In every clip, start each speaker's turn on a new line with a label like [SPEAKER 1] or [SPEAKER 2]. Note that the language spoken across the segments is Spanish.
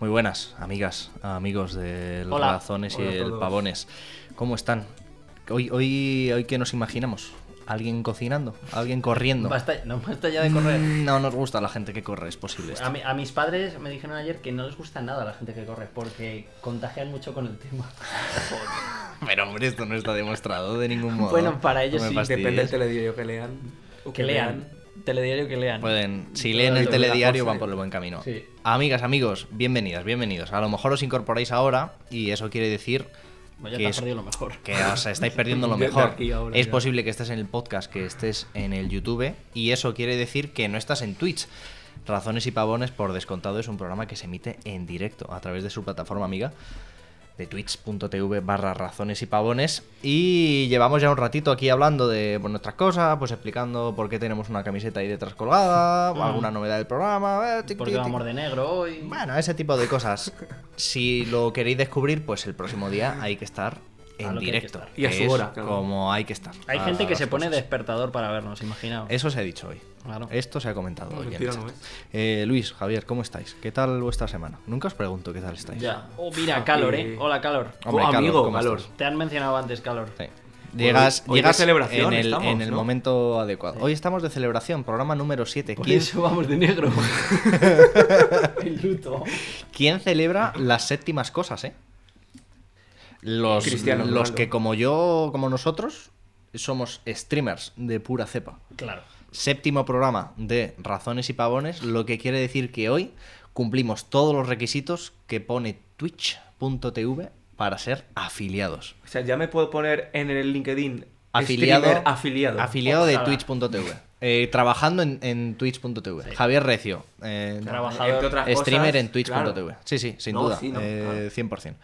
[SPEAKER 1] Amigas, amigas, amigos de los
[SPEAKER 2] Hola.
[SPEAKER 1] corazones y
[SPEAKER 3] Hola a
[SPEAKER 1] el
[SPEAKER 3] todos.
[SPEAKER 1] pavones. ¿Cómo están? Hoy, hoy, hoy que nos imaginamos, alguien cocinando, alguien corriendo. Mm,
[SPEAKER 2] Basta, no, basta ya de correr.
[SPEAKER 1] No nos gusta la gente que corre, es posible. esto.
[SPEAKER 2] A, mi- a mis padres me dijeron ayer que no les gusta nada la gente que corre porque contagian mucho con el tema.
[SPEAKER 1] Pero hombre, esto no está demostrado de ningún modo.
[SPEAKER 2] Ah. Bueno, para ellos
[SPEAKER 1] No me
[SPEAKER 2] sí,
[SPEAKER 1] fastidies.
[SPEAKER 3] Depende del telediario que lean. o
[SPEAKER 2] Que lean. Telediario que lean.
[SPEAKER 1] Pueden, si leen
[SPEAKER 3] Claro,
[SPEAKER 1] el
[SPEAKER 3] la
[SPEAKER 1] telediario
[SPEAKER 3] cosa.
[SPEAKER 1] van por el buen camino.
[SPEAKER 2] Sí.
[SPEAKER 1] Amigas, amigos, bienvenidas, bienvenidos. A lo mejor os incorporáis ahora y eso quiere decir
[SPEAKER 2] Vaya,
[SPEAKER 1] que
[SPEAKER 2] te has
[SPEAKER 1] es-
[SPEAKER 2] perdido lo mejor.
[SPEAKER 1] que os estáis perdiendo lo
[SPEAKER 3] De- de
[SPEAKER 1] mejor.
[SPEAKER 3] aquí ahora
[SPEAKER 1] es
[SPEAKER 3] ya.
[SPEAKER 1] posible que estés en el podcast, que estés en el YouTube y eso quiere decir que no estás en Twitch. Razones y Pavones, por descontado, es un programa que se emite en directo a través de su plataforma amiga de twitch.tv barra razones y pavones y llevamos ya un ratito aquí hablando de pues, nuestras cosas, pues explicando por qué tenemos una camiseta ahí detrás colgada,
[SPEAKER 3] Mm.
[SPEAKER 1] o alguna novedad del programa, eh, tic,
[SPEAKER 2] Porque
[SPEAKER 1] tic, tic.
[SPEAKER 2] vamos de negro hoy.
[SPEAKER 1] Bueno, ese tipo de cosas. Si lo queréis descubrir, pues el próximo día hay que estar
[SPEAKER 2] A
[SPEAKER 1] en
[SPEAKER 2] lo que hay que
[SPEAKER 1] directo.
[SPEAKER 2] estar.
[SPEAKER 3] Y a
[SPEAKER 1] que
[SPEAKER 3] su
[SPEAKER 1] es
[SPEAKER 3] hora, claro.
[SPEAKER 1] Como hay que estar.
[SPEAKER 2] Hay
[SPEAKER 1] a
[SPEAKER 2] gente que
[SPEAKER 1] las
[SPEAKER 2] se pone
[SPEAKER 1] cosas.
[SPEAKER 2] despertador para vernos, imaginaos.
[SPEAKER 1] Eso se ha dicho hoy.
[SPEAKER 2] Claro.
[SPEAKER 1] Esto se ha comentado hoy. en
[SPEAKER 3] mentira
[SPEAKER 1] el
[SPEAKER 3] no
[SPEAKER 1] chat.
[SPEAKER 3] es.
[SPEAKER 1] Eh, Luis, Javier, ¿cómo estáis? ¿Qué tal vuestra semana? Nunca os pregunto qué tal estáis.
[SPEAKER 2] Ya. Oh, mira, calor, eh.
[SPEAKER 3] Sí.
[SPEAKER 2] Hola, calor.
[SPEAKER 1] Hombre,
[SPEAKER 3] Oh,
[SPEAKER 1] Carlos,
[SPEAKER 3] amigo,
[SPEAKER 1] ¿cómo
[SPEAKER 3] calor.
[SPEAKER 1] estás?
[SPEAKER 2] Te han mencionado antes calor.
[SPEAKER 1] Sí. Llegas,
[SPEAKER 3] hoy de
[SPEAKER 1] llegas
[SPEAKER 3] celebración
[SPEAKER 1] en el,
[SPEAKER 3] estamos,
[SPEAKER 1] en el
[SPEAKER 3] ¿no?
[SPEAKER 1] momento adecuado. Hoy estamos de celebración, programa número 7.
[SPEAKER 2] Por
[SPEAKER 1] ¿Quién,
[SPEAKER 2] eso vamos de negro. el luto.
[SPEAKER 1] ¿Quién celebra las séptimas cosas, eh? Los,
[SPEAKER 3] Cristiano
[SPEAKER 1] los
[SPEAKER 3] Ronaldo.
[SPEAKER 1] que como yo, como nosotros, somos streamers de pura cepa.
[SPEAKER 2] Claro.
[SPEAKER 1] Séptimo programa de Razones y Pavones, lo que quiere decir que hoy cumplimos todos los requisitos que pone Twitch.tv para ser afiliados.
[SPEAKER 3] O sea, ya me puedo poner en el LinkedIn.
[SPEAKER 1] Afiliado,
[SPEAKER 3] streamer afiliado.
[SPEAKER 1] afiliado de
[SPEAKER 2] Ojalá.
[SPEAKER 1] Twitch.tv. Eh, trabajando en, en Twitch.tv. Javier Recio. eh,
[SPEAKER 2] Trabajador.
[SPEAKER 3] Entre otras
[SPEAKER 1] streamer
[SPEAKER 3] cosas,
[SPEAKER 1] en Twitch.tv.
[SPEAKER 3] claro.
[SPEAKER 1] Sí, sí, sin
[SPEAKER 3] No,
[SPEAKER 1] duda.
[SPEAKER 3] sí, no,
[SPEAKER 1] eh, 100%.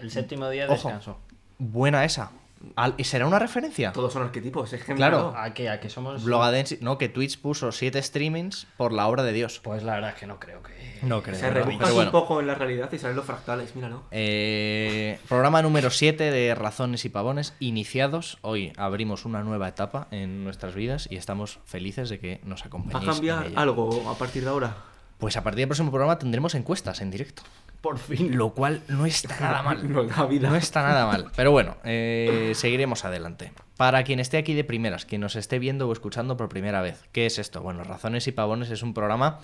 [SPEAKER 2] El séptimo día de
[SPEAKER 1] Ojo.
[SPEAKER 2] descanso.
[SPEAKER 1] Buena esa. Al- ¿y ¿Será una referencia?
[SPEAKER 3] Todos son arquetipos. Es que
[SPEAKER 1] Claro. Ah,
[SPEAKER 3] claro.
[SPEAKER 2] ¿A qué? ¿A que somos.?
[SPEAKER 1] Blogadensi- no, que Twitch puso siete streamings por la obra de Dios.
[SPEAKER 2] Pues la verdad es que no creo que.
[SPEAKER 1] No creo.
[SPEAKER 3] Se
[SPEAKER 1] pero
[SPEAKER 3] rebuscan
[SPEAKER 1] bueno.
[SPEAKER 3] un poco en la realidad y salen los fractales, míralo.
[SPEAKER 1] Eh, programa número 7 de Razones y Pavones iniciados. Hoy abrimos una nueva etapa en nuestras vidas y estamos felices de que nos
[SPEAKER 3] ¿Va
[SPEAKER 1] acompañéis.
[SPEAKER 3] a
[SPEAKER 1] en
[SPEAKER 3] cambiar
[SPEAKER 1] ella.
[SPEAKER 3] algo a partir de ahora?
[SPEAKER 1] Pues a partir del próximo programa tendremos encuestas en directo.
[SPEAKER 2] Por fin.
[SPEAKER 1] Lo cual no está nada mal.
[SPEAKER 3] No da vida.
[SPEAKER 1] No está nada mal. Pero bueno, eh, seguiremos adelante. Para quien esté aquí de primeras, quien nos esté viendo o escuchando por primera vez, ¿qué es esto? Bueno, Razones y Pavones es un programa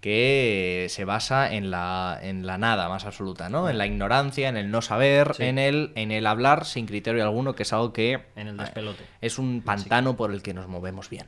[SPEAKER 1] que se basa en la, en la nada más absoluta, ¿no? En la ignorancia, en el no saber,
[SPEAKER 2] Sí.
[SPEAKER 1] en, el, en el hablar sin criterio alguno, que es algo que
[SPEAKER 2] En el
[SPEAKER 1] eh,
[SPEAKER 2] despelote.
[SPEAKER 1] es un pantano por el que nos movemos bien.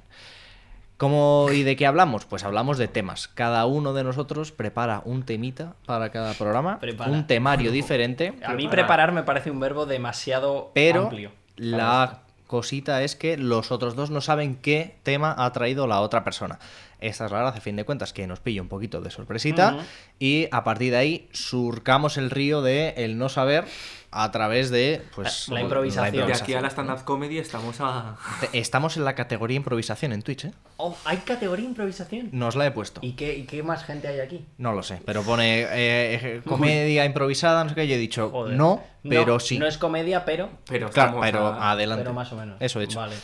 [SPEAKER 1] ¿Cómo y de qué hablamos? Pues hablamos de temas. Cada uno de nosotros prepara un temita para cada programa,
[SPEAKER 2] Prepara.
[SPEAKER 1] un temario diferente.
[SPEAKER 2] A mí preparar me parece un verbo demasiado
[SPEAKER 1] Pero
[SPEAKER 2] amplio.
[SPEAKER 1] la cosita es que los otros dos no saben qué tema ha traído la otra persona. Esta es la gracia, a fin de cuentas, que nos pilla un poquito de sorpresita.
[SPEAKER 2] Ujú.
[SPEAKER 1] Y a partir de ahí surcamos el río de el no saber a través de pues,
[SPEAKER 2] La- la improvisación.
[SPEAKER 3] De
[SPEAKER 2] Vamos
[SPEAKER 3] aquí a la stand-up comedy estamos a.
[SPEAKER 1] Te- Estamos en la categoría improvisación en Twitch, ¿eh?
[SPEAKER 2] Oh, ¿Hay categoría improvisación?
[SPEAKER 1] Nos la he puesto.
[SPEAKER 2] ¿Y qué, y qué más gente hay aquí?
[SPEAKER 1] No lo sé, pero pone eh, eh, comedia improvisada, no sé qué. Yo he dicho
[SPEAKER 2] Joder.
[SPEAKER 1] no, pero sí.
[SPEAKER 2] No es comedia, pero.
[SPEAKER 3] Pero
[SPEAKER 1] Claro,
[SPEAKER 3] estamos
[SPEAKER 1] pero
[SPEAKER 3] a-
[SPEAKER 1] adelante.
[SPEAKER 2] Pero más o menos.
[SPEAKER 1] Eso he hecho.
[SPEAKER 2] Vale.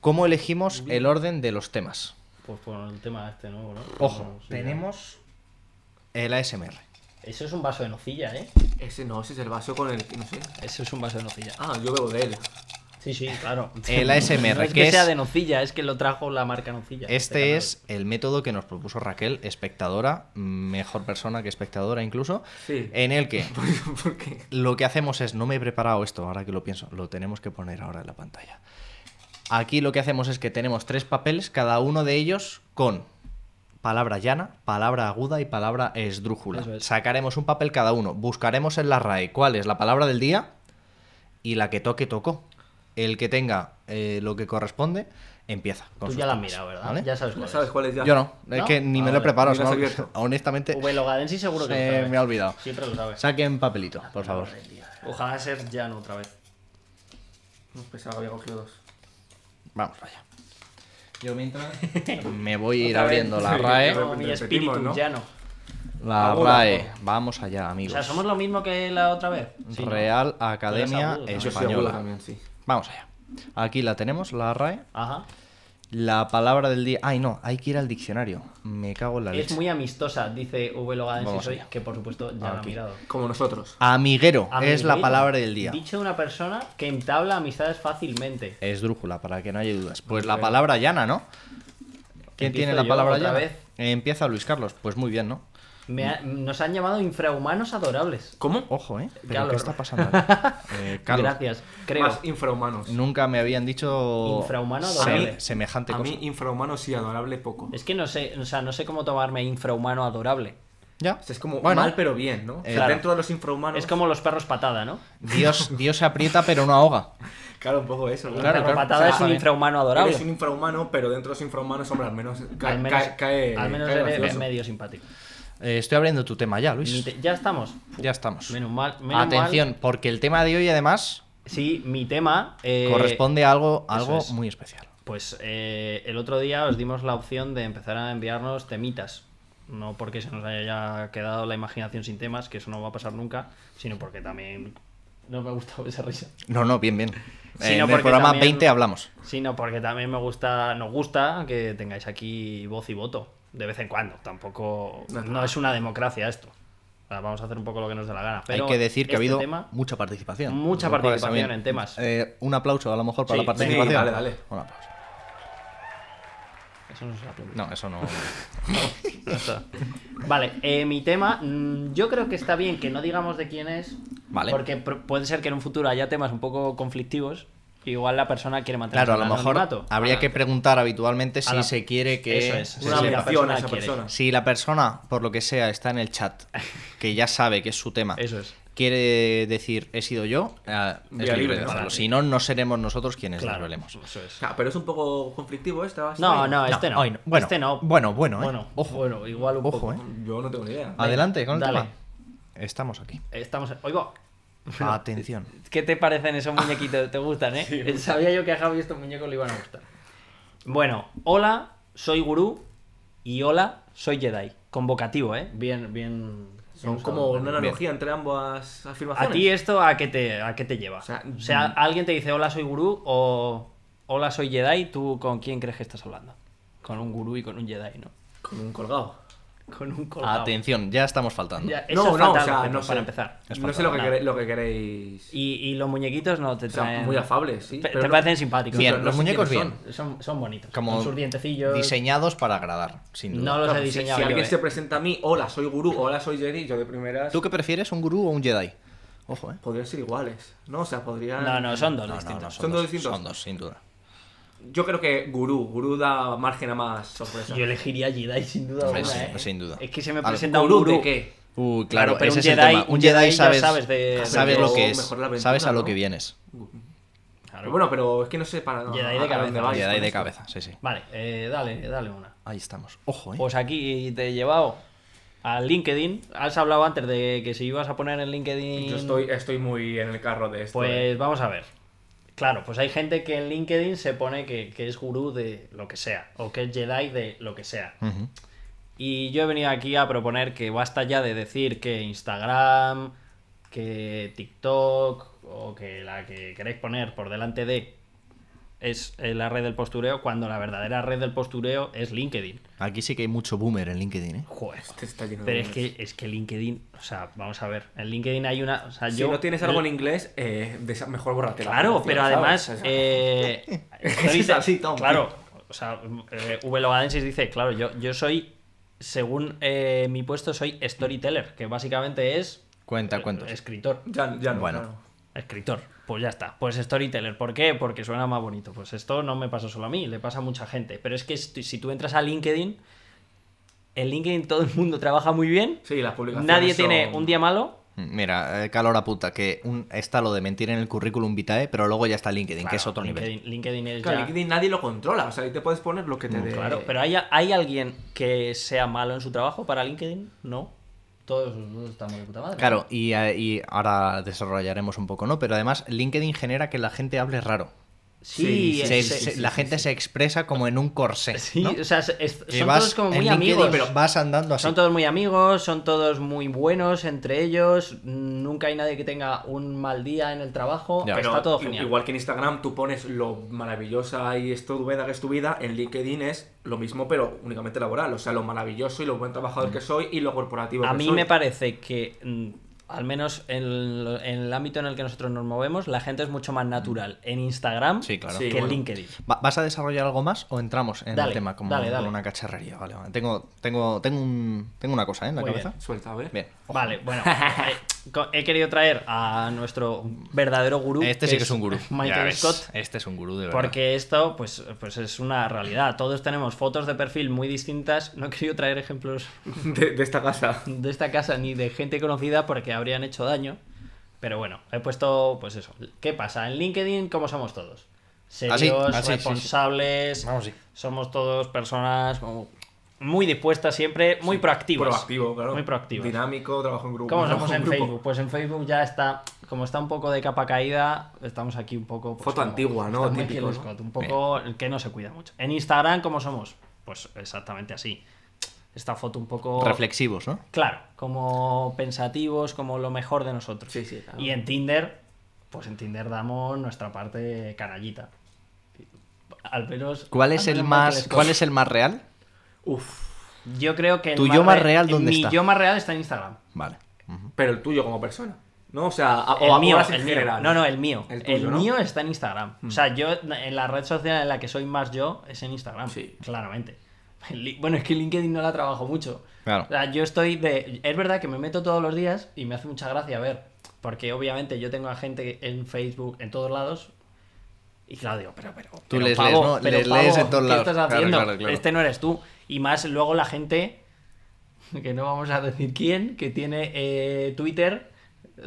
[SPEAKER 1] ¿Cómo elegimos el orden de los temas?
[SPEAKER 2] Pues por el tema este nuevo, ¿no?
[SPEAKER 1] Ojo,
[SPEAKER 2] Bueno, sí.
[SPEAKER 1] tenemos el ASMR.
[SPEAKER 2] Eso es un vaso de nocilla, ¿eh?
[SPEAKER 3] Ese no, ese es el vaso con el. No sé.
[SPEAKER 2] Eso es un vaso de nocilla.
[SPEAKER 3] Ah, yo bebo de él.
[SPEAKER 2] Sí, sí, claro.
[SPEAKER 1] El ASMR,
[SPEAKER 2] No es
[SPEAKER 1] que
[SPEAKER 2] que
[SPEAKER 1] es-
[SPEAKER 2] sea de nocilla, es que lo trajo la marca nocilla.
[SPEAKER 1] Este es el método que nos propuso Raquel, espectadora, mejor persona que espectadora incluso,
[SPEAKER 3] Sí.
[SPEAKER 1] en el que
[SPEAKER 3] ¿Por qué?
[SPEAKER 1] lo que hacemos es, no me he preparado esto, ahora que lo pienso, lo tenemos que poner ahora en la pantalla. Aquí lo que hacemos es que tenemos tres papeles, cada uno de ellos con palabra llana, palabra aguda y palabra esdrújula.
[SPEAKER 2] Eso es.
[SPEAKER 1] Sacaremos un papel cada uno, buscaremos en la RAE cuál es la palabra del día y la que toque tocó. El que tenga eh, lo que corresponde empieza. con
[SPEAKER 2] Tú
[SPEAKER 1] sus
[SPEAKER 2] ya la has
[SPEAKER 1] temas,
[SPEAKER 2] mirado, ¿verdad?
[SPEAKER 1] ¿vale?
[SPEAKER 2] Ya sabes
[SPEAKER 3] No
[SPEAKER 2] cuál
[SPEAKER 3] sabes
[SPEAKER 2] es.
[SPEAKER 3] cuál es ya.
[SPEAKER 1] Pues Yo no, es
[SPEAKER 2] ¿No?
[SPEAKER 1] que ni me
[SPEAKER 2] Ah,
[SPEAKER 1] lo he
[SPEAKER 2] vale.
[SPEAKER 1] preparado,
[SPEAKER 3] Ni lo has
[SPEAKER 1] ¿no?
[SPEAKER 3] abierto.
[SPEAKER 1] honestamente
[SPEAKER 2] Velogadensi seguro que lo
[SPEAKER 1] se
[SPEAKER 2] sabe.
[SPEAKER 1] me ha olvidado.
[SPEAKER 2] Siempre lo sabes.
[SPEAKER 1] Saquen papelito, por favor.
[SPEAKER 2] Ojalá ser llano otra vez.
[SPEAKER 3] Pensaba que pues había cogido dos.
[SPEAKER 1] Vamos allá. Yo mientras me voy a ir
[SPEAKER 2] Otra vez.
[SPEAKER 1] abriendo la
[SPEAKER 3] Sí,
[SPEAKER 1] RAE.
[SPEAKER 3] yo-
[SPEAKER 2] No, mi
[SPEAKER 3] Repetimos,
[SPEAKER 2] espíritu
[SPEAKER 3] ¿no?
[SPEAKER 2] llano.
[SPEAKER 1] La
[SPEAKER 3] Aguda,
[SPEAKER 1] RAE.
[SPEAKER 3] aguda.
[SPEAKER 1] Vamos allá,
[SPEAKER 2] O
[SPEAKER 1] amigos.
[SPEAKER 2] sea, somos lo mismo que la otra vez. Sí, ¿no?
[SPEAKER 1] Real
[SPEAKER 2] Tú
[SPEAKER 1] Academia
[SPEAKER 2] eres agudo, ¿no?
[SPEAKER 3] Yo soy agudo
[SPEAKER 1] Española.
[SPEAKER 3] también, sí.
[SPEAKER 1] Vamos allá. Aquí la tenemos, la RAE.
[SPEAKER 2] Ajá.
[SPEAKER 1] La palabra del día. Ay, no, hay que ir al diccionario. Me cago en la
[SPEAKER 2] Es
[SPEAKER 1] leche.
[SPEAKER 2] muy amistosa, dice V. Logada en
[SPEAKER 1] Vamos
[SPEAKER 2] Sisoy,
[SPEAKER 1] allá.
[SPEAKER 2] que por supuesto ya lo ha
[SPEAKER 1] Aquí.
[SPEAKER 2] mirado.
[SPEAKER 3] Como nosotros.
[SPEAKER 1] Amiguero, es
[SPEAKER 2] Amiguero,
[SPEAKER 1] la palabra del día.
[SPEAKER 2] Dicho de una persona que entabla amistades fácilmente.
[SPEAKER 1] Esdrújula, para que no haya dudas. Pues la
[SPEAKER 3] Pero-
[SPEAKER 1] palabra llana, ¿no? ¿Quién tiene
[SPEAKER 2] Empiezo
[SPEAKER 1] la
[SPEAKER 2] yo
[SPEAKER 1] palabra
[SPEAKER 2] otra
[SPEAKER 1] llana?
[SPEAKER 2] vez.
[SPEAKER 1] Empieza Luis Carlos. Pues muy bien, ¿no?
[SPEAKER 2] Me ha- nos han llamado infrahumanos adorables.
[SPEAKER 3] ¿Cómo?
[SPEAKER 1] Ojo, ¿eh? ¿Pero
[SPEAKER 2] Calor.
[SPEAKER 1] qué está pasando? aquí? Eh, Carlos,
[SPEAKER 2] Gracias, creo.
[SPEAKER 3] Más infrahumanos.
[SPEAKER 1] nunca me habían dicho
[SPEAKER 2] Infrahumano
[SPEAKER 1] se-
[SPEAKER 2] adorable.
[SPEAKER 1] semejante
[SPEAKER 3] A
[SPEAKER 1] cosa.
[SPEAKER 3] mí infrahumanos y adorable poco.
[SPEAKER 2] Es que no sé, o sea, no sé cómo tomarme infrahumano adorable.
[SPEAKER 1] Ya.
[SPEAKER 3] O sea, es como
[SPEAKER 1] Bueno,
[SPEAKER 3] mal pero bien, ¿no? O sea,
[SPEAKER 1] claro.
[SPEAKER 3] Dentro de los infrahumanos.
[SPEAKER 2] Es como los perros patada, ¿no?
[SPEAKER 1] Dios, Dios aprieta pero no ahoga.
[SPEAKER 3] Claro, un poco eso. ¿no?
[SPEAKER 1] Claro,
[SPEAKER 2] el perro
[SPEAKER 1] claro.
[SPEAKER 2] patada
[SPEAKER 1] O sea,
[SPEAKER 2] es un
[SPEAKER 1] vale.
[SPEAKER 2] infrahumano adorable.
[SPEAKER 3] Eres un infrahumano, pero dentro de los infrahumanos, hombre, al menos ca-
[SPEAKER 2] al menos,
[SPEAKER 3] ca- cae.
[SPEAKER 2] al menos
[SPEAKER 3] cae
[SPEAKER 2] eres
[SPEAKER 3] gracioso.
[SPEAKER 2] medio simpático.
[SPEAKER 1] Eh, estoy abriendo tu tema ya,
[SPEAKER 2] Ni
[SPEAKER 1] Luis.
[SPEAKER 2] te- Ya estamos.
[SPEAKER 1] Ya estamos.
[SPEAKER 2] Menos mal. menos mal.
[SPEAKER 1] Pues Atención, porque el tema de hoy además
[SPEAKER 2] Sí, mi tema. eh,
[SPEAKER 1] corresponde a algo, a algo
[SPEAKER 2] es.
[SPEAKER 1] muy especial.
[SPEAKER 2] Pues eh, el otro día os dimos la opción de empezar a enviarnos temitas. No porque se nos haya quedado la imaginación sin temas, que eso no va a pasar nunca, sino porque también no me ha gustado esa risa.
[SPEAKER 1] No, no, bien, bien.
[SPEAKER 2] Sí,
[SPEAKER 1] en
[SPEAKER 2] no,
[SPEAKER 1] el
[SPEAKER 2] porque
[SPEAKER 1] programa
[SPEAKER 2] también-
[SPEAKER 1] 20 hablamos.
[SPEAKER 2] Sino porque también me gusta, nos gusta que tengáis aquí voz y voto. De vez en cuando. Tampoco.
[SPEAKER 3] No,
[SPEAKER 2] No es una democracia esto. O sea, Vamos a hacer un poco lo que nos dé la gana. Pero
[SPEAKER 1] Hay que decir que ha
[SPEAKER 2] este
[SPEAKER 1] habido
[SPEAKER 2] tema-
[SPEAKER 1] mucha participación.
[SPEAKER 2] Mucha
[SPEAKER 1] Lo cual está
[SPEAKER 2] participación
[SPEAKER 1] bien.
[SPEAKER 2] en temas.
[SPEAKER 1] Eh, un aplauso a lo mejor para la
[SPEAKER 2] Sí,
[SPEAKER 1] participación.
[SPEAKER 3] venga, dale, dale.
[SPEAKER 1] Un aplauso.
[SPEAKER 2] Eso no se aplaude.
[SPEAKER 1] No, eso no.
[SPEAKER 2] Ya está. Vale, eh, mi tema, mm, yo creo que está bien que no digamos de quién es,
[SPEAKER 1] Vale.
[SPEAKER 2] porque pr- puede ser que en un futuro haya temas un poco conflictivos, igual la persona quiere mantener
[SPEAKER 1] Claro, a lo
[SPEAKER 2] el
[SPEAKER 1] mejor
[SPEAKER 2] anonimato.
[SPEAKER 1] habría que preguntar habitualmente
[SPEAKER 2] A
[SPEAKER 1] si
[SPEAKER 2] la-
[SPEAKER 1] se quiere que
[SPEAKER 2] Eso es,
[SPEAKER 1] se
[SPEAKER 2] una
[SPEAKER 1] sepa.
[SPEAKER 2] obligación
[SPEAKER 3] Acciona
[SPEAKER 2] persona
[SPEAKER 3] esa
[SPEAKER 2] quiere.
[SPEAKER 3] persona.
[SPEAKER 1] Si la persona, por lo que sea, está en el chat, que ya sabe que es su tema,
[SPEAKER 2] Eso es.
[SPEAKER 1] quiere decir he sido yo, eh, es
[SPEAKER 3] Vía
[SPEAKER 1] libre
[SPEAKER 3] libre,
[SPEAKER 1] de
[SPEAKER 3] ¿no?
[SPEAKER 1] hacerlo.
[SPEAKER 3] Vale.
[SPEAKER 1] Si no, no seremos nosotros quienes
[SPEAKER 2] Claro,
[SPEAKER 1] lo revelemos.
[SPEAKER 2] eso es.
[SPEAKER 3] Ah, pero es un poco conflictivo esta. esta
[SPEAKER 2] No,
[SPEAKER 3] ahí.
[SPEAKER 2] no, este no.
[SPEAKER 1] hoy no. Bueno,
[SPEAKER 2] este no.
[SPEAKER 1] bueno, bueno, ¿eh?
[SPEAKER 2] Bueno,
[SPEAKER 1] Ojo.
[SPEAKER 2] bueno, igual un
[SPEAKER 1] Ojo,
[SPEAKER 2] poco.
[SPEAKER 1] ¿eh?
[SPEAKER 3] Yo no tengo ni
[SPEAKER 2] Ah,
[SPEAKER 3] idea.
[SPEAKER 1] Adelante con el
[SPEAKER 2] dale.
[SPEAKER 1] tema. Estamos aquí.
[SPEAKER 2] Estamos. Oigo.
[SPEAKER 1] Atención.
[SPEAKER 2] ¿Qué te parecen esos muñequitos? ¿Te gustan, eh? Sabía yo que a Javi estos muñecos le iban a gustar. Bueno, hola, soy Gurú y hola, soy Jedi. Convocativo, ¿eh? Bien, bien.
[SPEAKER 3] Son
[SPEAKER 2] bien
[SPEAKER 3] como
[SPEAKER 2] usado.
[SPEAKER 3] una
[SPEAKER 1] Bien.
[SPEAKER 3] analogía entre ambas
[SPEAKER 2] ¿A
[SPEAKER 3] afirmaciones.
[SPEAKER 2] ti esto a qué te, a qué te lleva? O
[SPEAKER 3] O
[SPEAKER 2] sea,
[SPEAKER 3] sea, mm.
[SPEAKER 2] alguien te dice hola, soy Gurú o hola, soy Jedi, ¿tú con quién crees que estás hablando? Con un Gurú y con un Jedi, ¿no?
[SPEAKER 3] Como un colgado.
[SPEAKER 2] Con un colgado.
[SPEAKER 1] Atención, ya estamos faltando.
[SPEAKER 2] Ya, eso
[SPEAKER 3] No,
[SPEAKER 2] es
[SPEAKER 3] no, o
[SPEAKER 2] fatal,
[SPEAKER 3] sea,
[SPEAKER 2] pero
[SPEAKER 3] no sé.
[SPEAKER 2] para empezar.
[SPEAKER 1] Es
[SPEAKER 3] No
[SPEAKER 1] fatal.
[SPEAKER 3] sé lo que,
[SPEAKER 2] Nada.
[SPEAKER 3] quere- lo que queréis.
[SPEAKER 2] Y, y los muñequitos no te
[SPEAKER 3] O sea,
[SPEAKER 2] traen...
[SPEAKER 3] muy afables, sí.
[SPEAKER 2] Pe-
[SPEAKER 3] pero
[SPEAKER 2] te
[SPEAKER 3] no-
[SPEAKER 2] parecen simpáticos.
[SPEAKER 1] Bien,
[SPEAKER 3] pero
[SPEAKER 1] los
[SPEAKER 3] sé
[SPEAKER 1] muñecos
[SPEAKER 3] quiénes
[SPEAKER 1] bien.
[SPEAKER 2] Son, son bonitos.
[SPEAKER 1] Como
[SPEAKER 2] con sus dientecillos.
[SPEAKER 1] Diseñados para agradar, sin duda.
[SPEAKER 2] No los
[SPEAKER 3] Claro,
[SPEAKER 2] he
[SPEAKER 3] si-
[SPEAKER 2] diseñado
[SPEAKER 3] si
[SPEAKER 2] yo,
[SPEAKER 3] alguien
[SPEAKER 2] eh.
[SPEAKER 3] se presenta a mí, hola, soy gurú, hola, soy Jedi, yo de primeras
[SPEAKER 1] ¿Tú qué prefieres, un gurú o un Jedi? Ojo, ¿eh?
[SPEAKER 3] podrían ser iguales. No, o sea, podrían...
[SPEAKER 2] No, no, son dos
[SPEAKER 1] No, no,
[SPEAKER 2] distintos.
[SPEAKER 1] no,
[SPEAKER 3] Son dos distintos.
[SPEAKER 1] Son dos, sin duda.
[SPEAKER 3] Yo creo que gurú, gurú da margen a más sorpresa.
[SPEAKER 2] Yo elegiría Jedi sin duda
[SPEAKER 1] Hombre,
[SPEAKER 2] alguna,
[SPEAKER 1] sí,
[SPEAKER 2] eh.
[SPEAKER 1] sin duda.
[SPEAKER 2] Es que se me
[SPEAKER 1] Al-
[SPEAKER 2] presenta un
[SPEAKER 3] ¿Gurú
[SPEAKER 2] gurú.
[SPEAKER 3] de qué?
[SPEAKER 1] Uy, claro,
[SPEAKER 2] Claro, pero
[SPEAKER 1] ese
[SPEAKER 2] un
[SPEAKER 1] es el
[SPEAKER 2] Jedi-
[SPEAKER 1] tema. Un
[SPEAKER 2] un
[SPEAKER 1] Jedi,
[SPEAKER 2] Jedi ya
[SPEAKER 1] sabes,
[SPEAKER 2] sabes de-
[SPEAKER 1] sabes
[SPEAKER 3] de-
[SPEAKER 1] lo que
[SPEAKER 3] o
[SPEAKER 1] es,
[SPEAKER 3] mejor la aventura,
[SPEAKER 1] sabes a lo
[SPEAKER 3] ¿no?
[SPEAKER 1] que vienes.
[SPEAKER 2] Claro.
[SPEAKER 3] Bueno, pero es que no sé para no,
[SPEAKER 2] Jedi de
[SPEAKER 3] a- a dónde
[SPEAKER 2] cabeza,
[SPEAKER 3] vais
[SPEAKER 1] Jedi
[SPEAKER 3] con
[SPEAKER 1] de
[SPEAKER 3] esto.
[SPEAKER 1] cabeza, sí, sí.
[SPEAKER 2] Vale, eh, dale, dale una.
[SPEAKER 1] Ahí estamos. Ojo, ¿eh?
[SPEAKER 2] Pues aquí te he llevado al LinkedIn. Has hablado antes de que si ibas a poner en LinkedIn.
[SPEAKER 3] Yo estoy, estoy muy en el carro de esto. eh.
[SPEAKER 2] Pues vamos a ver. Claro, pues hay gente que en LinkedIn se pone que, que es gurú de lo que sea, o que es Jedi de lo que sea.
[SPEAKER 1] Ujú.
[SPEAKER 2] Y yo he venido aquí a proponer que basta ya de decir que Instagram, que TikTok o que la que queréis poner por delante de es eh, la red del postureo, cuando la verdadera red del postureo es LinkedIn.
[SPEAKER 1] Aquí sí que hay mucho boomer en LinkedIn, ¿eh?
[SPEAKER 2] Joder.
[SPEAKER 3] Este está lleno de
[SPEAKER 2] Pues, Pero es
[SPEAKER 3] nombres.
[SPEAKER 2] que, es que LinkedIn, o sea, vamos a ver, en LinkedIn hay una... O sea,
[SPEAKER 3] Si
[SPEAKER 2] yo,
[SPEAKER 3] no tienes algo en inglés, eh, de esa- mejor bórrate. la
[SPEAKER 2] Claro,
[SPEAKER 3] aplicación,
[SPEAKER 2] pero
[SPEAKER 3] ¿sabes?
[SPEAKER 2] además...
[SPEAKER 3] O sea,
[SPEAKER 2] eh,
[SPEAKER 3] Es
[SPEAKER 2] dice-
[SPEAKER 3] así, Tom.
[SPEAKER 2] Claro, o sea, eh, V. Logadensis dice, claro, yo, yo soy, según eh, mi puesto, soy storyteller, que básicamente Eh, es...
[SPEAKER 1] Cuenta, cuentos.
[SPEAKER 2] Escritor.
[SPEAKER 3] Ya, ya no.
[SPEAKER 1] Bueno.
[SPEAKER 3] claro.
[SPEAKER 2] Escritor, pues ya está. Pues storyteller, ¿por qué? Porque suena más bonito. Pues esto no me pasa solo a mí, le pasa a mucha gente. Pero es que si si tú entras a LinkedIn, en LinkedIn todo el mundo trabaja muy bien.
[SPEAKER 3] Sí, las publicaciones
[SPEAKER 2] Nadie
[SPEAKER 3] son-
[SPEAKER 2] tiene un día malo.
[SPEAKER 1] Mira, eh, calor a puta, que un- está lo de mentir en el currículum vitae, pero luego ya está LinkedIn, que es
[SPEAKER 2] Claro,
[SPEAKER 1] otro nivel.
[SPEAKER 2] LinkedIn, LinkedIn es
[SPEAKER 3] Claro,
[SPEAKER 2] ya-
[SPEAKER 3] LinkedIn nadie lo controla. O sea, ahí te puedes poner lo que te dé.
[SPEAKER 2] Claro, pero ¿hay, ¿hay alguien que sea malo en su trabajo para LinkedIn? No. Todos, todos estamos de puta madre.
[SPEAKER 1] Claro, y, eh, y ahora desarrollaremos un poco, ¿no? Pero además, LinkedIn genera que la gente hable raro.
[SPEAKER 2] Sí,
[SPEAKER 3] Sí,
[SPEAKER 2] es-
[SPEAKER 1] Se-
[SPEAKER 2] es-
[SPEAKER 1] se- la gente se expresa como en un corsé.
[SPEAKER 2] sí,
[SPEAKER 1] ¿no?
[SPEAKER 2] o sea, es- es-
[SPEAKER 1] Que
[SPEAKER 2] son
[SPEAKER 1] vas
[SPEAKER 2] todos como
[SPEAKER 1] en
[SPEAKER 2] muy
[SPEAKER 1] LinkedIn,
[SPEAKER 2] amigos.
[SPEAKER 1] pero vas andando así.
[SPEAKER 2] Son todos muy amigos, son todos muy buenos entre ellos. Nunca hay nadie que tenga un mal día en el trabajo.
[SPEAKER 1] Ya.
[SPEAKER 2] está todo
[SPEAKER 3] i-
[SPEAKER 2] genial.
[SPEAKER 3] Igual que en Instagram tú pones lo maravillosa y estupenda que es tu vida, en LinkedIn es lo mismo, pero únicamente laboral. O sea, lo maravilloso y lo buen trabajador que soy y lo corporativo
[SPEAKER 2] Mm. A
[SPEAKER 3] que
[SPEAKER 2] mí
[SPEAKER 3] soy.
[SPEAKER 2] me parece que, mm, al menos en el, en el ámbito en el que nosotros nos movemos, la gente es mucho más natural en Instagram
[SPEAKER 1] Sí, claro.
[SPEAKER 3] Sí,
[SPEAKER 2] que en
[SPEAKER 3] bueno.
[SPEAKER 2] LinkedIn.
[SPEAKER 1] Va- ¿Vas a desarrollar algo más o entramos en
[SPEAKER 2] Dale,
[SPEAKER 1] el tema como,
[SPEAKER 2] dale,
[SPEAKER 1] como
[SPEAKER 2] dale.
[SPEAKER 1] una cacharrería? Vale, vale. Tengo, tengo, tengo, un- tengo una cosa ¿eh? en la
[SPEAKER 2] Muy
[SPEAKER 1] cabeza.
[SPEAKER 3] Suelta, a ver.
[SPEAKER 1] Bien.
[SPEAKER 2] Vale, bueno, eh, co- he querido traer a nuestro verdadero gurú.
[SPEAKER 1] Este sí que es un gurú. Ya
[SPEAKER 2] Michael
[SPEAKER 1] ves,
[SPEAKER 2] Scott.
[SPEAKER 1] Este es un gurú de verdad.
[SPEAKER 2] Porque esto, pues, pues es una realidad. Todos tenemos fotos de perfil muy distintas. No he querido traer ejemplos
[SPEAKER 3] De, de esta casa.
[SPEAKER 2] de esta casa ni de gente conocida porque habrían hecho daño. Pero bueno, he puesto, pues eso. ¿Qué pasa? En LinkedIn, ¿cómo somos todos? Serios,
[SPEAKER 1] Así, así, Ah, sí, sí.
[SPEAKER 2] responsables.
[SPEAKER 1] Vamos, sí.
[SPEAKER 2] Somos todos personas como muy dispuestas siempre, muy proactivos.
[SPEAKER 3] Proactivo, claro.
[SPEAKER 2] Muy proactivos.
[SPEAKER 3] Dinámico, trabajo en grupo.
[SPEAKER 2] ¿Cómo
[SPEAKER 3] trabajo
[SPEAKER 2] somos en
[SPEAKER 3] grupo.
[SPEAKER 2] Facebook? Pues en Facebook ya está, como está un poco de capa caída, estamos aquí un poco... pues,
[SPEAKER 3] Foto
[SPEAKER 2] como-
[SPEAKER 3] antigua, ¿no?
[SPEAKER 2] está muy Kilo
[SPEAKER 3] Típico, ¿no?
[SPEAKER 2] Scott, un poco el que no se cuida mucho. En Instagram, ¿cómo somos? Pues exactamente así. Esta foto un poco...
[SPEAKER 1] Reflexivos, ¿no?
[SPEAKER 2] Claro, como pensativos, como lo mejor de nosotros.
[SPEAKER 3] Sí, sí, claro.
[SPEAKER 2] Y en Tinder, pues en Tinder damos nuestra parte canallita. Al menos...
[SPEAKER 1] ¿Cuál es
[SPEAKER 2] al
[SPEAKER 1] el
[SPEAKER 2] menos Ah, Michael
[SPEAKER 1] más,
[SPEAKER 2] Scott.
[SPEAKER 1] cuál es el más real?
[SPEAKER 3] Uf.
[SPEAKER 2] Yo creo que... el
[SPEAKER 1] ¿Tu yo más
[SPEAKER 2] re-
[SPEAKER 1] real dónde
[SPEAKER 2] mi
[SPEAKER 1] está?
[SPEAKER 2] yo más real está en Instagram.
[SPEAKER 1] Vale. Ujú.
[SPEAKER 3] Pero el tuyo como persona. ¿No? O sea, a-
[SPEAKER 2] el
[SPEAKER 3] o
[SPEAKER 2] mío,
[SPEAKER 3] hablas en
[SPEAKER 2] el mío.
[SPEAKER 3] general.
[SPEAKER 2] No, no, el mío. El,
[SPEAKER 3] El tuyo, ¿no? Hmm.
[SPEAKER 2] mío está en Instagram. O sea, yo en la red social en la que soy más yo es en Instagram.
[SPEAKER 3] Sí.
[SPEAKER 2] Claramente. El li- Bueno, es que LinkedIn no la trabajo mucho.
[SPEAKER 1] Claro.
[SPEAKER 2] O sea, yo estoy de. Es verdad que me meto todos los días y me hace mucha gracia ver. Porque obviamente yo tengo a gente en Facebook, en todos lados. Y claro, digo, pero, pero.
[SPEAKER 1] Tú
[SPEAKER 2] pero,
[SPEAKER 1] les lees, ¿no?
[SPEAKER 2] pero,
[SPEAKER 1] Les lees
[SPEAKER 2] pavo,
[SPEAKER 1] en todos
[SPEAKER 2] ¿qué
[SPEAKER 1] lados.
[SPEAKER 2] estás
[SPEAKER 1] Claro,
[SPEAKER 2] haciendo?
[SPEAKER 1] claro, claro.
[SPEAKER 2] Este no eres tú. Y más luego la gente que no vamos a decir quién, que tiene eh, Twitter,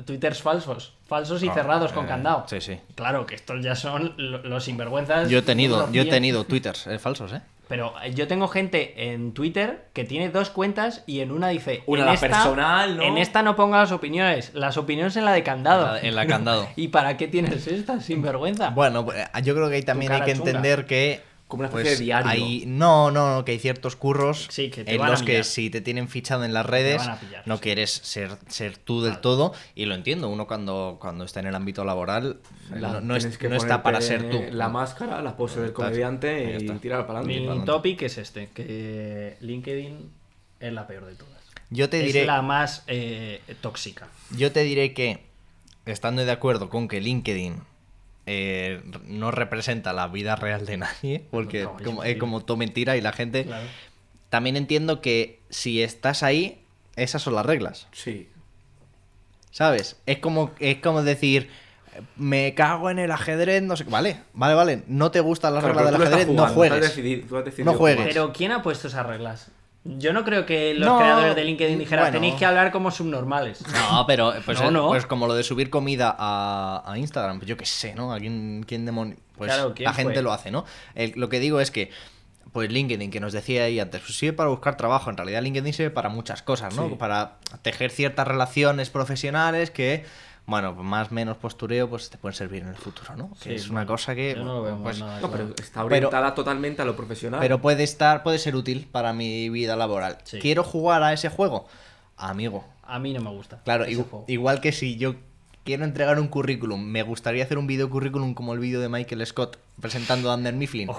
[SPEAKER 2] Twitters falsos, falsos y
[SPEAKER 1] Ah,
[SPEAKER 2] cerrados con
[SPEAKER 1] eh,
[SPEAKER 2] candado.
[SPEAKER 1] sí, sí.
[SPEAKER 2] Claro, que estos ya son lo- los sinvergüenzas.
[SPEAKER 1] Yo he tenido,
[SPEAKER 2] los
[SPEAKER 1] yo he
[SPEAKER 2] cien.
[SPEAKER 1] tenido twitters eh, falsos, ¿eh?
[SPEAKER 2] Pero eh, yo tengo gente en Twitter que tiene dos cuentas y en una dice.
[SPEAKER 3] Una
[SPEAKER 2] en
[SPEAKER 3] la
[SPEAKER 2] esta-
[SPEAKER 3] personal, ¿no?
[SPEAKER 2] En esta no ponga las opiniones, las opiniones en la de candado.
[SPEAKER 1] En la- en la candado.
[SPEAKER 2] ¿Y para qué tienes esta sinvergüenza?
[SPEAKER 1] Bueno, pues, eh, yo creo que ahí también hay
[SPEAKER 2] cara
[SPEAKER 1] que
[SPEAKER 2] chunga.
[SPEAKER 1] entender que. pues,
[SPEAKER 3] Como una especie de diario.
[SPEAKER 1] hay- no, no, no, que hay ciertos curros
[SPEAKER 2] Sí, que te
[SPEAKER 1] en
[SPEAKER 2] van a
[SPEAKER 1] los que
[SPEAKER 2] millar.
[SPEAKER 1] si te tienen fichado en las redes,
[SPEAKER 2] van a pillar,
[SPEAKER 1] no
[SPEAKER 2] sí.
[SPEAKER 1] quieres ser, ser tú del todo. Y lo entiendo, uno cuando, cuando está en el ámbito laboral
[SPEAKER 3] La-
[SPEAKER 1] no, no es-
[SPEAKER 3] tienes que
[SPEAKER 1] no está para ser
[SPEAKER 3] ponerte
[SPEAKER 1] tú.
[SPEAKER 3] La máscara, la pose del
[SPEAKER 1] Estás- ahí
[SPEAKER 3] comediante y
[SPEAKER 1] está.
[SPEAKER 3] tirar para
[SPEAKER 2] Mi
[SPEAKER 1] Bien.
[SPEAKER 3] adelante.
[SPEAKER 1] adelante.
[SPEAKER 2] topic es este, que LinkedIn es la peor de todas.
[SPEAKER 1] Yo te
[SPEAKER 2] es
[SPEAKER 1] diré.
[SPEAKER 2] la más eh, tóxica.
[SPEAKER 1] Yo te diré que, estando de acuerdo con que LinkedIn eh, no representa la vida real de nadie, porque
[SPEAKER 2] No, es
[SPEAKER 1] como, es
[SPEAKER 2] mentira.
[SPEAKER 1] como todo mentira y la gente...
[SPEAKER 2] Claro.
[SPEAKER 1] También entiendo que si estás ahí, esas son las reglas,
[SPEAKER 3] Sí.
[SPEAKER 1] ¿sabes? Es como, es como decir... eh, Me cago en el ajedrez, no sé. qué. Vale, vale, vale. No te gustan las
[SPEAKER 3] Claro, pero
[SPEAKER 1] reglas del
[SPEAKER 3] tú lo estás
[SPEAKER 1] ajedrez, no
[SPEAKER 3] jugando, tú has
[SPEAKER 1] juegues.
[SPEAKER 3] decidido- tú has
[SPEAKER 1] No
[SPEAKER 3] decidido
[SPEAKER 1] juegues.
[SPEAKER 3] jugar.
[SPEAKER 2] Pero ¿quién ha puesto esas reglas? Yo no creo que los
[SPEAKER 1] Pues- No,
[SPEAKER 2] creadores de LinkedIn dijeran
[SPEAKER 1] bueno.
[SPEAKER 2] tenéis que hablar como subnormales.
[SPEAKER 1] No, pero pues,
[SPEAKER 2] No,
[SPEAKER 1] eh,
[SPEAKER 2] no.
[SPEAKER 1] pues como lo de subir comida a, a Instagram, pues yo qué sé, ¿no? ¿A quién, quién demonio? Pues
[SPEAKER 2] Claro, ¿quién
[SPEAKER 1] la gente
[SPEAKER 2] fue?
[SPEAKER 1] lo hace, ¿no? El- lo que digo es que, pues LinkedIn, que nos decía ahí antes, pues sirve para buscar trabajo. En realidad LinkedIn sirve para muchas cosas, ¿no?
[SPEAKER 3] Sí.
[SPEAKER 1] Para tejer ciertas relaciones profesionales que, bueno, pues, más menos postureo, pues te pueden servir en el futuro, ¿no? Que
[SPEAKER 2] Sí,
[SPEAKER 1] es una
[SPEAKER 2] bueno,
[SPEAKER 1] cosa que...
[SPEAKER 2] yo no lo veo
[SPEAKER 1] pues,
[SPEAKER 2] nada
[SPEAKER 3] No,
[SPEAKER 2] claro.
[SPEAKER 3] pero está orientada totalmente a lo profesional.
[SPEAKER 1] pero puede estar, puede ser útil para mi vida laboral.
[SPEAKER 2] Sí.
[SPEAKER 1] ¿Quiero jugar a ese juego? Amigo,
[SPEAKER 2] A mí no me gusta.
[SPEAKER 1] Claro,
[SPEAKER 2] ese
[SPEAKER 1] igu-
[SPEAKER 2] juego.
[SPEAKER 1] igual que si yo quiero entregar un currículum, me gustaría hacer un video currículum como el vídeo de Michael Scott presentando a Under Mifflin.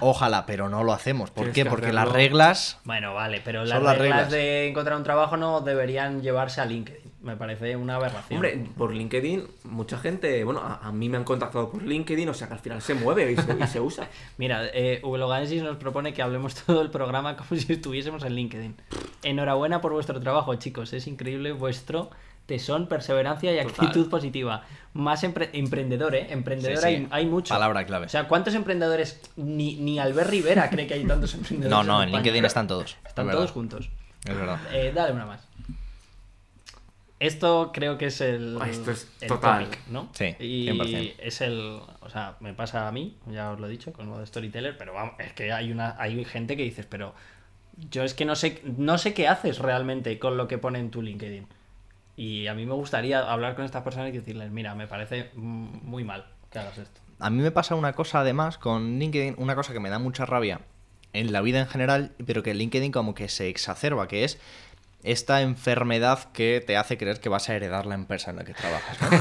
[SPEAKER 1] Ojalá. pero no lo hacemos. ¿Por
[SPEAKER 3] Tienes
[SPEAKER 1] qué?
[SPEAKER 3] que
[SPEAKER 1] Porque
[SPEAKER 3] hacerlo.
[SPEAKER 1] las reglas.
[SPEAKER 2] Bueno, vale, pero
[SPEAKER 1] Son
[SPEAKER 2] las,
[SPEAKER 1] las
[SPEAKER 2] reglas,
[SPEAKER 1] reglas.
[SPEAKER 2] de encontrar un trabajo no deberían llevarse a LinkedIn. Me parece una aberración.
[SPEAKER 3] Hombre, por LinkedIn, mucha gente, bueno, a, a mí me han contactado por LinkedIn, o sea que al final se mueve y se, y se usa.
[SPEAKER 2] Mira, eh, Uloganesis nos propone que hablemos todo el programa como si estuviésemos en LinkedIn. Enhorabuena por vuestro trabajo, chicos. Es increíble vuestro tesón, perseverancia y
[SPEAKER 3] Total.
[SPEAKER 2] actitud positiva. Más empre- emprendedor, ¿eh? Emprendedor
[SPEAKER 1] Sí, sí.
[SPEAKER 2] Hay, hay mucho.
[SPEAKER 1] Palabra clave.
[SPEAKER 2] O sea, ¿cuántos emprendedores? Ni, ni Albert Rivera cree que hay tantos emprendedores.
[SPEAKER 1] No, no, en
[SPEAKER 2] España.
[SPEAKER 1] LinkedIn están todos.
[SPEAKER 2] Están
[SPEAKER 1] es
[SPEAKER 2] todos
[SPEAKER 1] verdad.
[SPEAKER 2] juntos.
[SPEAKER 1] Es verdad.
[SPEAKER 2] Eh, dale una más. Esto creo que es el.
[SPEAKER 3] Ah, esto es
[SPEAKER 2] el
[SPEAKER 3] total.
[SPEAKER 2] topic, ¿no?
[SPEAKER 1] Sí,
[SPEAKER 2] Y
[SPEAKER 1] 100%.
[SPEAKER 2] es el. O sea, me pasa a mí, ya os lo he dicho, con lo de Storyteller, pero vamos, es que hay una hay gente que dices, pero yo es que no sé, no sé qué haces realmente con lo que pone en tu LinkedIn. Y a mí me gustaría hablar con estas personas y decirles, mira, me parece mm, muy mal que hagas esto.
[SPEAKER 1] a mí me pasa una cosa además con LinkedIn, una cosa que me da mucha rabia en la vida en general, pero que LinkedIn como que se exacerba, que es esta enfermedad que te hace creer que vas a heredar la empresa en la que trabajas. ¿no?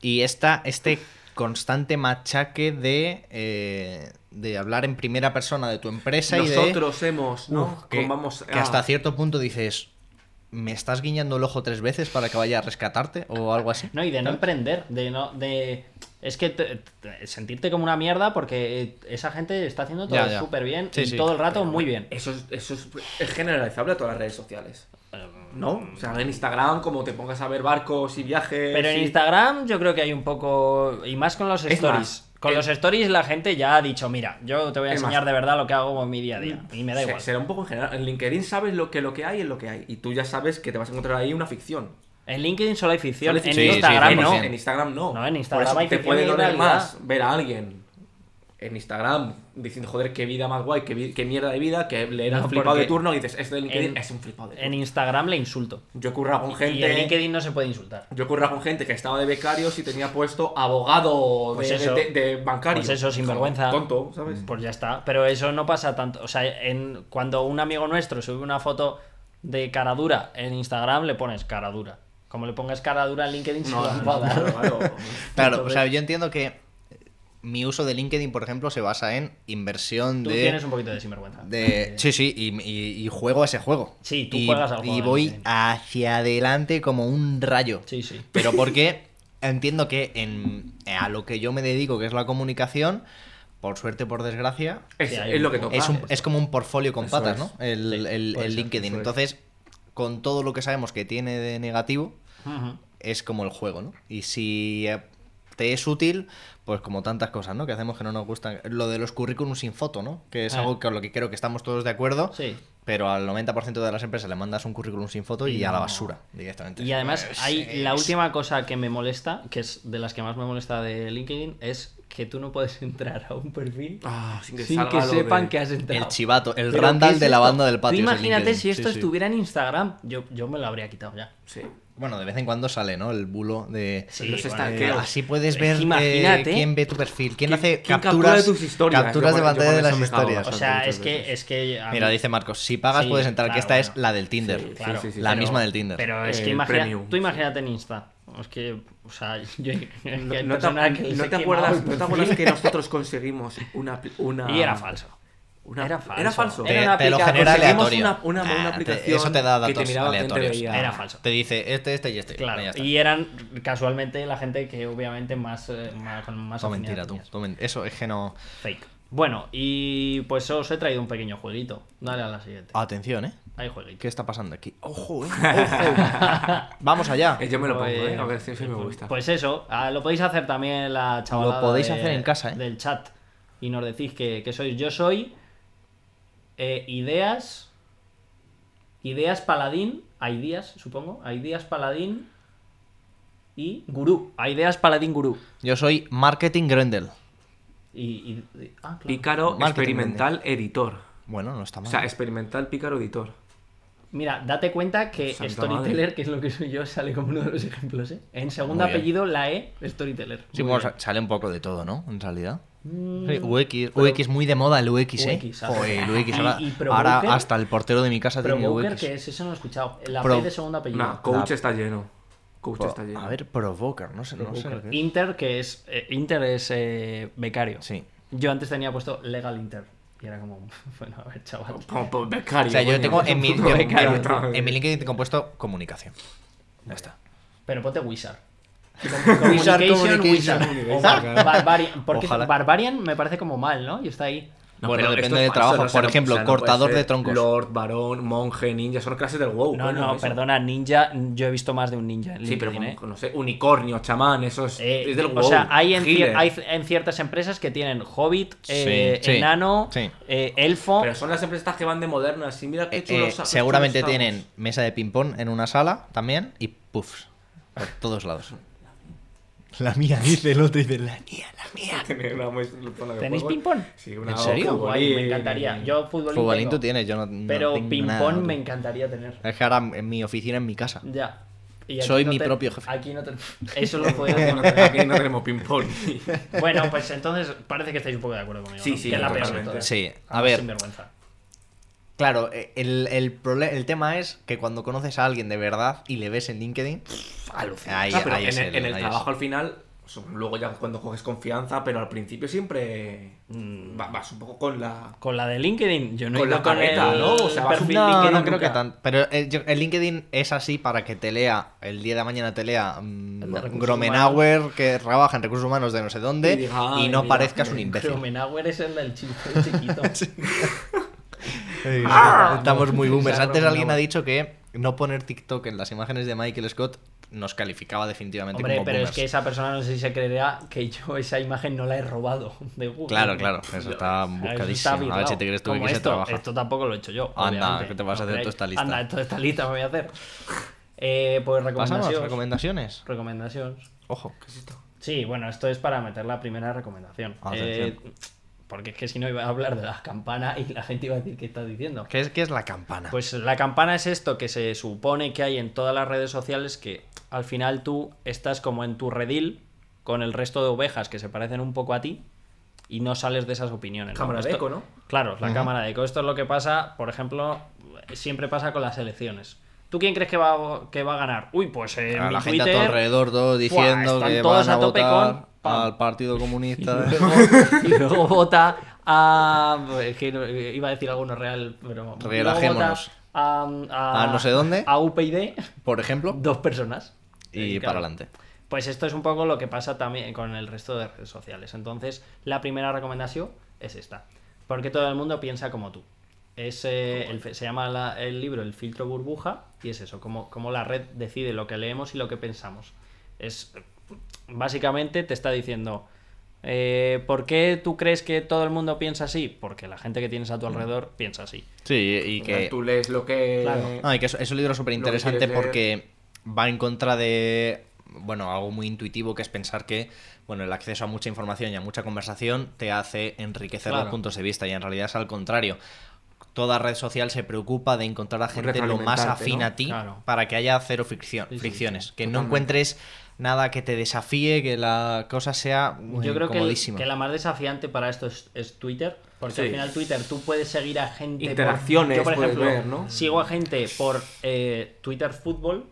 [SPEAKER 1] y esta, este constante machaque de, eh, de hablar en primera persona de tu empresa y de...
[SPEAKER 3] Nosotros hemos, ¿no?
[SPEAKER 1] Uf, que,
[SPEAKER 3] Con vamos,
[SPEAKER 1] que
[SPEAKER 3] ah,
[SPEAKER 1] hasta cierto punto dices, ¿me estás guiñando el ojo tres veces para que vaya a rescatarte o algo así?
[SPEAKER 2] No, y de no
[SPEAKER 1] ¿Sabes?
[SPEAKER 2] emprender, de no, de. Es que te- te- sentirte como una mierda porque eh, esa gente está haciendo
[SPEAKER 1] Ya,
[SPEAKER 2] todo
[SPEAKER 1] ya.
[SPEAKER 2] súper bien
[SPEAKER 1] Sí,
[SPEAKER 2] y
[SPEAKER 1] sí.
[SPEAKER 2] todo el rato muy bien.
[SPEAKER 3] Eso, es, eso es, es generalizable a todas las redes sociales. ¿No? O sea, en Instagram, como te pongas a ver barcos y viajes.
[SPEAKER 2] Pero en
[SPEAKER 3] y-
[SPEAKER 2] Instagram yo creo que hay un poco. Y más con los
[SPEAKER 3] Es
[SPEAKER 2] stories.
[SPEAKER 3] más,
[SPEAKER 2] con
[SPEAKER 3] el-
[SPEAKER 2] los stories la gente ya ha dicho, mira, yo te voy a
[SPEAKER 3] Es
[SPEAKER 2] enseñar
[SPEAKER 3] más. Mm.
[SPEAKER 2] de verdad lo que hago con mi día a día. Y me da
[SPEAKER 3] Se-
[SPEAKER 2] igual.
[SPEAKER 3] Será un poco en general. En LinkedIn sabes lo que, lo que hay es lo que hay. Y tú ya sabes que te vas a encontrar ahí una ficción.
[SPEAKER 2] En LinkedIn solo hay ficción.
[SPEAKER 3] Solo
[SPEAKER 2] En
[SPEAKER 1] Sí, sí,
[SPEAKER 2] Instagram no.
[SPEAKER 1] 100%.
[SPEAKER 3] En Instagram no.
[SPEAKER 2] No, en Instagram
[SPEAKER 3] Por eso
[SPEAKER 2] hay
[SPEAKER 3] te
[SPEAKER 2] ficción
[SPEAKER 3] puede
[SPEAKER 2] y
[SPEAKER 3] doler
[SPEAKER 2] realidad.
[SPEAKER 3] más ver a alguien en Instagram diciendo, joder, qué vida más guay, qué, vi- qué mierda de vida, que le era
[SPEAKER 2] No,
[SPEAKER 3] un flipado de
[SPEAKER 2] porque
[SPEAKER 3] turno y dices, este de LinkedIn
[SPEAKER 2] en-
[SPEAKER 3] es un flipado de turno.
[SPEAKER 2] En Instagram le insulto.
[SPEAKER 3] Yo he currado con
[SPEAKER 2] Y en
[SPEAKER 3] gente. eh.
[SPEAKER 2] LinkedIn no se puede insultar.
[SPEAKER 3] Yo he currado con gente que estaba de becarios y tenía puesto abogado
[SPEAKER 2] Pues
[SPEAKER 3] de,
[SPEAKER 2] eso.
[SPEAKER 3] de- de bancario.
[SPEAKER 2] Pues eso, sinvergüenza.
[SPEAKER 3] Como Tonto, ¿sabes?
[SPEAKER 2] Pues ya está. Pero eso no pasa tanto. O sea, en, cuando un amigo nuestro sube una foto de cara dura en Instagram, le pones cara dura. Como le pongas cara dura en LinkedIn, se lo
[SPEAKER 3] No,
[SPEAKER 2] va a
[SPEAKER 3] no,
[SPEAKER 2] dar.
[SPEAKER 3] claro.
[SPEAKER 1] Claro, o sea, yo entiendo que eh, mi uso de LinkedIn, por ejemplo, se basa en inversión
[SPEAKER 2] Tú
[SPEAKER 1] de...
[SPEAKER 2] tienes un poquito de sinvergüenza.
[SPEAKER 1] de- Sí, sí, y, y- y juego a ese juego.
[SPEAKER 2] Sí, tú
[SPEAKER 1] y,
[SPEAKER 2] juegas al
[SPEAKER 1] Y
[SPEAKER 2] juego,
[SPEAKER 1] voy
[SPEAKER 2] sí.
[SPEAKER 1] hacia adelante como un rayo.
[SPEAKER 2] Sí, sí.
[SPEAKER 1] Pero porque entiendo que en, eh, a lo que yo me dedico, que es la comunicación, por suerte, por desgracia,
[SPEAKER 3] Es,
[SPEAKER 2] Sí, hay
[SPEAKER 3] es
[SPEAKER 2] un-
[SPEAKER 3] lo que toca.
[SPEAKER 1] es, un- es como un portfolio con
[SPEAKER 3] Eso
[SPEAKER 1] patas,
[SPEAKER 3] es.
[SPEAKER 1] ¿no? El,
[SPEAKER 2] Sí,
[SPEAKER 1] el-
[SPEAKER 2] puede
[SPEAKER 1] el
[SPEAKER 2] ser,
[SPEAKER 1] LinkedIn.
[SPEAKER 3] eso es.
[SPEAKER 1] Entonces, con todo lo que sabemos que tiene de negativo,
[SPEAKER 2] Ujú.
[SPEAKER 1] es como el juego, ¿no? Y si eh, te es útil, pues como tantas cosas, ¿no? Que hacemos que no nos gustan. Lo de los currículums sin foto, ¿no? Que es
[SPEAKER 2] Ah.
[SPEAKER 1] algo con lo que creo que estamos todos de acuerdo.
[SPEAKER 2] Sí.
[SPEAKER 1] Pero al 90% de las empresas le mandas un currículum sin foto y a la
[SPEAKER 2] No.
[SPEAKER 1] basura directamente.
[SPEAKER 2] Y además,
[SPEAKER 1] Pues,
[SPEAKER 2] hay
[SPEAKER 1] eh,
[SPEAKER 2] la
[SPEAKER 1] es-
[SPEAKER 2] última cosa que me molesta, que es de las que más me molesta de LinkedIn, es que tú no puedes entrar a un perfil
[SPEAKER 3] Ah, sin que,
[SPEAKER 2] sin
[SPEAKER 3] salga
[SPEAKER 2] que
[SPEAKER 3] lo
[SPEAKER 2] sepan
[SPEAKER 3] de-
[SPEAKER 2] que has entrado.
[SPEAKER 1] El chivato, el
[SPEAKER 2] ¿Pero qué
[SPEAKER 1] Randall
[SPEAKER 2] es
[SPEAKER 1] de la
[SPEAKER 2] esto?
[SPEAKER 1] banda del
[SPEAKER 2] Tú
[SPEAKER 1] patio. es el
[SPEAKER 2] imagínate
[SPEAKER 1] LinkedIn.
[SPEAKER 2] si esto
[SPEAKER 1] Sí, sí.
[SPEAKER 2] estuviera en Instagram, yo, yo me lo habría quitado ya.
[SPEAKER 3] Sí.
[SPEAKER 1] Bueno, de vez en cuando sale, ¿no? El bulo de.
[SPEAKER 2] Sí,
[SPEAKER 3] Los
[SPEAKER 2] bueno,
[SPEAKER 1] Eh,
[SPEAKER 3] estanqueos. Creo.
[SPEAKER 1] así puedes
[SPEAKER 2] Es
[SPEAKER 1] ver
[SPEAKER 2] que
[SPEAKER 1] eh,
[SPEAKER 2] imagínate.
[SPEAKER 1] quién ve tu perfil, quién,
[SPEAKER 3] ¿Quién-
[SPEAKER 1] hace
[SPEAKER 3] quién captura
[SPEAKER 1] capturas,
[SPEAKER 3] de tus historias?
[SPEAKER 1] capturas
[SPEAKER 3] Yo
[SPEAKER 1] de
[SPEAKER 3] con- yo
[SPEAKER 1] pantalla
[SPEAKER 3] con
[SPEAKER 1] de las
[SPEAKER 3] eso me cago
[SPEAKER 1] historias.
[SPEAKER 2] O
[SPEAKER 3] bastante.
[SPEAKER 2] sea,
[SPEAKER 3] muchas
[SPEAKER 2] es que,
[SPEAKER 3] veces.
[SPEAKER 2] es que a
[SPEAKER 1] Mira,
[SPEAKER 2] mí-
[SPEAKER 1] dice Marcos, si pagas
[SPEAKER 2] Sí,
[SPEAKER 1] puedes entrar, que
[SPEAKER 2] claro,
[SPEAKER 1] esta es
[SPEAKER 2] bueno.
[SPEAKER 1] la del Tinder.
[SPEAKER 3] Sí,
[SPEAKER 2] claro.
[SPEAKER 3] sí, sí, sí.
[SPEAKER 1] la
[SPEAKER 3] Pero-
[SPEAKER 1] misma del Tinder.
[SPEAKER 2] Pero es
[SPEAKER 3] Eh,
[SPEAKER 2] que
[SPEAKER 3] el
[SPEAKER 2] imagina-
[SPEAKER 3] premium,
[SPEAKER 2] tú
[SPEAKER 3] sí.
[SPEAKER 2] imagínate en Insta. Es que, o sea, yo, que hay
[SPEAKER 3] No, no te,
[SPEAKER 2] personas que les
[SPEAKER 3] no
[SPEAKER 2] he
[SPEAKER 3] te
[SPEAKER 2] quemado
[SPEAKER 3] acuerdas,
[SPEAKER 2] el
[SPEAKER 3] ¿no te
[SPEAKER 2] perfil.
[SPEAKER 3] acuerdas que nosotros conseguimos una, pl- una-
[SPEAKER 2] Y era falso.
[SPEAKER 3] una-
[SPEAKER 2] Era falso.
[SPEAKER 3] Era falso.
[SPEAKER 1] te,
[SPEAKER 2] Era una
[SPEAKER 1] te lo
[SPEAKER 2] aplica-
[SPEAKER 1] genera
[SPEAKER 3] conseguimos
[SPEAKER 1] aleatorio.
[SPEAKER 3] una- una- una
[SPEAKER 1] Ah, te-
[SPEAKER 3] aplicación
[SPEAKER 1] eso te da
[SPEAKER 3] que te
[SPEAKER 1] datos
[SPEAKER 3] miraba quién te
[SPEAKER 1] aleatorios.
[SPEAKER 3] veía.
[SPEAKER 2] Era falso.
[SPEAKER 1] Te dice este, este y este.
[SPEAKER 2] Claro.
[SPEAKER 1] Y ya está.
[SPEAKER 2] Y eran casualmente la gente que obviamente más, eh, más con más
[SPEAKER 1] Tú
[SPEAKER 2] afinidad
[SPEAKER 1] mentira, tú.
[SPEAKER 2] tenías.
[SPEAKER 1] tú men- Eso es que no.
[SPEAKER 2] Fake. Bueno, y pues os he traído un pequeño jueguito. Dale a la siguiente.
[SPEAKER 1] Atención, ¿eh?
[SPEAKER 2] Ahí jueguito.
[SPEAKER 1] ¿Qué está pasando aquí? ¡Ojo, eh! ¡Ojo! Vamos allá.
[SPEAKER 3] Eh, Yo me lo pongo,
[SPEAKER 2] Pues-
[SPEAKER 3] eh, a ver si, si me gusta.
[SPEAKER 2] Pues eso, ah, lo podéis hacer también la chavalada
[SPEAKER 1] Lo podéis
[SPEAKER 2] de-
[SPEAKER 1] hacer en casa, ¿eh?
[SPEAKER 2] Del chat. Y nos decís que, que sois. Yo soy eh, Ideas. Ideas Paladín. Ideas, supongo. Ideas Paladín. Y Gurú. Ideas Paladín Gurú.
[SPEAKER 1] Yo soy Marketing Grendel.
[SPEAKER 2] Y, y- y- ah, claro.
[SPEAKER 3] Pícaro
[SPEAKER 1] Marketing
[SPEAKER 3] experimental editor.
[SPEAKER 1] Bueno, no está
[SPEAKER 3] O
[SPEAKER 1] mal.
[SPEAKER 3] sea, experimental pícaro editor.
[SPEAKER 2] Mira, date cuenta que
[SPEAKER 3] Santa
[SPEAKER 2] Storyteller,
[SPEAKER 3] madre.
[SPEAKER 2] que es lo que soy yo, sale como uno de los ejemplos, ¿eh? En segundo
[SPEAKER 1] Muy bien.
[SPEAKER 2] apellido, la E, Storyteller.
[SPEAKER 1] Sí,
[SPEAKER 2] Muy
[SPEAKER 1] bueno,
[SPEAKER 2] bien.
[SPEAKER 1] sa- sale un poco de todo, ¿no? En realidad.
[SPEAKER 2] Mm,
[SPEAKER 1] Sí, UX, UX muy de moda el UX, ¿eh?
[SPEAKER 2] UX, ajá.
[SPEAKER 1] Joder, el UX. Ahora,
[SPEAKER 2] Y- y
[SPEAKER 1] ahora
[SPEAKER 2] Provoker.
[SPEAKER 1] hasta el portero de mi casa tiene
[SPEAKER 2] Provoker,
[SPEAKER 1] UX.
[SPEAKER 2] que es eso no lo he escuchado. La
[SPEAKER 1] Pro-
[SPEAKER 2] P de segundo apellido.
[SPEAKER 3] No, coach
[SPEAKER 1] La-
[SPEAKER 3] está lleno. Coach
[SPEAKER 1] Pro-
[SPEAKER 3] está lleno.
[SPEAKER 1] a ver, Provoker, no sé, no sé lo
[SPEAKER 2] Provoker.
[SPEAKER 1] que es.
[SPEAKER 2] Inter, que es. eh, Inter es eh, becario.
[SPEAKER 1] Sí.
[SPEAKER 2] Yo antes tenía puesto Legal Inter. Y era como. Bueno, a ver, chaval.
[SPEAKER 3] Como por becario.
[SPEAKER 1] O sea, yo
[SPEAKER 3] coño.
[SPEAKER 1] tengo en mi, yo-
[SPEAKER 3] Becario,
[SPEAKER 1] en-
[SPEAKER 3] otra vez.
[SPEAKER 1] en mi LinkedIn tengo puesto comunicación. Ya está.
[SPEAKER 2] Pero ponte Wizard.
[SPEAKER 1] Wizard,
[SPEAKER 2] Communication,
[SPEAKER 1] Communication. Oh
[SPEAKER 2] Wizard.
[SPEAKER 3] Oh
[SPEAKER 2] O Bar- Barbarian. Porque
[SPEAKER 1] Ojalá.
[SPEAKER 2] Barbarian me parece como mal, ¿no? Y está ahí.
[SPEAKER 3] No,
[SPEAKER 1] bueno,
[SPEAKER 3] pero
[SPEAKER 1] depende
[SPEAKER 3] esto es
[SPEAKER 1] del
[SPEAKER 3] falso,
[SPEAKER 1] trabajo.
[SPEAKER 3] no, o sea,
[SPEAKER 1] Por
[SPEAKER 3] no-
[SPEAKER 1] ejemplo,
[SPEAKER 3] o sea, no puede
[SPEAKER 1] cortador
[SPEAKER 3] ser
[SPEAKER 1] de troncos.
[SPEAKER 3] Lord, varón, monje, ninja, son clases del WoW.
[SPEAKER 2] No,
[SPEAKER 3] Oh, coño,
[SPEAKER 2] no,
[SPEAKER 3] eso.
[SPEAKER 2] perdona, ninja. Yo he visto más de un ninja. en
[SPEAKER 3] Sí, pero
[SPEAKER 2] LinkedIn, ¿eh?
[SPEAKER 3] como, no sé, unicornio, chamán, eso es,
[SPEAKER 2] Eh,
[SPEAKER 3] es del WoW.
[SPEAKER 2] o sea, hay en, cier-
[SPEAKER 3] healer.
[SPEAKER 2] hay en ciertas empresas que tienen hobbit,
[SPEAKER 1] Sí,
[SPEAKER 2] eh,
[SPEAKER 1] sí,
[SPEAKER 2] enano,
[SPEAKER 1] sí.
[SPEAKER 2] eh, elfo.
[SPEAKER 3] Pero son las empresas estas que van de modernas y mira
[SPEAKER 1] Eh,
[SPEAKER 3] qué chulos.
[SPEAKER 1] eh,
[SPEAKER 3] qué chulos
[SPEAKER 1] seguramente
[SPEAKER 3] estamos.
[SPEAKER 1] tienen mesa de ping-pong en una sala también y puffs. Por todos lados. La mía, dice el otro, dice la mía, la mía.
[SPEAKER 3] Tener una mesa de
[SPEAKER 2] ¿Tenéis
[SPEAKER 3] fútbol.
[SPEAKER 2] ping-pong?
[SPEAKER 3] Sí, una
[SPEAKER 1] ¿En serio?
[SPEAKER 3] futbolín.
[SPEAKER 2] Guay, me encantaría. Yo futbolín.
[SPEAKER 1] Futbolín
[SPEAKER 2] tengo,
[SPEAKER 1] tú tienes, yo no. no
[SPEAKER 2] Pero
[SPEAKER 1] tengo nada,
[SPEAKER 2] ping-pong
[SPEAKER 1] tú.
[SPEAKER 2] me encantaría tener.
[SPEAKER 1] Es que ahora en mi oficina, en mi casa.
[SPEAKER 2] Ya. Y aquí
[SPEAKER 1] Soy
[SPEAKER 2] no
[SPEAKER 1] mi
[SPEAKER 2] te-
[SPEAKER 1] propio jefe.
[SPEAKER 2] Aquí no te- Eso lo puedes
[SPEAKER 3] Bueno, aquí no tenemos ping-pong.
[SPEAKER 2] Bueno, pues entonces parece que estáis un poco de acuerdo conmigo.
[SPEAKER 3] Sí,
[SPEAKER 2] ¿no?
[SPEAKER 3] sí,
[SPEAKER 2] Que es la peor de
[SPEAKER 3] totalmente.
[SPEAKER 2] todas. Ah,
[SPEAKER 1] Sí, a
[SPEAKER 2] Además,
[SPEAKER 1] ver.
[SPEAKER 2] sinvergüenza.
[SPEAKER 1] Claro, eh, el, el, prole- el tema es que cuando conoces a alguien de verdad y le ves en LinkedIn, ahí,
[SPEAKER 3] Ah, pero
[SPEAKER 1] ahí
[SPEAKER 3] en,
[SPEAKER 1] es
[SPEAKER 3] el, en el
[SPEAKER 1] ahí es
[SPEAKER 3] trabajo al final, so- luego ya cuando coges confianza, pero al principio siempre
[SPEAKER 2] Mm.
[SPEAKER 3] va- vas un poco con la...
[SPEAKER 2] Con la de LinkedIn, yo no he
[SPEAKER 3] Con la
[SPEAKER 2] ido con
[SPEAKER 3] careta,
[SPEAKER 2] el
[SPEAKER 3] ¿no? O sea, vas
[SPEAKER 2] perfil
[SPEAKER 3] un-
[SPEAKER 1] No,
[SPEAKER 2] LinkedIn
[SPEAKER 1] no creo
[SPEAKER 2] nunca.
[SPEAKER 1] que tanto. Pero el, yo- el LinkedIn es así para que te lea, el día de mañana te lea mm,
[SPEAKER 2] El de recursos
[SPEAKER 1] Gromenauer, que trabaja en recursos humanos de no sé dónde,
[SPEAKER 3] Y
[SPEAKER 1] y,
[SPEAKER 3] diga, "Ay,
[SPEAKER 1] no
[SPEAKER 3] mira,
[SPEAKER 1] parezcas un
[SPEAKER 3] me
[SPEAKER 1] imbécil.
[SPEAKER 2] Kromenauer es el del chico el chiquito.
[SPEAKER 1] Eh,
[SPEAKER 2] Ah,
[SPEAKER 1] Estamos
[SPEAKER 2] no,
[SPEAKER 1] muy
[SPEAKER 2] esa
[SPEAKER 1] boomers. Antes
[SPEAKER 2] Gromenauer.
[SPEAKER 1] alguien ha dicho que no poner TikTok en las imágenes de Michael Scott nos calificaba definitivamente
[SPEAKER 2] Hombre,
[SPEAKER 1] como
[SPEAKER 2] pero es
[SPEAKER 1] boomers.
[SPEAKER 2] que esa persona no sé si se creerá que yo esa imagen no la he robado de Google.
[SPEAKER 1] Claro, claro, eso está
[SPEAKER 2] Eso
[SPEAKER 1] buscadísimo.
[SPEAKER 2] está
[SPEAKER 1] a ver
[SPEAKER 2] virlao.
[SPEAKER 1] si te crees tú
[SPEAKER 2] Como
[SPEAKER 1] que se
[SPEAKER 2] esto,
[SPEAKER 1] trabaja.
[SPEAKER 2] Esto tampoco lo he hecho yo.
[SPEAKER 1] Anda,
[SPEAKER 2] obviamente.
[SPEAKER 1] ¿qué te vas a
[SPEAKER 2] No
[SPEAKER 1] hacer tú
[SPEAKER 2] creáis.
[SPEAKER 1] esta lista?
[SPEAKER 2] Anda, toda esta lista me voy a hacer. Eh, pues
[SPEAKER 1] Pasamos, recomendaciones.
[SPEAKER 2] recomendaciones. recomendaciones.
[SPEAKER 1] Ojo.
[SPEAKER 3] ¿Qué es esto?
[SPEAKER 2] Sí, bueno, esto es para meter la primera recomendación.
[SPEAKER 1] Atención.
[SPEAKER 2] Eh, porque es que si no iba a hablar de la campana y la gente iba a decir, ¿qué estás diciendo?
[SPEAKER 1] ¿Qué es, qué es la campana?
[SPEAKER 2] Pues la campana es esto que se supone que hay en todas las redes sociales que al final tú estás como en tu redil con el resto de ovejas que se parecen un poco a ti y no sales de esas opiniones. ¿no?
[SPEAKER 3] Cámara de
[SPEAKER 2] Esto-
[SPEAKER 3] eco, ¿no?
[SPEAKER 2] Claro, la cámara de eco. Esto es lo que pasa, por ejemplo, siempre pasa con las elecciones. ¿Tú quién crees que va, que va a ganar? Uy, pues eh,
[SPEAKER 1] A
[SPEAKER 2] mi
[SPEAKER 1] la gente a
[SPEAKER 2] Twitter-
[SPEAKER 1] tu alrededor todo diciendo
[SPEAKER 2] están
[SPEAKER 1] que
[SPEAKER 2] todos
[SPEAKER 1] van a,
[SPEAKER 2] a tope
[SPEAKER 1] votar
[SPEAKER 2] con- pam.
[SPEAKER 1] al Partido Comunista.
[SPEAKER 2] Luego- y luego vota a. es que no- iba a decir alguno real, pero. luego vota
[SPEAKER 1] Relajémonos.
[SPEAKER 2] A,
[SPEAKER 1] A no sé dónde.
[SPEAKER 2] A UPyD,
[SPEAKER 1] por ejemplo,
[SPEAKER 2] dos personas.
[SPEAKER 1] y
[SPEAKER 2] Eh,
[SPEAKER 1] para
[SPEAKER 2] claro.
[SPEAKER 1] adelante.
[SPEAKER 2] Pues esto es un poco lo que pasa también con el resto de redes sociales. Entonces, la primera recomendación es esta. Porque todo el mundo piensa como tú. Es, eh, el fe- se llama la- el libro El filtro burbuja y es eso, como, como la red decide lo que leemos y lo que pensamos. Es básicamente te está diciendo, eh, ¿por qué tú crees que todo el mundo piensa así? Porque la gente que tienes a tu alrededor piensa así.
[SPEAKER 1] Sí, y que.
[SPEAKER 3] Tú lees lo que...
[SPEAKER 2] Claro.
[SPEAKER 1] No, y que es, es un libro súper interesante
[SPEAKER 3] quieres leer.
[SPEAKER 1] porque va en contra de. Bueno, algo muy intuitivo que es pensar que bueno, el acceso a mucha información y a mucha conversación te hace enriquecer
[SPEAKER 2] Claro.
[SPEAKER 1] los puntos de vista y en realidad es al contrario. Toda red social se preocupa de encontrar a gente lo más
[SPEAKER 3] Retroalimentarte,
[SPEAKER 1] afín
[SPEAKER 3] ¿no?
[SPEAKER 1] a ti
[SPEAKER 2] Claro.
[SPEAKER 1] para que haya cero fricción,
[SPEAKER 2] Sí, sí,
[SPEAKER 1] fricciones.
[SPEAKER 2] sí,
[SPEAKER 1] que no
[SPEAKER 3] totalmente.
[SPEAKER 1] encuentres nada que te desafíe, que la cosa sea muy
[SPEAKER 2] Yo creo que, el-
[SPEAKER 1] comodísima.
[SPEAKER 2] que la más desafiante para esto es, es Twitter, porque
[SPEAKER 3] Sí.
[SPEAKER 2] al final Twitter tú puedes seguir a gente. por-
[SPEAKER 3] Interacciones
[SPEAKER 2] yo, por
[SPEAKER 3] puedes
[SPEAKER 2] ejemplo,
[SPEAKER 3] ver, ¿no?
[SPEAKER 2] sigo a gente por eh, Twitter Fútbol,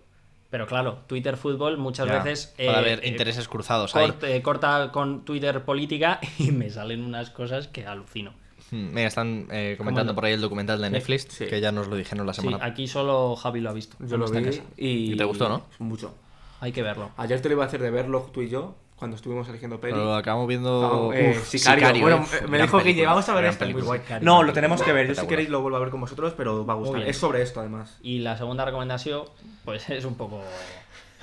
[SPEAKER 2] pero claro, Twitter Fútbol muchas
[SPEAKER 1] Ya,
[SPEAKER 2] veces.
[SPEAKER 1] Puede
[SPEAKER 2] eh,
[SPEAKER 1] haber
[SPEAKER 2] eh,
[SPEAKER 1] intereses cruzados ahí.
[SPEAKER 2] cort- eh, corta con Twitter Política y me salen unas cosas que alucino.
[SPEAKER 1] Hmm, Mira, están eh, comentando
[SPEAKER 2] no?
[SPEAKER 1] por ahí el documental de Netflix,
[SPEAKER 3] sí.
[SPEAKER 1] que ya nos lo dijeron la
[SPEAKER 2] Sí,
[SPEAKER 1] semana
[SPEAKER 2] aquí solo Javi lo ha visto.
[SPEAKER 3] Yo lo
[SPEAKER 2] en esta
[SPEAKER 3] vi
[SPEAKER 2] casa.
[SPEAKER 3] y...
[SPEAKER 1] ¿Y te gustó, no?
[SPEAKER 3] Mucho.
[SPEAKER 2] Hay que verlo.
[SPEAKER 3] Ayer te lo iba a hacer de verlo tú y yo, cuando estuvimos eligiendo peli.
[SPEAKER 1] Pero lo acabamos viendo.
[SPEAKER 3] Ah, eh,
[SPEAKER 1] Uf,
[SPEAKER 3] Sicario. Bueno, eh,
[SPEAKER 1] uf,
[SPEAKER 3] me
[SPEAKER 1] gran
[SPEAKER 3] dijo que
[SPEAKER 1] película,
[SPEAKER 3] llevamos a ver
[SPEAKER 1] gran
[SPEAKER 3] esto. muy
[SPEAKER 1] película.
[SPEAKER 3] guay.
[SPEAKER 2] Sicario,
[SPEAKER 3] No, lo
[SPEAKER 2] película.
[SPEAKER 3] tenemos que ver. Yo si
[SPEAKER 1] Espectacular.
[SPEAKER 3] queréis lo vuelvo a ver con vosotros, pero os va a gustar.
[SPEAKER 2] bien.
[SPEAKER 3] Es sobre esto, además.
[SPEAKER 2] Y la segunda recomendación, pues es un poco.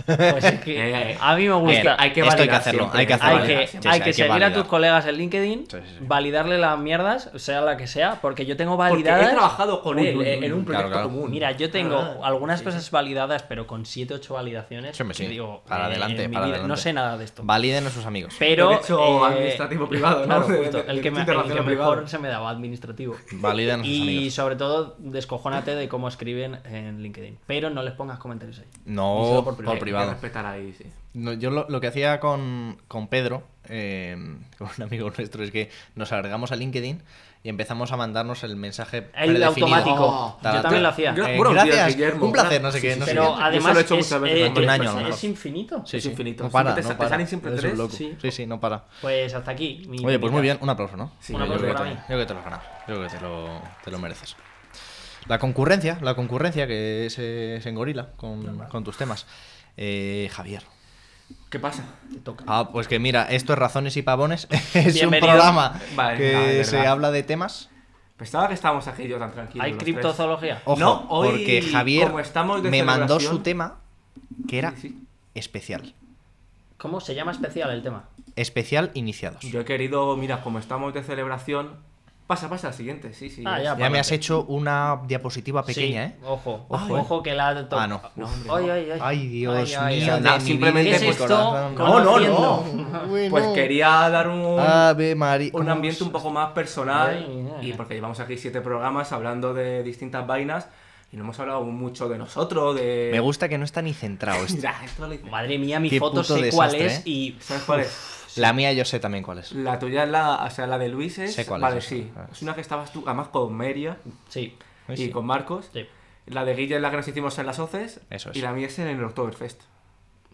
[SPEAKER 2] Pues es que
[SPEAKER 3] Eh, eh.
[SPEAKER 2] a mí me
[SPEAKER 1] Bien,
[SPEAKER 2] gusta.
[SPEAKER 1] hay que Esto hay que
[SPEAKER 3] validar
[SPEAKER 1] hacerlo,
[SPEAKER 3] siempre.
[SPEAKER 1] hay que hacerlo.
[SPEAKER 2] hay que,
[SPEAKER 1] Sí,
[SPEAKER 2] hay
[SPEAKER 1] sí,
[SPEAKER 2] que seguir a tus colegas en LinkedIn,
[SPEAKER 1] Sí, sí, sí.
[SPEAKER 2] validarle las mierdas, sea la que sea, porque yo tengo
[SPEAKER 3] Porque
[SPEAKER 2] validadas.
[SPEAKER 3] he trabajado con
[SPEAKER 2] Uy,
[SPEAKER 3] él
[SPEAKER 2] uy,
[SPEAKER 3] eh,
[SPEAKER 2] uy,
[SPEAKER 3] en un
[SPEAKER 1] claro,
[SPEAKER 3] proyecto
[SPEAKER 1] claro.
[SPEAKER 3] común.
[SPEAKER 2] Mira, yo tengo
[SPEAKER 3] Ah,
[SPEAKER 2] algunas
[SPEAKER 3] sí,
[SPEAKER 2] cosas validadas, pero con 7 8 validaciones.
[SPEAKER 1] Sí, hombre, sí.
[SPEAKER 2] que digo,
[SPEAKER 1] Para
[SPEAKER 2] eh,
[SPEAKER 1] adelante,
[SPEAKER 2] en mi
[SPEAKER 1] para
[SPEAKER 2] vida
[SPEAKER 1] adelante.
[SPEAKER 2] No sé nada de esto.
[SPEAKER 1] Validen a sus amigos.
[SPEAKER 2] Pero. eh,
[SPEAKER 3] Derecho administrativo privado, ¿no?
[SPEAKER 2] claro,
[SPEAKER 3] De- de-
[SPEAKER 2] justo, el que, me, el que
[SPEAKER 3] derecho internacional privado.
[SPEAKER 2] mejor se me daba administrativo.
[SPEAKER 1] Validen a sus
[SPEAKER 2] Y
[SPEAKER 1] amigos.
[SPEAKER 2] sobre todo, descojónate de cómo escriben en LinkedIn. Pero no les pongas comentarios ahí.
[SPEAKER 1] No, por
[SPEAKER 2] díselo por
[SPEAKER 1] privado.
[SPEAKER 2] privado.
[SPEAKER 3] Hay que respetar ahí, sí.
[SPEAKER 1] No, yo lo, lo que hacía con, con Pedro, eh, con un amigo nuestro, es que nos agregamos a LinkedIn y empezamos a mandarnos el mensaje
[SPEAKER 2] El
[SPEAKER 1] predefinido.
[SPEAKER 2] automático.
[SPEAKER 1] Oh,
[SPEAKER 2] Yo también lo hacía.
[SPEAKER 1] Eh,
[SPEAKER 3] Gra- buenos días,
[SPEAKER 1] gracias,
[SPEAKER 3] Guillermo.
[SPEAKER 1] un placer, no sé
[SPEAKER 3] Sí,
[SPEAKER 1] qué.
[SPEAKER 3] sí,
[SPEAKER 1] no sé
[SPEAKER 2] Pero
[SPEAKER 1] qué.
[SPEAKER 3] a-
[SPEAKER 2] además
[SPEAKER 3] lo he hecho
[SPEAKER 2] es,
[SPEAKER 3] muchas veces,
[SPEAKER 2] eh,
[SPEAKER 1] con un
[SPEAKER 2] es-
[SPEAKER 1] año, a lo
[SPEAKER 2] es
[SPEAKER 1] mejor.
[SPEAKER 2] infinito.
[SPEAKER 1] Sí,
[SPEAKER 3] Es
[SPEAKER 1] sí,
[SPEAKER 3] infinito.
[SPEAKER 1] No para,
[SPEAKER 3] Siempre te-
[SPEAKER 1] no
[SPEAKER 3] te
[SPEAKER 1] para.
[SPEAKER 3] salen siempre
[SPEAKER 1] Eres
[SPEAKER 3] tres.
[SPEAKER 1] un loco.
[SPEAKER 2] Sí.
[SPEAKER 1] Sí, sí, no para.
[SPEAKER 2] Pues hasta aquí. mi
[SPEAKER 1] Oye, pues muy
[SPEAKER 2] temita.
[SPEAKER 1] bien, un aplauso, ¿no?
[SPEAKER 3] Sí,
[SPEAKER 2] Una
[SPEAKER 1] yo,
[SPEAKER 2] aplauso
[SPEAKER 1] creo que
[SPEAKER 2] para
[SPEAKER 1] te,
[SPEAKER 2] mí.
[SPEAKER 1] yo creo que te lo has ganado. Yo creo que te lo, te lo mereces. La concurrencia, la concurrencia que se, se engorila con, con tus temas. Eh, Javier.
[SPEAKER 3] ¿Qué pasa?
[SPEAKER 2] Te toca.
[SPEAKER 1] Ah, pues que mira, esto es Razones y Pavones. es
[SPEAKER 2] Bienvenido.
[SPEAKER 1] un programa
[SPEAKER 3] Vale,
[SPEAKER 1] que
[SPEAKER 3] no, de verdad.
[SPEAKER 1] se habla de temas.
[SPEAKER 3] Pensaba que estábamos aquí yo tan tranquilos.
[SPEAKER 2] ¿Hay
[SPEAKER 3] los
[SPEAKER 2] criptozoología?
[SPEAKER 1] Ojo,
[SPEAKER 3] No, hoy,
[SPEAKER 1] porque Javier
[SPEAKER 3] como estamos de
[SPEAKER 1] me mandó
[SPEAKER 3] celebración-
[SPEAKER 1] su tema que era
[SPEAKER 3] Sí, sí.
[SPEAKER 1] especial.
[SPEAKER 2] ¿Cómo se llama especial el tema?
[SPEAKER 1] Especial iniciados.
[SPEAKER 3] tres. Yo he querido, mira, como estamos de celebración. Pasa, pasa, al siguiente, sí, sí.
[SPEAKER 2] Ah,
[SPEAKER 1] ya me
[SPEAKER 2] apártate.
[SPEAKER 1] has hecho una diapositiva pequeña,
[SPEAKER 2] Sí,
[SPEAKER 1] ¿eh?
[SPEAKER 2] Ojo,
[SPEAKER 1] Ojo,
[SPEAKER 2] ojo,
[SPEAKER 1] eh.
[SPEAKER 2] que la ha to-
[SPEAKER 1] Ah, no.
[SPEAKER 3] No, hombre,
[SPEAKER 2] Ay,
[SPEAKER 3] no.
[SPEAKER 2] ay, ay.
[SPEAKER 1] Ay, Dios
[SPEAKER 2] Ay, ay,
[SPEAKER 1] mío,
[SPEAKER 2] ay.
[SPEAKER 1] de
[SPEAKER 3] nada,
[SPEAKER 1] mi
[SPEAKER 3] simplemente
[SPEAKER 1] vida y
[SPEAKER 2] ¿Qué
[SPEAKER 1] mi
[SPEAKER 2] es esto?
[SPEAKER 1] corazón.
[SPEAKER 3] No, no,
[SPEAKER 2] Conociendo.
[SPEAKER 3] no. Pues quería dar un,
[SPEAKER 1] Ave María.
[SPEAKER 3] un
[SPEAKER 1] ¿Cómo
[SPEAKER 3] ambiente
[SPEAKER 1] es?
[SPEAKER 3] un poco más personal.
[SPEAKER 2] Ay, ay, ay.
[SPEAKER 3] Y porque llevamos aquí siete programas hablando de distintas vainas. Y no hemos hablado mucho de nosotros, de...
[SPEAKER 1] Me gusta que no está ni centrado este. esto.
[SPEAKER 3] Mira, esto lo hice.
[SPEAKER 2] Madre mía, mi
[SPEAKER 1] Qué
[SPEAKER 2] foto
[SPEAKER 1] puto
[SPEAKER 2] sé cuál
[SPEAKER 1] desastre,
[SPEAKER 2] es
[SPEAKER 1] ¿eh?
[SPEAKER 2] y.
[SPEAKER 3] ¿Sabes cuál es?
[SPEAKER 1] La mía yo sé también cuál es.
[SPEAKER 3] La tuya es la, o sea, la de Luis es...
[SPEAKER 1] Sé cuál
[SPEAKER 3] vale,
[SPEAKER 1] es esa.
[SPEAKER 3] sí.
[SPEAKER 1] Ah.
[SPEAKER 3] Es una que estabas tú, además con Meria
[SPEAKER 2] Sí,
[SPEAKER 1] Ay,
[SPEAKER 3] y
[SPEAKER 1] Pues sí.
[SPEAKER 3] con Marcos.
[SPEAKER 2] sí.
[SPEAKER 3] La de Guille es la que nos hicimos en las OCES.
[SPEAKER 1] Eso es.
[SPEAKER 3] Y la mía es en el Oktoberfest.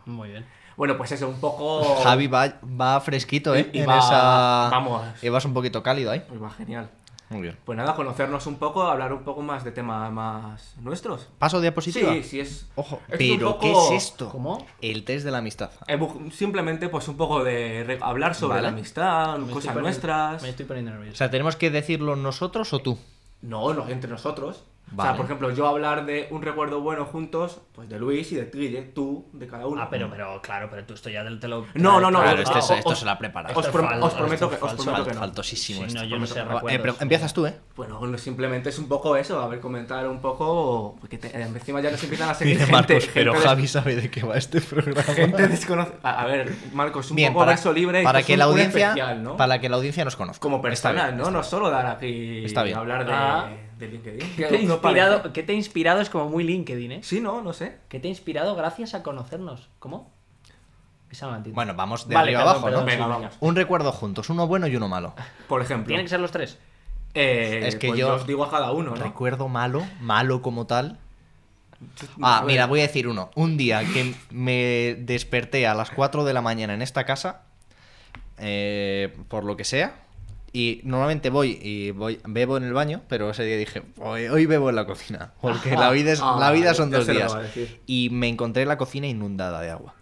[SPEAKER 2] Muy bien.
[SPEAKER 3] Bueno, pues eso, un poco...
[SPEAKER 1] Javi va, va fresquito, ¿eh?
[SPEAKER 3] Y
[SPEAKER 1] en
[SPEAKER 3] va-
[SPEAKER 1] esa...
[SPEAKER 3] vamos.
[SPEAKER 1] Y vas un poquito cálido ahí.
[SPEAKER 3] Pues va genial.
[SPEAKER 1] Muy bien.
[SPEAKER 3] Pues nada, conocernos un poco, hablar un poco más de temas más nuestros.
[SPEAKER 1] Paso diapositiva.
[SPEAKER 3] Sí, sí es...
[SPEAKER 1] Ojo,
[SPEAKER 3] es un
[SPEAKER 1] pero
[SPEAKER 3] poco-
[SPEAKER 1] ¿qué es esto?
[SPEAKER 2] ¿Cómo?
[SPEAKER 1] El test de la amistad.
[SPEAKER 3] Eh, bu- Simplemente pues un poco de re- hablar sobre
[SPEAKER 1] Vale.
[SPEAKER 3] la amistad,
[SPEAKER 2] Me estoy
[SPEAKER 3] cosas
[SPEAKER 2] poniendo-
[SPEAKER 3] nuestras.
[SPEAKER 2] Me estoy poniendo
[SPEAKER 1] O
[SPEAKER 2] nervioso.
[SPEAKER 1] sea, ¿tenemos que decirlo nosotros o tú?
[SPEAKER 3] No, no, entre nosotros. O
[SPEAKER 1] Vale.
[SPEAKER 3] sea, por ejemplo, yo hablar de un recuerdo bueno juntos, pues de Luis y de Guille, tú, de cada uno.
[SPEAKER 2] Ah, pero, pero, claro, pero tú esto ya te lo.
[SPEAKER 3] No, no, no,
[SPEAKER 1] claro,
[SPEAKER 3] yo-
[SPEAKER 1] este,
[SPEAKER 3] ah,
[SPEAKER 1] se-
[SPEAKER 3] o-
[SPEAKER 1] esto
[SPEAKER 3] o-
[SPEAKER 1] se lo ha preparado.
[SPEAKER 3] Os,
[SPEAKER 2] Esto es
[SPEAKER 3] prom-
[SPEAKER 2] falso,
[SPEAKER 3] os prometo
[SPEAKER 2] esto es
[SPEAKER 3] que, os
[SPEAKER 2] falso.
[SPEAKER 3] prometo que no.
[SPEAKER 1] Faltosísimo
[SPEAKER 2] Sí, no,
[SPEAKER 1] esto.
[SPEAKER 2] yo me
[SPEAKER 1] Va,
[SPEAKER 2] sé
[SPEAKER 1] eh,
[SPEAKER 2] recuerdos.
[SPEAKER 1] pero empiezas tú, ¿eh?
[SPEAKER 3] Bueno, no, simplemente es un poco eso, a ver, comentar un poco, porque te- encima ya nos invitan a seguir
[SPEAKER 1] Dice
[SPEAKER 3] gente,
[SPEAKER 1] Marcos,
[SPEAKER 3] gente
[SPEAKER 1] pero
[SPEAKER 3] des-
[SPEAKER 1] Javi sabe de qué va este programa.
[SPEAKER 3] gente desconocida. A a ver, Marcos, un
[SPEAKER 1] Bien,
[SPEAKER 3] poco
[SPEAKER 1] para,
[SPEAKER 3] verso libre y
[SPEAKER 1] para
[SPEAKER 3] esto es
[SPEAKER 1] que
[SPEAKER 3] un-
[SPEAKER 1] la
[SPEAKER 3] un
[SPEAKER 1] audiencia,
[SPEAKER 3] especial, ¿no?
[SPEAKER 1] para que la audiencia nos conozca.
[SPEAKER 3] como personas,
[SPEAKER 1] Está
[SPEAKER 3] ¿no?
[SPEAKER 1] bien,
[SPEAKER 3] No solo dar aquí
[SPEAKER 1] Está bien.
[SPEAKER 3] hablar de,
[SPEAKER 2] Ah.
[SPEAKER 3] de LinkedIn.
[SPEAKER 2] ¿Qué
[SPEAKER 3] que
[SPEAKER 2] te, ha
[SPEAKER 3] uno
[SPEAKER 2] inspirado,
[SPEAKER 3] parece-
[SPEAKER 2] ¿Qué te ha inspirado? Es como muy LinkedIn, ¿eh?
[SPEAKER 3] Sí, no, no sé.
[SPEAKER 2] ¿Qué te ha inspirado gracias a conocernos? ¿Cómo? Esa no la entiendo.
[SPEAKER 1] Bueno, vamos de
[SPEAKER 2] Vale,
[SPEAKER 1] arriba
[SPEAKER 2] perdón,
[SPEAKER 1] abajo,
[SPEAKER 2] perdón,
[SPEAKER 1] ¿no?
[SPEAKER 2] sí,
[SPEAKER 3] Venga,
[SPEAKER 2] venga.
[SPEAKER 3] vamos.
[SPEAKER 1] Un recuerdo juntos, uno bueno y uno malo.
[SPEAKER 3] Por ejemplo,
[SPEAKER 2] ¿Tienen que ser los tres?
[SPEAKER 3] eh,
[SPEAKER 1] Es que
[SPEAKER 3] pues
[SPEAKER 1] yo-
[SPEAKER 3] os digo a cada uno, ¿no?
[SPEAKER 1] Recuerdo malo, malo como tal. Ah, mira, voy a decir uno. Un día que me desperté a las 4 de la mañana en esta casa, eh, por lo que sea, y normalmente voy y voy, bebo en el baño, pero ese día dije, hoy, hoy bebo en la cocina, porque la vida, es-
[SPEAKER 3] Ah,
[SPEAKER 1] la vida son
[SPEAKER 3] ya
[SPEAKER 1] dos
[SPEAKER 3] sé lo que
[SPEAKER 1] días.
[SPEAKER 3] va a decir.
[SPEAKER 1] Y me encontré la cocina inundada de agua.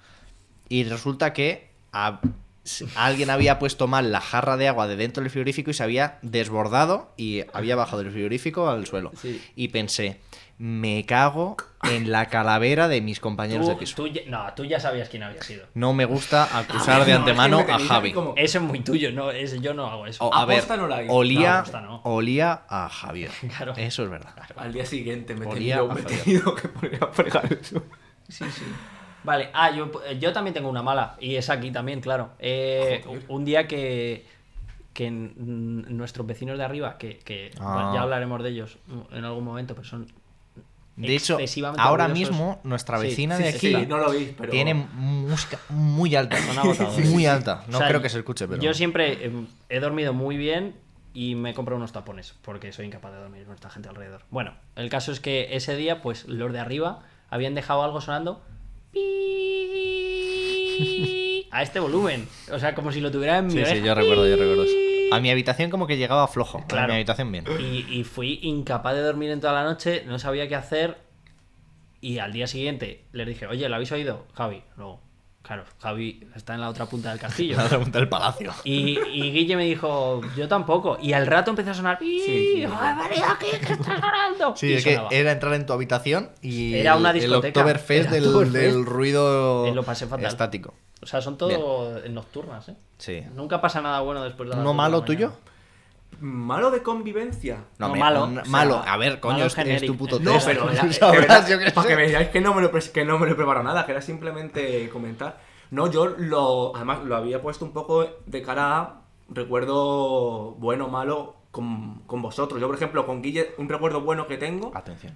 [SPEAKER 1] Y resulta que a- s- alguien había puesto mal la jarra de agua de dentro del frigorífico y se había desbordado y había bajado del frigorífico al suelo.
[SPEAKER 2] Sí.
[SPEAKER 1] Y pensé, me cago en la calavera de mis compañeros de
[SPEAKER 2] Tú,
[SPEAKER 1] piso.
[SPEAKER 2] tú ya- no, tú ya sabías quién había sido.
[SPEAKER 1] No me gusta acusar
[SPEAKER 3] No,
[SPEAKER 1] de
[SPEAKER 3] es que
[SPEAKER 1] antemano
[SPEAKER 3] me
[SPEAKER 1] a
[SPEAKER 3] tenéis
[SPEAKER 1] Javi.
[SPEAKER 3] como-
[SPEAKER 2] Eso es muy tuyo, no, es, yo no hago eso.
[SPEAKER 1] O, a ver,
[SPEAKER 3] Aposta no la hice.
[SPEAKER 1] olía,
[SPEAKER 2] No, aposta no.
[SPEAKER 1] olía a Javier.
[SPEAKER 2] Claro.
[SPEAKER 1] Eso es verdad.
[SPEAKER 3] Al día siguiente me he
[SPEAKER 1] Olía
[SPEAKER 3] tenido,
[SPEAKER 1] a
[SPEAKER 3] me he
[SPEAKER 1] Javier.
[SPEAKER 3] tenido que poner a fregar el suelo.
[SPEAKER 2] Sí, sí. Vale, ah, yo, yo también tengo una mala, y es aquí también, claro. Eh,
[SPEAKER 3] Joder.
[SPEAKER 2] un día que, que n- n- nuestros vecinos de arriba, que, que,
[SPEAKER 1] Ah.
[SPEAKER 2] bueno, ya hablaremos de ellos en algún momento, pero son...
[SPEAKER 1] De hecho,
[SPEAKER 2] excesivamente
[SPEAKER 1] ahora
[SPEAKER 2] ruidosos.
[SPEAKER 1] mismo nuestra
[SPEAKER 2] Sí,
[SPEAKER 1] vecina
[SPEAKER 2] sí,
[SPEAKER 1] de
[SPEAKER 2] sí,
[SPEAKER 1] aquí
[SPEAKER 2] sí,
[SPEAKER 3] no lo vi, pero...
[SPEAKER 1] tiene música muy alta.
[SPEAKER 2] Son agotadores.
[SPEAKER 1] Muy alta. No
[SPEAKER 2] O sea,
[SPEAKER 1] creo que se escuche, pero.
[SPEAKER 2] Yo siempre eh, he dormido muy bien y me he comprado unos tapones porque soy incapaz de dormir con esta gente alrededor. Bueno, el caso es que ese día, pues los de arriba habían dejado algo sonando pi- a este volumen. O sea, como si lo tuviera en mi
[SPEAKER 1] Sí, sí,
[SPEAKER 2] oreja.
[SPEAKER 1] yo recuerdo, yo recuerdo eso. A mi habitación como que llegaba flojo. A
[SPEAKER 2] Claro.
[SPEAKER 1] mi habitación bien.
[SPEAKER 2] Y, y fui incapaz de dormir en toda la noche, no sabía qué hacer. Y al día siguiente les dije, oye, ¿lo habéis oído? Javi, no. Claro, Javi está en la otra punta del castillo.
[SPEAKER 1] La pregunta del palacio.
[SPEAKER 2] Y, y Guille me dijo, yo tampoco. Y al rato empezó a sonar. ¡Pi!
[SPEAKER 3] sí.
[SPEAKER 2] ¡Ay, María, ¿qué, qué estás sonando?
[SPEAKER 1] Sí,
[SPEAKER 2] Y
[SPEAKER 1] es que
[SPEAKER 2] sonaba.
[SPEAKER 1] era entrar en tu habitación y
[SPEAKER 2] Era una
[SPEAKER 1] el-
[SPEAKER 2] discoteca.
[SPEAKER 1] el Oktoberfest
[SPEAKER 2] Era
[SPEAKER 1] del,
[SPEAKER 2] Oktoberfest.
[SPEAKER 1] del ruido
[SPEAKER 2] Eh, lo pasé fatal.
[SPEAKER 1] estático.
[SPEAKER 2] O sea, son todo nocturnas, ¿eh?
[SPEAKER 1] Sí.
[SPEAKER 2] Nunca pasa nada bueno después de las
[SPEAKER 1] ¿No
[SPEAKER 2] dos de la
[SPEAKER 1] malo
[SPEAKER 2] mañana.
[SPEAKER 1] tuyo?
[SPEAKER 3] ¿Malo de convivencia?
[SPEAKER 2] No, malo.
[SPEAKER 1] n-
[SPEAKER 2] O sea,
[SPEAKER 1] malo. A ver, coño,
[SPEAKER 2] malo
[SPEAKER 1] es, es
[SPEAKER 2] genérico.
[SPEAKER 1] tu puto
[SPEAKER 2] No,
[SPEAKER 1] test.
[SPEAKER 2] pero
[SPEAKER 1] Tú
[SPEAKER 2] era-
[SPEAKER 1] sabrás, yo qué
[SPEAKER 3] para
[SPEAKER 1] sé.
[SPEAKER 3] que veáis que no, me lo, pre- que no me lo preparo nada, que era simplemente comentar. No, yo lo, además lo había puesto un poco de cara a recuerdo bueno o malo con, con vosotros. Yo, por ejemplo, con Guille, un recuerdo bueno que tengo
[SPEAKER 1] Atención.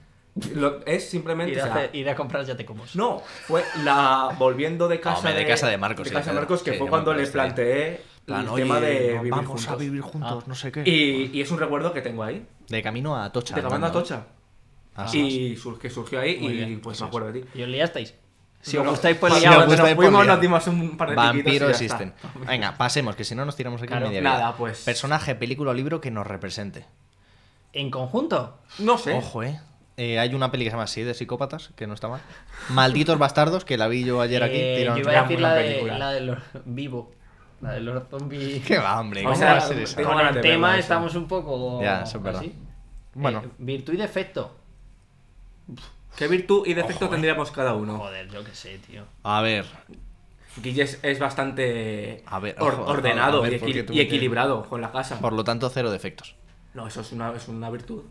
[SPEAKER 3] lo- es simplemente...
[SPEAKER 2] Ir a,
[SPEAKER 3] o sea,
[SPEAKER 2] hacer- ir a comprar ya te como.
[SPEAKER 3] No, fue la volviendo de casa,
[SPEAKER 1] Hombre, de casa de Marcos,
[SPEAKER 3] de
[SPEAKER 1] sí,
[SPEAKER 3] casa de
[SPEAKER 1] claro.
[SPEAKER 3] Marcos, que
[SPEAKER 1] Sí,
[SPEAKER 3] fue
[SPEAKER 1] yo me
[SPEAKER 3] cuando
[SPEAKER 1] acuerdo
[SPEAKER 3] le
[SPEAKER 1] de este.
[SPEAKER 3] planteé
[SPEAKER 1] Plan,
[SPEAKER 3] el
[SPEAKER 1] oye,
[SPEAKER 3] tema de vivir
[SPEAKER 1] vamos
[SPEAKER 3] juntos.
[SPEAKER 1] a vivir juntos,
[SPEAKER 2] Ah.
[SPEAKER 1] no sé qué.
[SPEAKER 3] Y, y es un recuerdo que tengo ahí,
[SPEAKER 1] De camino a Atocha.
[SPEAKER 3] de la banda
[SPEAKER 1] andando.
[SPEAKER 3] Tocha.
[SPEAKER 1] Ah,
[SPEAKER 3] y sur- que surgió ahí
[SPEAKER 2] Muy
[SPEAKER 3] y
[SPEAKER 2] bien,
[SPEAKER 3] pues me acuerdo de ti.
[SPEAKER 2] ¿Y os liasteis? Si os
[SPEAKER 3] Pero-
[SPEAKER 2] gustáis, pues
[SPEAKER 3] si
[SPEAKER 1] liaos.
[SPEAKER 3] nos
[SPEAKER 1] os gustáis, pues
[SPEAKER 3] fuimos,
[SPEAKER 1] liaos.
[SPEAKER 3] nos dimos un par de tiquitos y ya
[SPEAKER 1] Vampiros
[SPEAKER 3] está.
[SPEAKER 1] existen. Venga, pasemos, que si no nos tiramos aquí
[SPEAKER 2] Claro,
[SPEAKER 1] media
[SPEAKER 3] nada,
[SPEAKER 1] vida.
[SPEAKER 3] pues.
[SPEAKER 1] Personaje, película o libro que nos represente.
[SPEAKER 2] ¿En conjunto?
[SPEAKER 3] No sé.
[SPEAKER 1] Ojo, eh. Eh, hay una peli que se llama así, de psicópatas, que no está mal. Malditos bastardos, que la vi yo ayer aquí.
[SPEAKER 2] Eh,
[SPEAKER 1] tiraron-
[SPEAKER 2] yo iba a
[SPEAKER 3] una
[SPEAKER 2] decir la de,
[SPEAKER 3] película.
[SPEAKER 2] la de los vivo. La de los zombies.
[SPEAKER 1] Qué va, hombre.
[SPEAKER 3] O
[SPEAKER 1] ¿Cómo
[SPEAKER 3] sea,
[SPEAKER 1] va a ser esa?
[SPEAKER 3] tengo
[SPEAKER 2] Con
[SPEAKER 3] ganas
[SPEAKER 2] el
[SPEAKER 3] de verla
[SPEAKER 2] tema
[SPEAKER 3] esa.
[SPEAKER 2] estamos un poco.
[SPEAKER 1] Ya, eso es verdad.
[SPEAKER 2] así.
[SPEAKER 1] Bueno.
[SPEAKER 2] Eh, virtud y defecto.
[SPEAKER 3] ¿Qué virtud y defecto
[SPEAKER 1] eh.
[SPEAKER 3] tendríamos cada uno?
[SPEAKER 2] Joder, yo qué sé, tío.
[SPEAKER 1] A ver.
[SPEAKER 3] Guille es, es bastante
[SPEAKER 1] A ver,
[SPEAKER 3] or-
[SPEAKER 1] ojo,
[SPEAKER 3] ordenado
[SPEAKER 1] a ver,
[SPEAKER 3] y,
[SPEAKER 1] porque
[SPEAKER 3] equi-
[SPEAKER 1] tú
[SPEAKER 3] y
[SPEAKER 1] que-
[SPEAKER 3] equilibrado con la casa.
[SPEAKER 1] Por lo tanto, cero defectos.
[SPEAKER 3] No, eso es una, es una virtud.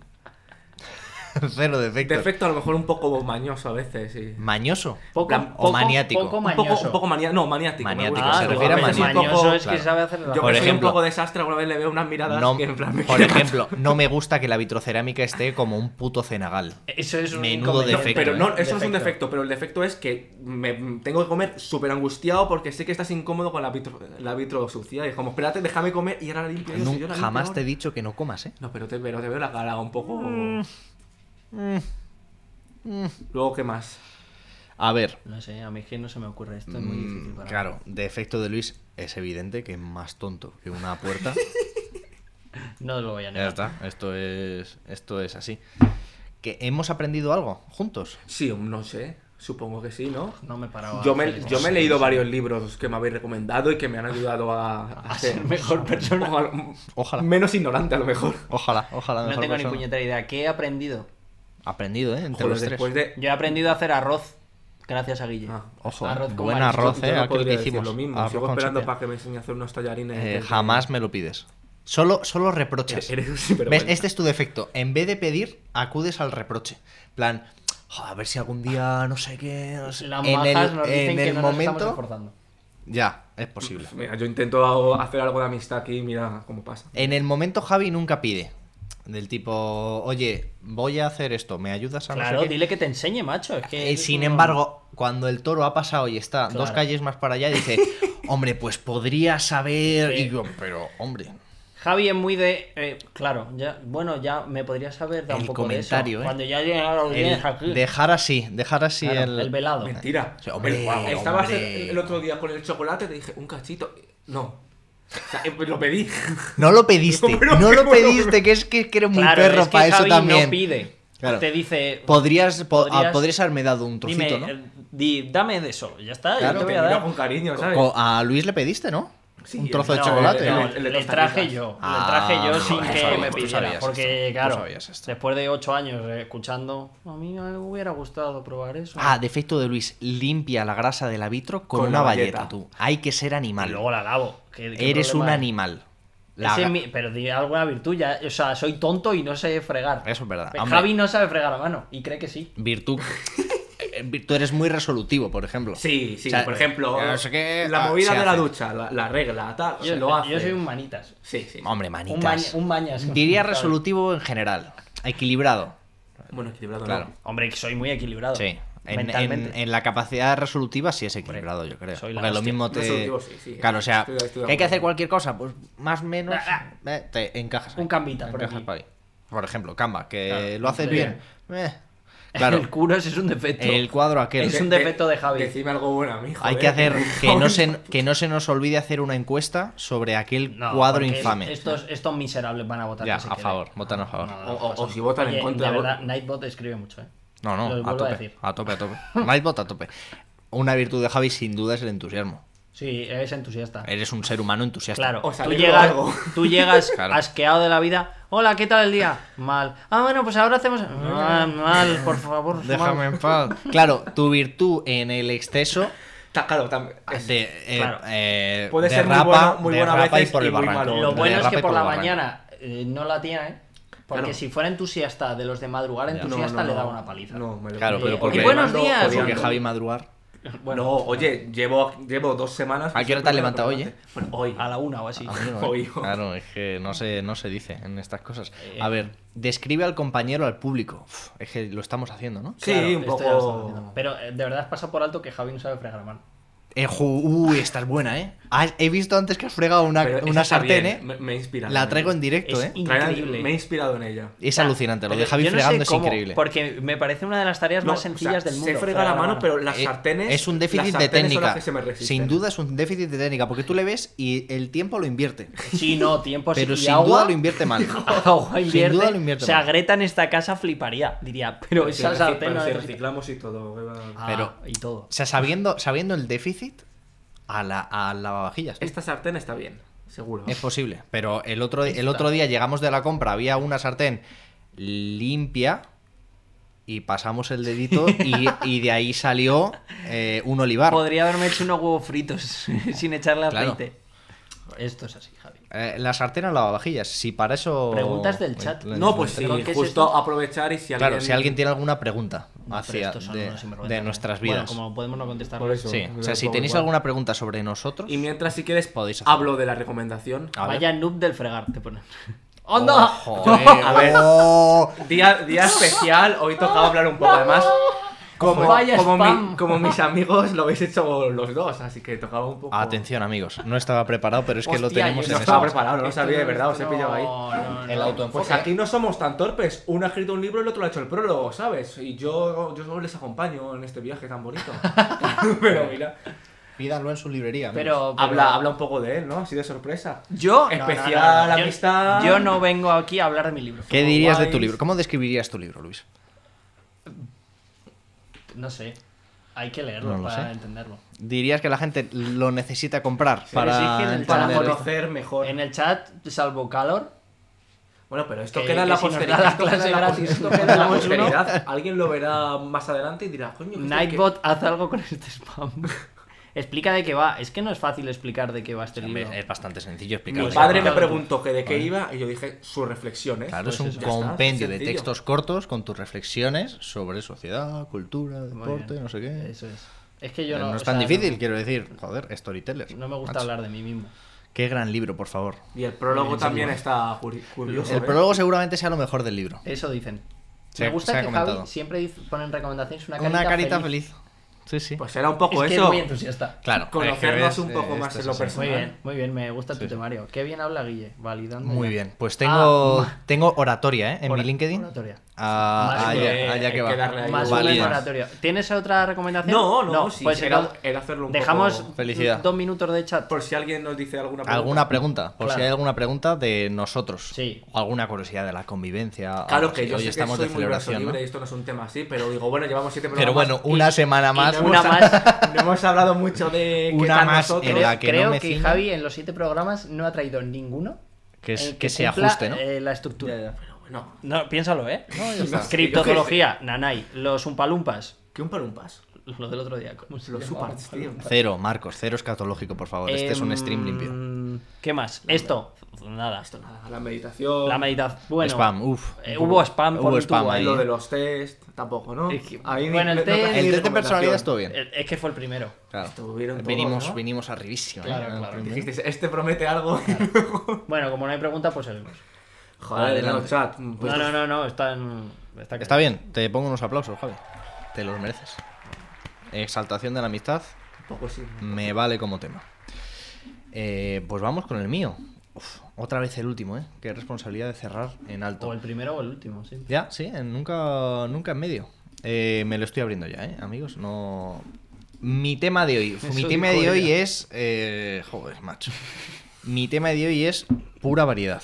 [SPEAKER 1] Cero defectos.
[SPEAKER 3] Defecto a lo mejor un poco mañoso a veces. sí.
[SPEAKER 1] ¿Mañoso?
[SPEAKER 2] Poco-
[SPEAKER 1] Plan- o
[SPEAKER 3] poco-
[SPEAKER 1] maniático.
[SPEAKER 2] poco
[SPEAKER 3] Un poco,
[SPEAKER 2] mañoso. Ah,
[SPEAKER 3] un poco mania- no, maniático. me
[SPEAKER 1] Maniático,
[SPEAKER 3] gusta.
[SPEAKER 1] se refiere a
[SPEAKER 3] Yo que soy un
[SPEAKER 1] maniático.
[SPEAKER 3] poco-
[SPEAKER 2] es que
[SPEAKER 1] claro.
[SPEAKER 2] sabe hacer la
[SPEAKER 3] Yo
[SPEAKER 1] Por
[SPEAKER 3] que soy un
[SPEAKER 1] ejemplo-
[SPEAKER 3] poco desastre, alguna vez le veo unas miradas
[SPEAKER 1] No-
[SPEAKER 3] que en plan me
[SPEAKER 1] por
[SPEAKER 3] quieren
[SPEAKER 1] ejemplo, no me gusta que la vitrocerámica esté como un puto cenagal.
[SPEAKER 2] Eso es un
[SPEAKER 1] Menudo
[SPEAKER 3] No,
[SPEAKER 2] inconveniente.
[SPEAKER 1] defecto,
[SPEAKER 3] pero no, eso
[SPEAKER 1] ¿eh?
[SPEAKER 3] no es un defecto, pero el defecto es que me mm, tengo que comer súper angustiado porque sé que estás incómodo con la vitro, la vitro sucia. Y es como, espérate, déjame comer y ahora la limpio. yo, si yo
[SPEAKER 1] Nun-
[SPEAKER 3] la limpio
[SPEAKER 1] jamás
[SPEAKER 3] ahora".
[SPEAKER 1] te Mm. he dicho que no comas, ¿eh?
[SPEAKER 3] No, pero te, pero te veo la cara un poco.
[SPEAKER 1] Mm.
[SPEAKER 3] Luego, ¿qué más?
[SPEAKER 1] A ver.
[SPEAKER 2] No sé, a mí es que no se me ocurre esto, es muy
[SPEAKER 1] mm,
[SPEAKER 2] difícil para mí.
[SPEAKER 1] claro, defecto de Luis es evidente que es más tonto que una puerta.
[SPEAKER 2] No lo voy a
[SPEAKER 1] ya
[SPEAKER 2] negar.
[SPEAKER 1] está, esto es, esto es así. ¿Que hemos aprendido algo juntos?
[SPEAKER 3] Sí, no sé, supongo que sí, ¿no?
[SPEAKER 2] No me paraba.
[SPEAKER 3] Yo me, yo me he leído varios libros que me habéis recomendado y que me han ayudado a, a
[SPEAKER 2] A ser mejor persona.
[SPEAKER 3] Ojalá-
[SPEAKER 1] Ah, Ojalá.
[SPEAKER 3] Menos ignorante a lo mejor.
[SPEAKER 1] Ojalá, ojalá.
[SPEAKER 2] No
[SPEAKER 1] mejor
[SPEAKER 2] tengo ni
[SPEAKER 1] persona.
[SPEAKER 2] puñetera idea. ¿Qué he aprendido?
[SPEAKER 1] Aprendido, ¿eh? Entre
[SPEAKER 3] Joder,
[SPEAKER 1] los tres.
[SPEAKER 3] después de.
[SPEAKER 2] Yo he aprendido a hacer arroz gracias a Guille.
[SPEAKER 3] Ah,
[SPEAKER 1] Ojo,
[SPEAKER 2] Arroz con
[SPEAKER 1] buen
[SPEAKER 2] marisco.
[SPEAKER 1] arroz,
[SPEAKER 3] yo
[SPEAKER 1] ¿eh?
[SPEAKER 3] no
[SPEAKER 1] Aquel
[SPEAKER 3] podría
[SPEAKER 1] que
[SPEAKER 3] decir
[SPEAKER 1] hicimos.
[SPEAKER 3] lo mismo.
[SPEAKER 1] Arroz
[SPEAKER 3] Sigo
[SPEAKER 1] con
[SPEAKER 3] esperando
[SPEAKER 1] sepia.
[SPEAKER 3] para que me enseñe a hacer unos tallarines.
[SPEAKER 1] Eh,
[SPEAKER 3] de-
[SPEAKER 1] jamás me lo pides. Solo, solo reproches.
[SPEAKER 3] Eres un
[SPEAKER 1] ¿Ves?
[SPEAKER 3] sinvergüenza.
[SPEAKER 1] Este es tu defecto. En vez de pedir, acudes al reproche. Plan, "Jo, a ver si algún día no sé qué. no sé".
[SPEAKER 2] Las
[SPEAKER 1] en
[SPEAKER 2] majas
[SPEAKER 1] el,
[SPEAKER 2] nos
[SPEAKER 1] en
[SPEAKER 2] dicen que
[SPEAKER 1] el
[SPEAKER 2] no nos estamos
[SPEAKER 1] momento.
[SPEAKER 2] esforzando.
[SPEAKER 1] Ya, es posible.
[SPEAKER 3] Mira, yo intento hago- hacer algo de amistad aquí y mira cómo pasa.
[SPEAKER 1] En el momento, Javi nunca pide. Del tipo, oye, voy a hacer esto, ¿me ayudas a no sé
[SPEAKER 2] Claro,
[SPEAKER 1] qué?".
[SPEAKER 2] dile que te enseñe, macho. Es
[SPEAKER 1] Eh,
[SPEAKER 2] que eres
[SPEAKER 1] sin
[SPEAKER 2] un-
[SPEAKER 1] embargo, cuando el toro ha pasado y está dos
[SPEAKER 2] Claro.
[SPEAKER 1] calles más para allá, dice, hombre, pues podría saber.
[SPEAKER 2] Sí.
[SPEAKER 1] Y yo, pero, hombre.
[SPEAKER 2] Javi es muy de. eh, claro, ya, bueno, ya me podría saber dar
[SPEAKER 1] El
[SPEAKER 2] un poco de eso.
[SPEAKER 1] comentario, ¿eh?
[SPEAKER 2] Cuando ya llega la
[SPEAKER 1] el
[SPEAKER 2] audiencia aquí.
[SPEAKER 1] dejar así, dejar así
[SPEAKER 2] Claro,
[SPEAKER 1] el.
[SPEAKER 2] el... velado.
[SPEAKER 3] Mentira.
[SPEAKER 1] Sí, hombre,
[SPEAKER 3] Guau,
[SPEAKER 1] hombre.
[SPEAKER 3] Estabas el, el otro día con el chocolate te dije, un cachito. No. O sea, eh, lo pedí.
[SPEAKER 1] No lo pediste,
[SPEAKER 3] Pero,
[SPEAKER 1] no
[SPEAKER 3] pero,
[SPEAKER 1] lo
[SPEAKER 3] pero,
[SPEAKER 1] pediste, que es que, que eres muy
[SPEAKER 2] Claro,
[SPEAKER 1] perro
[SPEAKER 2] es que
[SPEAKER 1] para eso
[SPEAKER 2] Javi
[SPEAKER 1] también.
[SPEAKER 2] no pide.
[SPEAKER 1] Claro.
[SPEAKER 2] Te dice.
[SPEAKER 1] Podrías, po- ah,
[SPEAKER 2] Podrías-
[SPEAKER 1] podrías haberme dado un trocito,
[SPEAKER 2] Dime,
[SPEAKER 1] ¿no?
[SPEAKER 2] eh, di- dame de eso. Ya está,
[SPEAKER 1] Claro,
[SPEAKER 2] yo te voy
[SPEAKER 3] Te
[SPEAKER 2] a
[SPEAKER 3] miro
[SPEAKER 2] dar.
[SPEAKER 3] con cariño, ¿sabes?
[SPEAKER 1] Co- A Luis le pediste, ¿no?
[SPEAKER 3] Sí,
[SPEAKER 1] un trozo de
[SPEAKER 3] no,
[SPEAKER 1] chocolate.
[SPEAKER 2] Le,
[SPEAKER 3] no, El de
[SPEAKER 2] le
[SPEAKER 3] tostaditas.
[SPEAKER 2] traje yo,
[SPEAKER 1] Ah,
[SPEAKER 2] le traje yo
[SPEAKER 1] joder,
[SPEAKER 2] sin
[SPEAKER 1] tú
[SPEAKER 2] que
[SPEAKER 1] sabías,
[SPEAKER 2] me
[SPEAKER 1] tú
[SPEAKER 2] pidiera.
[SPEAKER 1] sabías
[SPEAKER 2] Porque,
[SPEAKER 1] esto, tú
[SPEAKER 2] claro,
[SPEAKER 1] sabías esto.
[SPEAKER 2] después de ocho años eh, escuchando, a mí me hubiera gustado probar eso.
[SPEAKER 1] Ah, defecto de Luis, limpia la grasa del vitro con,
[SPEAKER 3] Con
[SPEAKER 1] una
[SPEAKER 3] la
[SPEAKER 1] valleta,
[SPEAKER 3] valleta.
[SPEAKER 1] tú. Hay que ser
[SPEAKER 2] y
[SPEAKER 1] animal.
[SPEAKER 2] luego la lavo. ¿Qué- qué
[SPEAKER 1] Eres un
[SPEAKER 2] problema hay?
[SPEAKER 1] animal. La
[SPEAKER 2] Ese es
[SPEAKER 1] ga-
[SPEAKER 2] mi- pero di alguna virtud ya. O sea, soy tonto y no sé fregar.
[SPEAKER 1] Eso es verdad,
[SPEAKER 2] Pues
[SPEAKER 1] hombre.
[SPEAKER 2] Javi no sabe fregar a mano y cree que sí.
[SPEAKER 1] Virtud. Eh, Tú eres muy resolutivo, por ejemplo.
[SPEAKER 3] Sí, sí,
[SPEAKER 1] O sea,
[SPEAKER 3] por ejemplo,
[SPEAKER 1] no sé qué,
[SPEAKER 3] la
[SPEAKER 1] ah,
[SPEAKER 3] movida
[SPEAKER 1] se
[SPEAKER 3] de la
[SPEAKER 1] hace.
[SPEAKER 3] ducha, la, la regla, tal,
[SPEAKER 2] Yo,
[SPEAKER 3] se lo hace.
[SPEAKER 2] yo soy un manitas.
[SPEAKER 3] Sí, sí.
[SPEAKER 1] Hombre,
[SPEAKER 2] Un, maña,
[SPEAKER 1] manitas.
[SPEAKER 2] un mañas.
[SPEAKER 1] Diría
[SPEAKER 2] Javi.
[SPEAKER 1] resolutivo en general. Equilibrado.
[SPEAKER 3] Bueno, equilibrado,
[SPEAKER 1] Claro.
[SPEAKER 3] ¿no?
[SPEAKER 2] Hombre, que soy muy equilibrado.
[SPEAKER 1] Sí. En,
[SPEAKER 2] mentalmente.
[SPEAKER 1] en- en la capacidad resolutiva sí es equilibrado, yo creo.
[SPEAKER 2] soy la
[SPEAKER 1] Porque lo
[SPEAKER 2] hostia.
[SPEAKER 1] mismo te.
[SPEAKER 3] Resolutivo sí, sí.
[SPEAKER 1] Claro, o sea,
[SPEAKER 3] Estoy- estoy de
[SPEAKER 1] que hay que
[SPEAKER 3] acuerdo.
[SPEAKER 1] hacer cualquier cosa, pues más o menos
[SPEAKER 2] Ah,
[SPEAKER 1] eh, te encajas. ahí.
[SPEAKER 2] Un cambita por
[SPEAKER 1] Encajas
[SPEAKER 2] aquí.
[SPEAKER 1] pa' ahí. Por ejemplo, Canva, que
[SPEAKER 2] Claro,
[SPEAKER 1] lo haces
[SPEAKER 2] hombre.
[SPEAKER 1] bien. Eh, Claro,
[SPEAKER 2] El culo ese es un defecto.
[SPEAKER 1] el cuadro aquel.
[SPEAKER 2] Es
[SPEAKER 3] De-
[SPEAKER 2] un defecto de Javi.
[SPEAKER 3] Decime algo bueno a mí,
[SPEAKER 1] Hay
[SPEAKER 3] joder.
[SPEAKER 1] que hacer que no,
[SPEAKER 3] Joder.
[SPEAKER 1] se, que no se nos olvide hacer una encuesta sobre aquel
[SPEAKER 2] No,
[SPEAKER 1] cuadro
[SPEAKER 2] porque
[SPEAKER 1] infame.
[SPEAKER 2] Estos, estos miserables van a votar
[SPEAKER 1] ya,
[SPEAKER 2] que se
[SPEAKER 1] a
[SPEAKER 2] quede.
[SPEAKER 1] favor, votan a favor.
[SPEAKER 2] No,
[SPEAKER 3] O-
[SPEAKER 2] no,
[SPEAKER 3] o-
[SPEAKER 2] pasa
[SPEAKER 3] o si votan en
[SPEAKER 2] Oye,
[SPEAKER 3] contra,
[SPEAKER 2] De
[SPEAKER 3] vot-
[SPEAKER 2] verdad, Nightbot escribe mucho, ¿eh?
[SPEAKER 1] No,
[SPEAKER 2] Los
[SPEAKER 1] no, a
[SPEAKER 2] vuelvo a
[SPEAKER 1] tope,
[SPEAKER 2] decir.
[SPEAKER 1] a tope, a tope. Nightbot a tope. Una virtud de Javi sin duda es el entusiasmo.
[SPEAKER 2] Sí, eres entusiasta.
[SPEAKER 1] Eres un ser humano entusiasta.
[SPEAKER 2] Claro,
[SPEAKER 3] O
[SPEAKER 2] tú
[SPEAKER 3] salir o
[SPEAKER 2] llegas,
[SPEAKER 3] algo.
[SPEAKER 2] tú llegas
[SPEAKER 1] Claro.
[SPEAKER 2] asqueado de la vida. Hola, ¿qué tal el día? Mal. Ah, bueno, pues ahora hacemos. Ah, mal, por favor.
[SPEAKER 1] Déjame
[SPEAKER 2] mal.
[SPEAKER 1] en paz. Claro, tu virtud en el exceso
[SPEAKER 3] Ta- claro, tam- es-
[SPEAKER 1] de, eh,
[SPEAKER 2] Claro.
[SPEAKER 1] eh,
[SPEAKER 3] Puede ser muy
[SPEAKER 1] derrapa-
[SPEAKER 3] bueno- muy bueno a
[SPEAKER 1] derrapa
[SPEAKER 3] veces
[SPEAKER 1] y por
[SPEAKER 3] y
[SPEAKER 1] el
[SPEAKER 3] muy
[SPEAKER 1] barranco.
[SPEAKER 3] malo.
[SPEAKER 2] Lo bueno es
[SPEAKER 1] Derrapa
[SPEAKER 2] que
[SPEAKER 1] y
[SPEAKER 2] por la
[SPEAKER 1] el barranco.
[SPEAKER 2] mañana eh, no la tiene, porque
[SPEAKER 3] Claro.
[SPEAKER 2] si fuera entusiasta de los de madrugada,
[SPEAKER 3] no,
[SPEAKER 2] entusiasta
[SPEAKER 3] no,
[SPEAKER 2] le
[SPEAKER 3] no.
[SPEAKER 2] daba una paliza.
[SPEAKER 3] No, me lo-
[SPEAKER 1] Claro,
[SPEAKER 2] Y-
[SPEAKER 1] pero
[SPEAKER 2] y
[SPEAKER 1] porque,
[SPEAKER 2] buenos
[SPEAKER 1] porque
[SPEAKER 2] días.
[SPEAKER 1] porque Javi madrugar.
[SPEAKER 2] Bueno,
[SPEAKER 3] no, oye, llevo, llevo dos semanas.
[SPEAKER 1] ¿A qué hora te has levantado hoy, eh?
[SPEAKER 3] Bueno, hoy.
[SPEAKER 2] a la una o así.
[SPEAKER 3] Hoy.
[SPEAKER 1] Claro, es que no se, no se dice en estas cosas.
[SPEAKER 2] Eh.
[SPEAKER 1] A ver, describe al compañero, al público. Uf, es que lo estamos haciendo, ¿no?
[SPEAKER 3] Sí,
[SPEAKER 2] esto ya
[SPEAKER 3] un
[SPEAKER 2] lo estaba
[SPEAKER 3] poco-
[SPEAKER 2] haciendo. Pero eh, de verdad has pasado por alto que Javi no sabe fregar a mano.
[SPEAKER 1] Eh, ju- uy, esta es buena, ¿eh? Ah, he visto antes que has fregado una,
[SPEAKER 3] Pero esa
[SPEAKER 1] una
[SPEAKER 3] está
[SPEAKER 1] sartén,
[SPEAKER 3] bien,
[SPEAKER 1] ¿eh?
[SPEAKER 3] Me, me he inspirado
[SPEAKER 1] La
[SPEAKER 3] en
[SPEAKER 1] traigo
[SPEAKER 3] ella.
[SPEAKER 1] en directo,
[SPEAKER 2] Es
[SPEAKER 1] ¿eh?
[SPEAKER 2] in-
[SPEAKER 3] Traen-
[SPEAKER 2] Increíble.
[SPEAKER 3] Me he inspirado en ella.
[SPEAKER 1] Es
[SPEAKER 2] O sea,
[SPEAKER 1] alucinante, lo
[SPEAKER 2] pero
[SPEAKER 1] de Javi
[SPEAKER 2] yo no sé
[SPEAKER 1] fregando es
[SPEAKER 2] cómo,
[SPEAKER 1] increíble.
[SPEAKER 2] Porque me parece una de las tareas
[SPEAKER 3] No,
[SPEAKER 2] más
[SPEAKER 3] o sea,
[SPEAKER 2] sencillas del mundo.
[SPEAKER 3] Sé fregar la mano, pero las
[SPEAKER 1] Eh,
[SPEAKER 3] sartenes.
[SPEAKER 1] es un
[SPEAKER 3] las
[SPEAKER 1] déficit de
[SPEAKER 3] sartenes son las
[SPEAKER 1] técnica.
[SPEAKER 3] que se me resisten.
[SPEAKER 1] Sin duda es un déficit de técnica, porque tú le ves y el tiempo lo invierte.
[SPEAKER 2] Sí, no, tiempo sí.
[SPEAKER 1] Pero
[SPEAKER 2] Pues, Y
[SPEAKER 1] sin
[SPEAKER 2] agua-
[SPEAKER 1] duda lo invierte mal.
[SPEAKER 2] Agua invierte.
[SPEAKER 1] Ah, duda lo invierte
[SPEAKER 2] o sea,
[SPEAKER 1] mal.
[SPEAKER 2] Greta en esta casa fliparía, diría. Pero
[SPEAKER 3] Si
[SPEAKER 2] esa
[SPEAKER 3] reci-
[SPEAKER 2] sartén
[SPEAKER 3] pero
[SPEAKER 2] no
[SPEAKER 3] si
[SPEAKER 2] necesita-
[SPEAKER 3] reciclamos y todo. Eva.
[SPEAKER 2] Ah,
[SPEAKER 1] Pero-
[SPEAKER 2] y todo.
[SPEAKER 1] O sea, sabiendo, sabiendo el déficit a la, a lavavajillas. tú.
[SPEAKER 3] Esta sartén está bien, seguro.
[SPEAKER 1] Es posible, pero el otro, el otro día llegamos de la compra, había una sartén limpia y pasamos el dedito y, y de ahí salió eh, un olivar.
[SPEAKER 2] Podría haberme hecho unos huevos fritos sin echarle
[SPEAKER 1] Claro.
[SPEAKER 2] aceite. Esto es así, Javi.
[SPEAKER 1] eh, la sartén al lavavajillas, si para eso...
[SPEAKER 2] Preguntas del chat.
[SPEAKER 1] la-
[SPEAKER 3] No, pues sí,
[SPEAKER 2] Pero ¿qué es
[SPEAKER 3] justo
[SPEAKER 2] esto?
[SPEAKER 3] aprovechar y si alguien.
[SPEAKER 1] Claro, si alguien tiene alguna pregunta
[SPEAKER 2] No, pero
[SPEAKER 1] hacia
[SPEAKER 2] estos son
[SPEAKER 1] de,
[SPEAKER 2] unos sinvergüenzas,
[SPEAKER 1] de
[SPEAKER 2] ¿no?
[SPEAKER 1] nuestras vidas.
[SPEAKER 2] Bueno, como podemos no contestar.
[SPEAKER 3] Por eso.
[SPEAKER 1] Sí, o sea, si
[SPEAKER 3] Poco
[SPEAKER 1] tenéis
[SPEAKER 3] igual.
[SPEAKER 1] alguna pregunta sobre nosotros...
[SPEAKER 3] Y mientras, si quieres,
[SPEAKER 1] Podéis Ah, hacerlo.
[SPEAKER 3] hablo de la recomendación.
[SPEAKER 1] A ver.
[SPEAKER 2] Vaya noob del fregar, te ponen.
[SPEAKER 1] ¡Oh,
[SPEAKER 2] ¡Onda!
[SPEAKER 1] joder!
[SPEAKER 3] A ver.
[SPEAKER 1] ¡Oh!
[SPEAKER 3] Día, día especial, hoy tocaba hablar un poco. Además, como,
[SPEAKER 2] Vaya
[SPEAKER 3] como,
[SPEAKER 2] spam.
[SPEAKER 3] mi- como mis amigos lo habéis hecho los dos, así que tocaba un poco.
[SPEAKER 1] Atención, amigos, no estaba preparado, pero es que lo
[SPEAKER 2] Hostia,
[SPEAKER 1] tenemos en
[SPEAKER 2] yo
[SPEAKER 3] No
[SPEAKER 2] Esto
[SPEAKER 3] estaba
[SPEAKER 1] esa-
[SPEAKER 3] preparado, no lo
[SPEAKER 2] Esto
[SPEAKER 3] sabía de
[SPEAKER 2] no-
[SPEAKER 3] verdad, os he
[SPEAKER 2] no,
[SPEAKER 3] pillado ahí.
[SPEAKER 2] no, no.
[SPEAKER 1] El autoenfoque.
[SPEAKER 3] Pues aquí no somos tan torpes. Uno ha escrito un libro y el otro lo ha hecho el prólogo, ¿sabes? Y yo, yo solo les acompaño en este viaje tan bonito. Pero mira,
[SPEAKER 1] Pídanlo en su librería. amigos.
[SPEAKER 2] Pero, pero-
[SPEAKER 3] habla, habla un poco de él, ¿no? Así de sorpresa.
[SPEAKER 2] Yo.
[SPEAKER 3] Especial
[SPEAKER 2] no, no, no. Yo-
[SPEAKER 3] amistad.
[SPEAKER 2] Yo, no vengo aquí a hablar de mi libro.
[SPEAKER 1] ¿Qué dirías de tu
[SPEAKER 3] guays.
[SPEAKER 1] libro? ¿Cómo describirías tu libro, Luis?
[SPEAKER 2] No sé. Hay que leerlo
[SPEAKER 1] No lo
[SPEAKER 2] para
[SPEAKER 1] sé.
[SPEAKER 2] entenderlo.
[SPEAKER 1] ¿Dirías que la gente lo necesita comprar para,
[SPEAKER 2] sí, que en el
[SPEAKER 1] entender
[SPEAKER 3] Para
[SPEAKER 2] Para
[SPEAKER 3] conocer mejor.
[SPEAKER 2] En el chat, salvo calor.
[SPEAKER 3] Bueno, pero esto
[SPEAKER 2] Que-
[SPEAKER 3] queda en
[SPEAKER 2] que
[SPEAKER 3] la
[SPEAKER 2] si nos da
[SPEAKER 3] posteridad.
[SPEAKER 2] la
[SPEAKER 3] esto queda en
[SPEAKER 2] clase
[SPEAKER 3] la
[SPEAKER 2] gratis,
[SPEAKER 3] posteridad, esto queda en la
[SPEAKER 2] ponemos uno.
[SPEAKER 3] posteridad. Alguien lo verá más adelante y dirá, coño, ¿qué es esto?
[SPEAKER 2] Nightbot, haz algo con este spam. Explica de qué va. Es que no es fácil explicar de qué va este
[SPEAKER 1] Hombre,
[SPEAKER 2] libro.
[SPEAKER 1] Es bastante sencillo explicar.
[SPEAKER 3] Mi
[SPEAKER 2] Claro,
[SPEAKER 3] padre me
[SPEAKER 2] claro.
[SPEAKER 3] preguntó que de qué iba y yo dije sus reflexiones.
[SPEAKER 1] Claro,
[SPEAKER 3] Pues
[SPEAKER 1] es un
[SPEAKER 3] eso, ya está,
[SPEAKER 1] compendio de
[SPEAKER 3] sencillo.
[SPEAKER 1] textos cortos con tus reflexiones sobre sociedad, cultura,
[SPEAKER 2] Muy
[SPEAKER 1] deporte,
[SPEAKER 2] bien.
[SPEAKER 1] no sé qué.
[SPEAKER 2] Eso es. Es que
[SPEAKER 1] Eh,
[SPEAKER 2] yo no.
[SPEAKER 1] no
[SPEAKER 2] o
[SPEAKER 1] es tan
[SPEAKER 2] sea,
[SPEAKER 1] difícil, quiero decir. Joder, storyteller.
[SPEAKER 2] No, no me gusta
[SPEAKER 1] macho.
[SPEAKER 2] hablar de mí mismo.
[SPEAKER 1] Qué gran libro, por favor.
[SPEAKER 3] Y el prólogo
[SPEAKER 2] Bien,
[SPEAKER 3] también
[SPEAKER 2] señor.
[SPEAKER 3] está curi- curioso.
[SPEAKER 1] El
[SPEAKER 3] ¿eh?
[SPEAKER 1] prólogo seguramente sea lo mejor del libro.
[SPEAKER 2] Eso dicen.
[SPEAKER 1] Se-
[SPEAKER 2] me
[SPEAKER 1] se ha
[SPEAKER 2] gusta que
[SPEAKER 1] comentado.
[SPEAKER 2] Javi siempre dice- ponen recomendaciones una carita,
[SPEAKER 1] Una carita
[SPEAKER 2] feliz.
[SPEAKER 1] feliz. Sí, sí.
[SPEAKER 3] Pues era un poco
[SPEAKER 2] Es que es
[SPEAKER 3] eso.
[SPEAKER 2] muy entusiasta.
[SPEAKER 1] claro.
[SPEAKER 3] conocernos
[SPEAKER 1] es que
[SPEAKER 3] un
[SPEAKER 1] ves,
[SPEAKER 3] poco
[SPEAKER 1] eh,
[SPEAKER 3] más
[SPEAKER 1] esto
[SPEAKER 3] en
[SPEAKER 1] es
[SPEAKER 3] lo
[SPEAKER 1] así.
[SPEAKER 3] personal.
[SPEAKER 2] Muy bien, muy bien, me gusta
[SPEAKER 1] Sí,
[SPEAKER 2] tu
[SPEAKER 1] sí.
[SPEAKER 2] temario. Qué bien habla Guille, validando.
[SPEAKER 1] Muy
[SPEAKER 2] ya.
[SPEAKER 1] bien. Pues tengo,
[SPEAKER 2] Ah,
[SPEAKER 1] tengo oratoria, ¿eh? En mi
[SPEAKER 2] ora-
[SPEAKER 1] LinkedIn.
[SPEAKER 2] oratoria.
[SPEAKER 1] Ah,
[SPEAKER 2] Más
[SPEAKER 1] ah,
[SPEAKER 2] que-
[SPEAKER 1] ya- ah, ya
[SPEAKER 3] hay
[SPEAKER 1] que
[SPEAKER 3] que
[SPEAKER 1] va.
[SPEAKER 3] darle ahí
[SPEAKER 2] Más
[SPEAKER 3] un-
[SPEAKER 1] Validas.
[SPEAKER 2] un laboratorio. ¿Tienes otra recomendación?
[SPEAKER 3] No, no, sí,
[SPEAKER 2] pues
[SPEAKER 3] era-
[SPEAKER 2] entonces
[SPEAKER 3] era hacerlo un
[SPEAKER 2] Dejamos
[SPEAKER 3] poco-
[SPEAKER 1] Felicidad.
[SPEAKER 2] dos minutos de chat.
[SPEAKER 3] Por si alguien nos dice alguna pregunta.
[SPEAKER 1] ¿Alguna pregunta? Por si
[SPEAKER 2] Claro.
[SPEAKER 1] hay alguna pregunta de nosotros.
[SPEAKER 2] Sí.
[SPEAKER 1] O alguna curiosidad de la convivencia.
[SPEAKER 3] Claro
[SPEAKER 1] algo
[SPEAKER 3] que
[SPEAKER 1] así.
[SPEAKER 3] yo
[SPEAKER 1] Ah, Hoy
[SPEAKER 3] sé
[SPEAKER 1] estamos
[SPEAKER 3] que soy
[SPEAKER 1] de
[SPEAKER 3] muy verso
[SPEAKER 1] celebración.
[SPEAKER 3] libre
[SPEAKER 1] ¿no?
[SPEAKER 3] y esto no es un tema así, pero digo, bueno, llevamos siete
[SPEAKER 1] Pero bueno,
[SPEAKER 3] programas.
[SPEAKER 1] una
[SPEAKER 2] Y-
[SPEAKER 1] semana
[SPEAKER 2] y
[SPEAKER 1] más.
[SPEAKER 2] no Una más.
[SPEAKER 3] No hemos hablado mucho de qué
[SPEAKER 1] Una
[SPEAKER 3] tal
[SPEAKER 1] más
[SPEAKER 3] nosotros.
[SPEAKER 1] en la que no
[SPEAKER 2] Creo
[SPEAKER 1] me
[SPEAKER 2] que
[SPEAKER 1] ciño.
[SPEAKER 2] Javi en los siete programas no ha traído ninguno
[SPEAKER 1] Que es-
[SPEAKER 2] en el
[SPEAKER 1] que se
[SPEAKER 2] cumpla,
[SPEAKER 1] ajuste, ¿no?
[SPEAKER 2] eh, la estructura.
[SPEAKER 3] Pero bueno,
[SPEAKER 2] No, piénsalo, ¿eh?
[SPEAKER 1] ya está.
[SPEAKER 2] Criptozoología, Nanay, los umpalumpas,
[SPEAKER 3] que un palumpas.
[SPEAKER 2] lo del otro día. ¿cómo se
[SPEAKER 3] Los
[SPEAKER 2] llamaba?
[SPEAKER 3] suparts, tío.
[SPEAKER 1] Cero, Marcos, cero escatológico, por favor. Este
[SPEAKER 2] Mm,
[SPEAKER 1] es un stream limpio.
[SPEAKER 2] Em, ¿Qué más? Esto, nada.
[SPEAKER 3] Esto nada, la meditación.
[SPEAKER 2] La meditación. Bueno,
[SPEAKER 1] spam, uh, uf.
[SPEAKER 2] eh, hubo spam por
[SPEAKER 1] Hubo
[SPEAKER 2] un
[SPEAKER 1] spam
[SPEAKER 2] tubo
[SPEAKER 1] ahí.
[SPEAKER 3] Lo de los test, tampoco, ¿no?
[SPEAKER 2] Es que-
[SPEAKER 3] Ahí ni-
[SPEAKER 2] bueno, el
[SPEAKER 3] no- no
[SPEAKER 2] test-
[SPEAKER 1] El test de
[SPEAKER 3] traje ni
[SPEAKER 1] este
[SPEAKER 3] recomendación.
[SPEAKER 1] personalidad estuvo bien.
[SPEAKER 2] Eh, Es que fue el primero.
[SPEAKER 1] Claro.
[SPEAKER 3] Estuvieron todos,
[SPEAKER 1] vinimos,
[SPEAKER 3] ¿no?
[SPEAKER 1] vinimos arribísimo.
[SPEAKER 2] Claro,
[SPEAKER 1] ¿eh?
[SPEAKER 2] claro.
[SPEAKER 1] Al primero.
[SPEAKER 3] Dijisteis, este promete algo.
[SPEAKER 2] Bueno, como no hay pregunta, pues seguimos.
[SPEAKER 3] Joder, no,
[SPEAKER 1] Adelante.
[SPEAKER 3] chat.
[SPEAKER 2] No, no, no, no, está en. Está,
[SPEAKER 1] Pues Está bien, te pongo unos aplausos, Javi. Te los mereces. Exaltación de la amistad,
[SPEAKER 3] Poco sí.
[SPEAKER 1] me vale como tema. Eh, pues vamos con el mío. Uf, otra vez el último, ¿eh? Qué responsabilidad de cerrar en
[SPEAKER 2] O
[SPEAKER 1] alto.
[SPEAKER 2] el primero o el último, sí.
[SPEAKER 1] Ya, sí, en- nunca, nunca en medio. Eh, me lo estoy abriendo ya, ¿eh? Amigos, no... Mi tema de hoy. Mi
[SPEAKER 2] Eso
[SPEAKER 1] tema
[SPEAKER 2] dijo
[SPEAKER 1] de hoy
[SPEAKER 2] ella.
[SPEAKER 1] es... eh, joder, macho. Mi tema de hoy es pura variedad.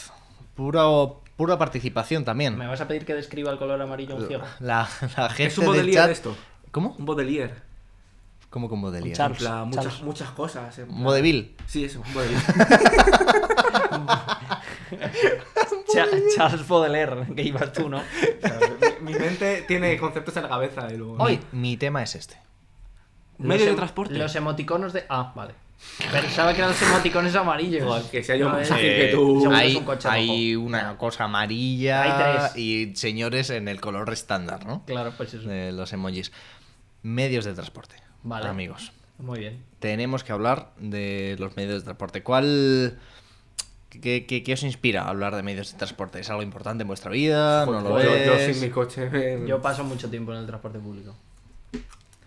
[SPEAKER 1] Puro, pura participación también.
[SPEAKER 2] ¿Me vas a pedir que describa el color amarillo a un ciego?
[SPEAKER 1] La, la gente
[SPEAKER 3] Es un
[SPEAKER 1] del
[SPEAKER 3] modelier
[SPEAKER 1] chat...
[SPEAKER 3] esto.
[SPEAKER 1] ¿Cómo?
[SPEAKER 3] Un bodelier.
[SPEAKER 1] ¿Cómo con modelier?
[SPEAKER 2] Un charla.
[SPEAKER 3] En plan,
[SPEAKER 2] Charles.
[SPEAKER 3] muchas, muchas cosas. en plan-
[SPEAKER 1] Modevil.
[SPEAKER 3] Sí, eso, un bodelier.
[SPEAKER 2] Cha- Charles Baudelaire, que ibas tú, ¿no?
[SPEAKER 3] mi, mi mente tiene conceptos en la cabeza. Y luego...
[SPEAKER 1] Hoy mi tema es este.
[SPEAKER 3] Medio
[SPEAKER 2] Los
[SPEAKER 3] de
[SPEAKER 2] em-
[SPEAKER 3] transporte.
[SPEAKER 2] Los emoticonos de. Ah, vale. Pensaba que eran los emoticones amarillos.
[SPEAKER 3] Joder, que sea yo
[SPEAKER 2] No,
[SPEAKER 3] más
[SPEAKER 2] eh,
[SPEAKER 3] ágil que tú.
[SPEAKER 2] seguro que es
[SPEAKER 1] hay
[SPEAKER 2] un coche
[SPEAKER 1] hay
[SPEAKER 2] rojo.
[SPEAKER 1] una cosa amarilla
[SPEAKER 2] Hay tres.
[SPEAKER 1] y señores en el color estándar, ¿no?
[SPEAKER 2] Claro, pues eso.
[SPEAKER 1] De los emojis. Medios de transporte.
[SPEAKER 2] Vale.
[SPEAKER 1] Amigos,
[SPEAKER 2] Muy bien.
[SPEAKER 1] tenemos que hablar de los medios de transporte. ¿Cuál... ¿Qué, qué- qué os inspira a hablar de medios de transporte? ¿Es algo importante en vuestra vida? ¿No lo
[SPEAKER 3] yo, yo
[SPEAKER 1] es?
[SPEAKER 3] sin mi coche. eh, me-
[SPEAKER 2] Yo paso mucho tiempo en el transporte público.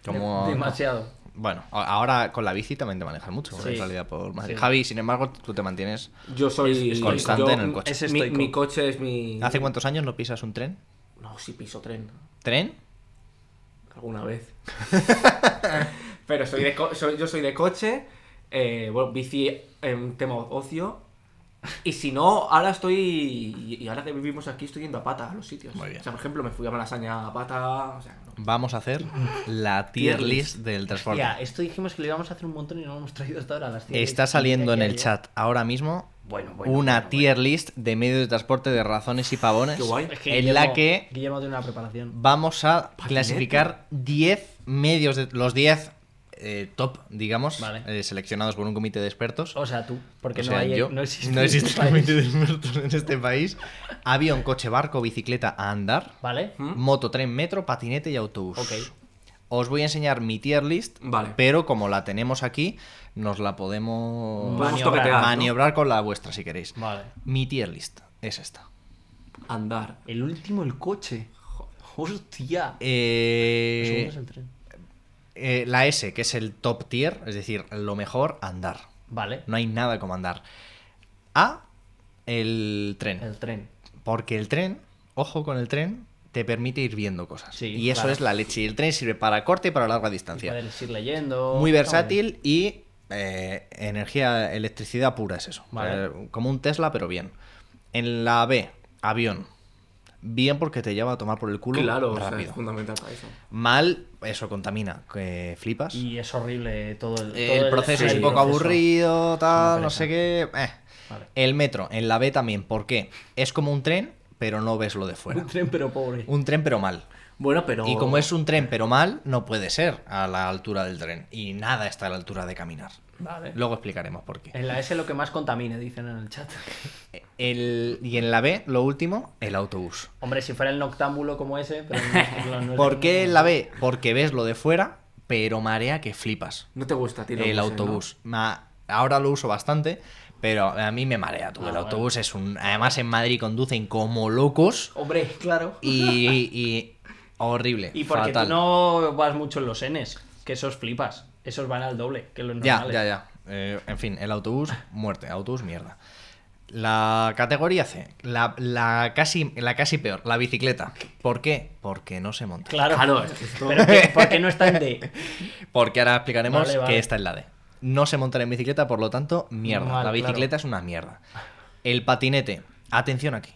[SPEAKER 1] Como-
[SPEAKER 2] Demasiado.
[SPEAKER 1] Bueno, a- ahora con la bici también te manejas mucho,
[SPEAKER 2] Sí.
[SPEAKER 1] en realidad, por Madrid.
[SPEAKER 2] Sí.
[SPEAKER 1] Javi, sin embargo, tú te mantienes...
[SPEAKER 3] Yo soy
[SPEAKER 1] es constante
[SPEAKER 3] yo-
[SPEAKER 1] en el coche.
[SPEAKER 2] Es
[SPEAKER 3] mi,
[SPEAKER 2] estoico.
[SPEAKER 3] mi coche es mi.
[SPEAKER 1] ¿Hace cuántos años no pisas un tren?
[SPEAKER 3] No, sí piso tren.
[SPEAKER 1] ¿Tren?
[SPEAKER 3] Alguna vez. Pero soy de co- soy- yo soy de coche. eh, bueno, bici en tema ocio. Y si no, ahora estoy. Y y ahora que vivimos aquí, estoy yendo a pata a los sitios.
[SPEAKER 1] Muy bien.
[SPEAKER 3] O sea, por ejemplo, me fui a Malasaña a pata. O sea, no.
[SPEAKER 1] Vamos a hacer la tier
[SPEAKER 3] Tier
[SPEAKER 1] list del transporte.
[SPEAKER 2] Ya, esto dijimos que lo íbamos a hacer un montón y no lo hemos traído hasta ahora. Las tiendas.
[SPEAKER 1] Está saliendo en
[SPEAKER 2] Mira,
[SPEAKER 1] el
[SPEAKER 2] ya, ya.
[SPEAKER 1] chat ahora mismo
[SPEAKER 2] Bueno, bueno,
[SPEAKER 1] una
[SPEAKER 2] bueno,
[SPEAKER 1] tier list de medios de transporte de razones y pavones
[SPEAKER 3] Qué guay.
[SPEAKER 2] Es que
[SPEAKER 1] en la
[SPEAKER 2] Guillermo-
[SPEAKER 1] que
[SPEAKER 2] Guillermo tiene una preparación.
[SPEAKER 1] vamos a clasificar 10 medios de los 10 eh, top, digamos,
[SPEAKER 2] Vale.
[SPEAKER 1] eh, seleccionados por un comité de expertos.
[SPEAKER 2] O sea, tú, porque
[SPEAKER 1] O
[SPEAKER 2] no,
[SPEAKER 1] sea,
[SPEAKER 2] hay,
[SPEAKER 1] yo-
[SPEAKER 2] no existe. este
[SPEAKER 1] no existe
[SPEAKER 2] país.
[SPEAKER 1] comité de expertos en este país. Avión, coche, barco, bicicleta a andar.
[SPEAKER 2] Vale.
[SPEAKER 1] Moto, tren, metro, patinete y autobús.
[SPEAKER 2] Ok.
[SPEAKER 1] Os voy a enseñar mi tier list,
[SPEAKER 3] Vale.
[SPEAKER 1] pero como la tenemos aquí, nos la podemos
[SPEAKER 3] Podemos
[SPEAKER 2] Maniobrar.
[SPEAKER 3] toquetear, ¿no?
[SPEAKER 1] maniobrar con la vuestra si queréis.
[SPEAKER 2] Vale.
[SPEAKER 1] Mi tier list es esta.
[SPEAKER 3] Andar.
[SPEAKER 2] El último, el coche. Hostia.
[SPEAKER 1] Eh,
[SPEAKER 2] El segundo es el tren.
[SPEAKER 1] eh, la S, que es el top tier, es decir, lo mejor, andar.
[SPEAKER 2] Vale.
[SPEAKER 1] No hay nada como andar. A, el tren.
[SPEAKER 2] El tren.
[SPEAKER 1] Porque el tren, ojo con el tren, te permite ir viendo cosas.
[SPEAKER 2] Sí,
[SPEAKER 1] y eso
[SPEAKER 2] claro.
[SPEAKER 1] es la leche. Y el tren sirve para corte y para larga distancia.
[SPEAKER 2] Puedes ir leyendo.
[SPEAKER 1] Muy
[SPEAKER 2] Está
[SPEAKER 1] versátil y eh, energía, electricidad pura es eso.
[SPEAKER 2] Vale.
[SPEAKER 1] Eh, como un Tesla, pero bien. En la B, avión. Bien porque te lleva a tomar por el culo
[SPEAKER 3] Claro, o sea, es
[SPEAKER 1] rápido.
[SPEAKER 3] fundamental para eso.
[SPEAKER 1] Mal, eso contamina, que flipas.
[SPEAKER 2] bien. Y es horrible todo el. todo
[SPEAKER 1] el proceso
[SPEAKER 2] sí,
[SPEAKER 1] es un
[SPEAKER 2] el
[SPEAKER 1] poco
[SPEAKER 2] proceso.
[SPEAKER 1] aburrido, tal,
[SPEAKER 2] Una
[SPEAKER 1] no sé qué. eh.
[SPEAKER 2] Vale.
[SPEAKER 1] El metro, en la B también, ¿por qué? Es como un tren, pero no ves lo de fuera.
[SPEAKER 2] Un tren, pero pobre.
[SPEAKER 1] Un tren, pero mal.
[SPEAKER 3] Bueno, pero.
[SPEAKER 1] Y como es un tren, pero mal, no puede ser a la altura del tren. Y nada está a la altura de caminar.
[SPEAKER 2] Vale.
[SPEAKER 1] Luego explicaremos por qué.
[SPEAKER 2] En la S lo que más contamine, dicen en el chat.
[SPEAKER 1] Eh, El- y en la B, lo último, el autobús.
[SPEAKER 2] Hombre, si fuera el noctámbulo como ese, pero no, no es-
[SPEAKER 1] ¿Por qué en
[SPEAKER 2] no-
[SPEAKER 1] la B? Porque ves lo de fuera, pero marea que flipas.
[SPEAKER 3] No te gusta, tío.
[SPEAKER 1] El autobús. Ma- Ahora lo uso bastante, pero a mí me marea tú.
[SPEAKER 2] Ah,
[SPEAKER 1] el
[SPEAKER 2] bueno.
[SPEAKER 1] autobús es un. Además, en Madrid conducen como locos
[SPEAKER 2] Hombre, claro.
[SPEAKER 1] y. y- horrible.
[SPEAKER 2] Y porque
[SPEAKER 1] fatal.
[SPEAKER 2] tú no vas mucho en los Ns, que esos flipas. Esos van al doble que los
[SPEAKER 1] Ya,
[SPEAKER 2] normales.
[SPEAKER 1] ya, ya. Eh, en fin, el autobús, muerte. Autobús, mierda. La categoría C, la, la casi, la casi peor, la bicicleta. ¿Por qué? Porque no se monta.
[SPEAKER 2] Claro.
[SPEAKER 3] Claro, es que esto-
[SPEAKER 2] Pero ¿qué- ¿por qué no está en D?
[SPEAKER 1] Porque ahora explicaremos
[SPEAKER 2] Vale, vale.
[SPEAKER 1] que esta es la D. No se montan en bicicleta, por lo tanto, mierda.
[SPEAKER 2] Mal,
[SPEAKER 1] la bicicleta es una mierda. El patinete, atención aquí.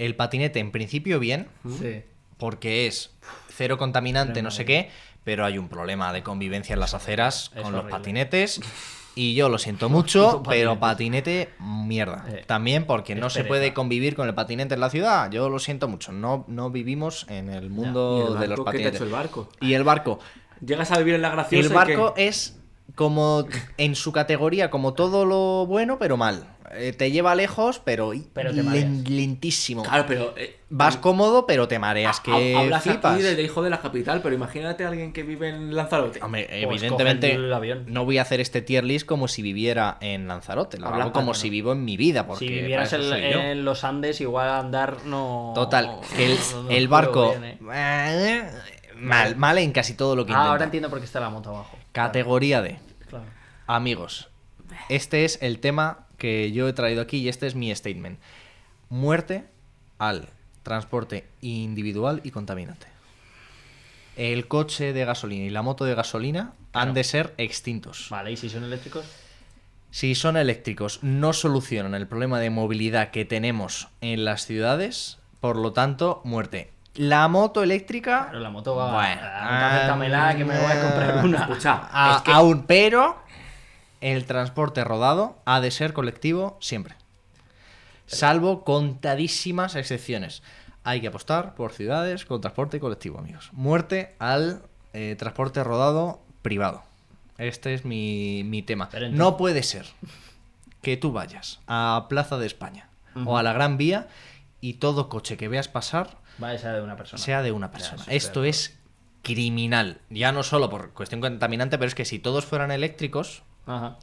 [SPEAKER 1] El patinete, en principio, bien,
[SPEAKER 2] Sí.
[SPEAKER 1] porque es cero contaminante, no sé qué, pero hay un problema de convivencia en las aceras
[SPEAKER 2] Es
[SPEAKER 1] con los
[SPEAKER 2] horrible.
[SPEAKER 1] patinetes. Y yo lo siento
[SPEAKER 2] Puto
[SPEAKER 1] mucho,
[SPEAKER 2] patinete.
[SPEAKER 1] pero patinete, mierda.
[SPEAKER 2] Eh,
[SPEAKER 1] También porque
[SPEAKER 2] es
[SPEAKER 1] no se
[SPEAKER 2] pereza.
[SPEAKER 1] puede convivir con el patinete en la ciudad. Yo lo siento mucho. No, no vivimos en el
[SPEAKER 3] ¿Y el
[SPEAKER 1] mundo de los
[SPEAKER 3] barco? ¿Qué te ha
[SPEAKER 1] patinetes.
[SPEAKER 3] hecho el barco?
[SPEAKER 1] Y el barco.
[SPEAKER 3] Llegas a vivir en la graciosa.
[SPEAKER 1] El
[SPEAKER 3] y
[SPEAKER 1] barco
[SPEAKER 3] que-
[SPEAKER 1] es como en su categoría, como todo lo bueno, pero mal. Eh, te lleva lejos, pero,
[SPEAKER 2] Pero te
[SPEAKER 1] len-
[SPEAKER 2] mareas.
[SPEAKER 1] lentísimo.
[SPEAKER 3] Claro, pero. eh,
[SPEAKER 1] Vas cómodo, pero te mareas,
[SPEAKER 3] ha-
[SPEAKER 1] que
[SPEAKER 3] hablas
[SPEAKER 1] flipas.
[SPEAKER 3] aquí del hijo de la capital, pero imagínate a alguien que vive en Lanzarote.
[SPEAKER 1] Hombre,
[SPEAKER 2] Pues
[SPEAKER 1] evidentemente
[SPEAKER 2] coge el avión.
[SPEAKER 1] no voy a hacer este tier list como si viviera en Lanzarote, lo
[SPEAKER 3] Habla
[SPEAKER 1] hago como
[SPEAKER 3] plátano.
[SPEAKER 1] si vivo en mi vida, porque
[SPEAKER 2] Si vivieras
[SPEAKER 1] para eso
[SPEAKER 2] en,
[SPEAKER 1] soy yo.
[SPEAKER 2] en los Andes, igual andar no.
[SPEAKER 1] Total, que el,
[SPEAKER 2] no- no
[SPEAKER 1] el
[SPEAKER 2] puedo
[SPEAKER 1] barco
[SPEAKER 2] bien, ¿eh?
[SPEAKER 1] mal, mal en casi todo lo que
[SPEAKER 2] Ah,
[SPEAKER 1] intenta.
[SPEAKER 2] ahora entiendo por qué está la moto abajo.
[SPEAKER 1] Categoría D.
[SPEAKER 2] Claro.
[SPEAKER 1] Amigos, este es el tema que yo he traído aquí y este es mi statement. Muerte al transporte individual y contaminante. El coche de gasolina y la moto de gasolina han de ser extintos.
[SPEAKER 2] Vale, y si son eléctricos,
[SPEAKER 1] Si son eléctricos, no solucionan el problema de movilidad que tenemos en las ciudades, por lo tanto, muerte. La moto eléctrica.
[SPEAKER 2] claro, la moto va.
[SPEAKER 1] Bueno, Ah,
[SPEAKER 2] Ah, acéptamela, que me voy a comprar una.
[SPEAKER 3] Escucha,
[SPEAKER 1] a-
[SPEAKER 3] es que-
[SPEAKER 1] Aún, pero el transporte rodado ha de ser colectivo siempre. Salvo contadísimas excepciones. Hay que apostar por ciudades con transporte colectivo, amigos. Muerte al eh, transporte rodado privado. Este es mi, mi tema.
[SPEAKER 2] Pero entonces-
[SPEAKER 1] No puede ser que tú vayas a Plaza de España o a la Gran Vía y todo coche que veas pasar
[SPEAKER 2] Va esa de una persona.
[SPEAKER 1] sea de una persona. Esto es criminal. Ya no solo por cuestión contaminante, pero es que si todos fueran eléctricos,
[SPEAKER 2] Ajá.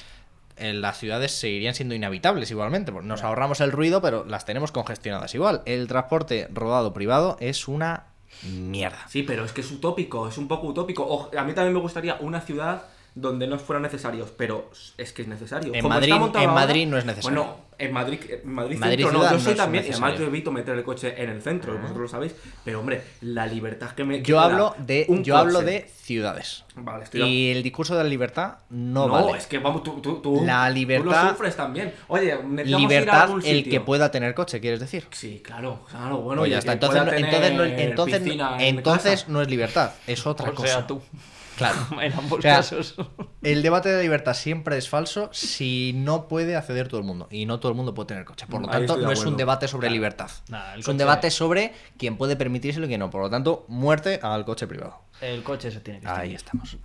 [SPEAKER 1] eh, las ciudades seguirían siendo inhabitables igualmente. Pues Nos ahorramos el ruido, pero las tenemos congestionadas igual. El transporte rodado privado es una mierda.
[SPEAKER 3] Sí, pero es que es utópico, es un poco utópico. O- a mí también me gustaría una ciudad donde no fueran necesarios, pero es que es necesario.
[SPEAKER 1] En
[SPEAKER 3] Como
[SPEAKER 1] Madrid-
[SPEAKER 3] está montado
[SPEAKER 1] en
[SPEAKER 3] ahora-
[SPEAKER 1] Madrid no es necesario.
[SPEAKER 3] Bueno, en Madrid, en Madrid,
[SPEAKER 1] Madrid
[SPEAKER 3] centro no,
[SPEAKER 1] ciudad
[SPEAKER 3] yo
[SPEAKER 1] no
[SPEAKER 3] soy
[SPEAKER 1] es
[SPEAKER 3] también, y además
[SPEAKER 1] necesario. Ah.
[SPEAKER 3] yo evito meter el coche en el centro, vosotros lo sabéis, pero hombre, la libertad que me que
[SPEAKER 1] Yo
[SPEAKER 3] me da
[SPEAKER 1] hablo de,
[SPEAKER 3] un
[SPEAKER 1] yo hablo
[SPEAKER 3] coche.
[SPEAKER 1] de ciudades.
[SPEAKER 3] Vale, estoy de
[SPEAKER 1] Y el discurso de la libertad no,
[SPEAKER 3] No,
[SPEAKER 1] vale.
[SPEAKER 3] es que vamos, tú, tú, tú-
[SPEAKER 1] La
[SPEAKER 3] tú
[SPEAKER 1] libertad-
[SPEAKER 3] lo sufres también. Oye, necesitamos ir a
[SPEAKER 1] Libertad
[SPEAKER 3] algún
[SPEAKER 1] el
[SPEAKER 3] sitio.
[SPEAKER 1] que pueda tener coche, ¿quieres decir?
[SPEAKER 3] Sí, claro, claro, bueno,
[SPEAKER 1] Pues
[SPEAKER 3] y
[SPEAKER 1] ya
[SPEAKER 3] el
[SPEAKER 1] está.
[SPEAKER 3] que
[SPEAKER 1] Entonces,
[SPEAKER 3] pueda
[SPEAKER 1] no- entonces, no-
[SPEAKER 3] tener
[SPEAKER 1] entonces,
[SPEAKER 3] piscina en
[SPEAKER 1] entonces
[SPEAKER 3] casa.
[SPEAKER 1] no es libertad, es otra
[SPEAKER 2] O
[SPEAKER 1] cosa.
[SPEAKER 2] sea, tú.
[SPEAKER 1] Claro.
[SPEAKER 2] En ambos
[SPEAKER 1] O sea,
[SPEAKER 2] casos.
[SPEAKER 1] El debate de la libertad siempre es falso si no puede acceder todo el mundo. Y no todo el mundo puede tener coche. Por lo
[SPEAKER 3] Ahí
[SPEAKER 1] tanto,
[SPEAKER 3] estoy de
[SPEAKER 1] no es un
[SPEAKER 3] acuerdo.
[SPEAKER 1] debate sobre libertad.
[SPEAKER 2] Nada, el
[SPEAKER 1] es un
[SPEAKER 2] coche-
[SPEAKER 1] debate sobre quién puede permitírselo y quién no. Por lo tanto, muerte al coche privado.
[SPEAKER 2] El coche se tiene que
[SPEAKER 1] Ahí
[SPEAKER 2] estar.
[SPEAKER 1] estamos.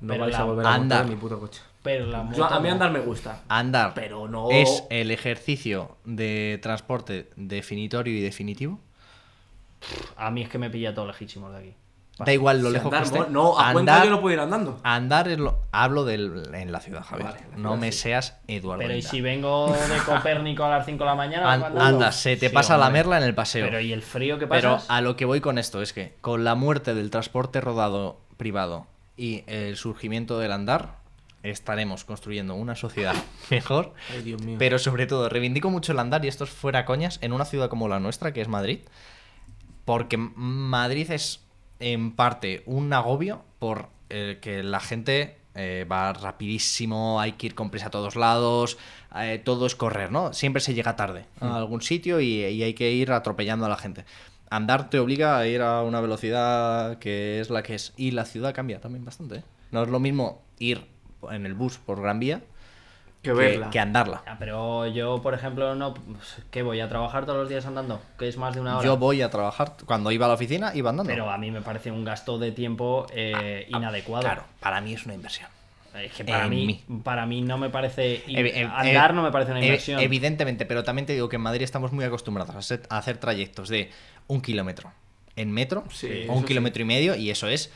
[SPEAKER 3] No
[SPEAKER 2] Pero
[SPEAKER 3] vais
[SPEAKER 2] la-
[SPEAKER 3] a volver a
[SPEAKER 1] Anda.
[SPEAKER 3] montar en mi puto coche.
[SPEAKER 2] Pero la moto.
[SPEAKER 3] Yo, a mí
[SPEAKER 2] no.
[SPEAKER 3] andar me gusta.
[SPEAKER 1] Andar
[SPEAKER 3] Pero no-
[SPEAKER 1] es el ejercicio de transporte definitorio y definitivo.
[SPEAKER 2] A mí es que me pilla todo lejísimo de aquí.
[SPEAKER 1] Da igual lo
[SPEAKER 3] Si
[SPEAKER 1] lejos
[SPEAKER 3] andar,
[SPEAKER 1] que esté.
[SPEAKER 3] No, a cuenta
[SPEAKER 1] Andar-
[SPEAKER 3] yo no puedo ir andando.
[SPEAKER 1] Andar es lo. Hablo del, en la ciudad, Javier.
[SPEAKER 3] Vale, en la
[SPEAKER 1] no
[SPEAKER 3] ciudad,
[SPEAKER 1] me
[SPEAKER 3] sí.
[SPEAKER 1] seas Eduardo.
[SPEAKER 2] Pero y
[SPEAKER 1] Inda.
[SPEAKER 2] si vengo de Copérnico a las 5 de la mañana.
[SPEAKER 1] An-
[SPEAKER 2] ¿cuándo?
[SPEAKER 1] anda, se te
[SPEAKER 2] Sí,
[SPEAKER 1] pasa la
[SPEAKER 2] hombre.
[SPEAKER 1] merla en el paseo.
[SPEAKER 2] Pero ¿y el frío que
[SPEAKER 1] Pero
[SPEAKER 2] pasas?
[SPEAKER 1] a lo que voy con esto es que con la muerte del transporte rodado privado y el surgimiento del andar, estaremos construyendo una sociedad mejor.
[SPEAKER 3] Ay, Dios mío.
[SPEAKER 1] Pero sobre todo, reivindico mucho el andar, y esto es fuera coñas, en una ciudad como la nuestra, que es Madrid, porque M- Madrid es en parte un agobio por el que la gente eh, va rapidísimo, hay que ir con prisa a todos lados, eh, todo es correr, ¿no? Siempre se llega tarde a algún sitio y, y hay que ir atropellando a la gente. Andar te obliga a ir a una velocidad que es la que es. Y la ciudad cambia también bastante. ¿eh? No es lo mismo ir en el bus por Gran Vía
[SPEAKER 3] que verla.
[SPEAKER 1] que andarla.
[SPEAKER 2] Ya, pero yo, por ejemplo, no. pues, ¿Qué voy a trabajar todos los días andando? Que es más de una hora.
[SPEAKER 1] Yo voy a trabajar. Cuando iba a la oficina, iba andando.
[SPEAKER 2] Pero a mí me parece un gasto de tiempo eh, inadecuado.
[SPEAKER 1] Ah, Claro, para mí es una inversión.
[SPEAKER 2] Es que para
[SPEAKER 1] En
[SPEAKER 2] mí,
[SPEAKER 1] mí.
[SPEAKER 2] para mí no me parece. in-
[SPEAKER 1] Evi- ev-
[SPEAKER 2] andar
[SPEAKER 1] ev-
[SPEAKER 2] no me parece una
[SPEAKER 1] ev-
[SPEAKER 2] inversión.
[SPEAKER 1] Evidentemente, pero también te digo que en Madrid estamos muy acostumbrados a hacer, a hacer trayectos de un kilómetro en metro
[SPEAKER 3] Sí,
[SPEAKER 1] o
[SPEAKER 3] eso
[SPEAKER 1] un
[SPEAKER 3] sí.
[SPEAKER 1] kilómetro y medio, y eso es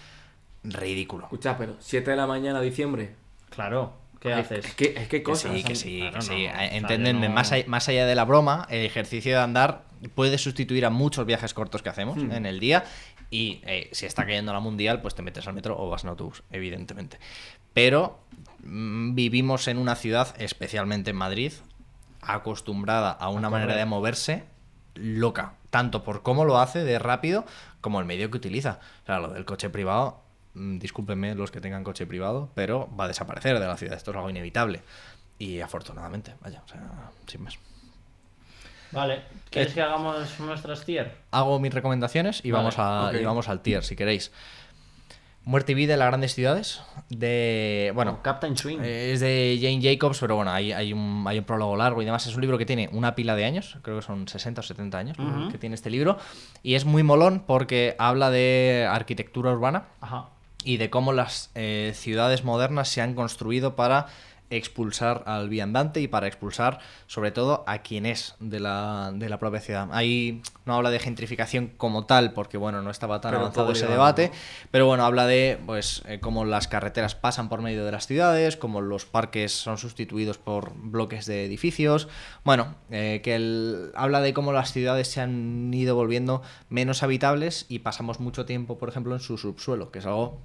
[SPEAKER 1] ridículo.
[SPEAKER 3] Escucha, pero 7 de la mañana, diciembre.
[SPEAKER 2] claro. ¿Qué haces?
[SPEAKER 3] Es que, es que hay
[SPEAKER 1] Que
[SPEAKER 3] cosas.
[SPEAKER 1] sí, que sí,
[SPEAKER 2] Claro,
[SPEAKER 1] que sí. eh,
[SPEAKER 2] no, o sea, yo
[SPEAKER 1] Enténdenme,
[SPEAKER 2] no-
[SPEAKER 1] más, all- más allá de la broma, el ejercicio de andar puede sustituir a muchos viajes cortos que hacemos en el día. Y eh, si está cayendo la mundial, pues te metes al metro o vas en autobús, evidentemente. Pero mm, vivimos en una ciudad, especialmente en Madrid, acostumbrada a una manera de moverse loca. Tanto por cómo lo hace de rápido como el medio que utiliza. O sea, lo del coche privado, mm, discúlpenme los que tengan coche privado, pero va a desaparecer de la ciudad. Esto es algo inevitable. Y afortunadamente, vaya, o sea, sin más.
[SPEAKER 2] Vale. ¿Quieres que hagamos nuestras tier?
[SPEAKER 1] Hago mis recomendaciones y,
[SPEAKER 2] Vale,
[SPEAKER 1] vamos, a,
[SPEAKER 3] ok.
[SPEAKER 1] y vamos al tier, si queréis. Muerte y vida en las grandes ciudades. De. Bueno,
[SPEAKER 2] O Captain Swing.
[SPEAKER 1] Eh, Es de Jane Jacobs, pero bueno, hay, hay, un, hay un prólogo largo y demás. Es un libro que tiene una pila de años, creo que son 60 o 70 años
[SPEAKER 2] Ujú.
[SPEAKER 1] que tiene este libro. Y es muy molón porque habla de arquitectura urbana
[SPEAKER 2] Ajá.
[SPEAKER 1] y de cómo las eh, ciudades modernas se han construido para expulsar al viandante y para expulsar sobre todo a quien es de la, de la propia ciudad. Ahí no habla de gentrificación como tal, porque bueno, no estaba tan
[SPEAKER 3] Pero
[SPEAKER 1] avanzado
[SPEAKER 3] todo
[SPEAKER 1] ese
[SPEAKER 3] ligado,
[SPEAKER 1] debate,
[SPEAKER 3] ¿no?
[SPEAKER 1] pero bueno, habla de pues eh, cómo las carreteras pasan por medio de las ciudades, cómo los parques son sustituidos por bloques de edificios. Bueno, eh, que el- habla de cómo las ciudades se han ido volviendo menos habitables y pasamos mucho tiempo, por ejemplo, en su subsuelo, que es algo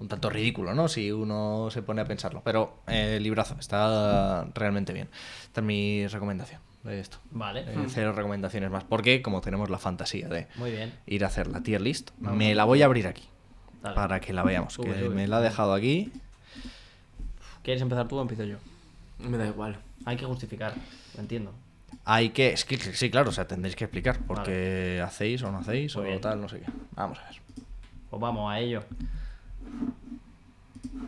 [SPEAKER 1] un tanto ridículo, ¿no? Si uno se pone a pensarlo. Pero eh, librazo, está realmente bien. Esta es mi recomendación de esto.
[SPEAKER 2] Vale.
[SPEAKER 1] Eh, cero recomendaciones más, porque como tenemos la fantasía de
[SPEAKER 2] Muy bien.
[SPEAKER 1] ir a hacer la tier list. Me la voy a abrir aquí.
[SPEAKER 2] Ah, Dale.
[SPEAKER 1] Para que la veamos.
[SPEAKER 2] Sube,
[SPEAKER 1] Que
[SPEAKER 2] sube.
[SPEAKER 1] me la ha dejado aquí.
[SPEAKER 2] ¿Quieres empezar tú o empiezo yo?
[SPEAKER 3] Me da igual.
[SPEAKER 2] Hay que justificar. Lo entiendo.
[SPEAKER 1] Hay que. es que- sí, claro, o sea, tendréis que explicar por qué hacéis o no hacéis
[SPEAKER 2] Muy
[SPEAKER 1] o
[SPEAKER 2] bien.
[SPEAKER 1] tal, no sé qué. Vamos a ver.
[SPEAKER 2] Pues vamos a ello.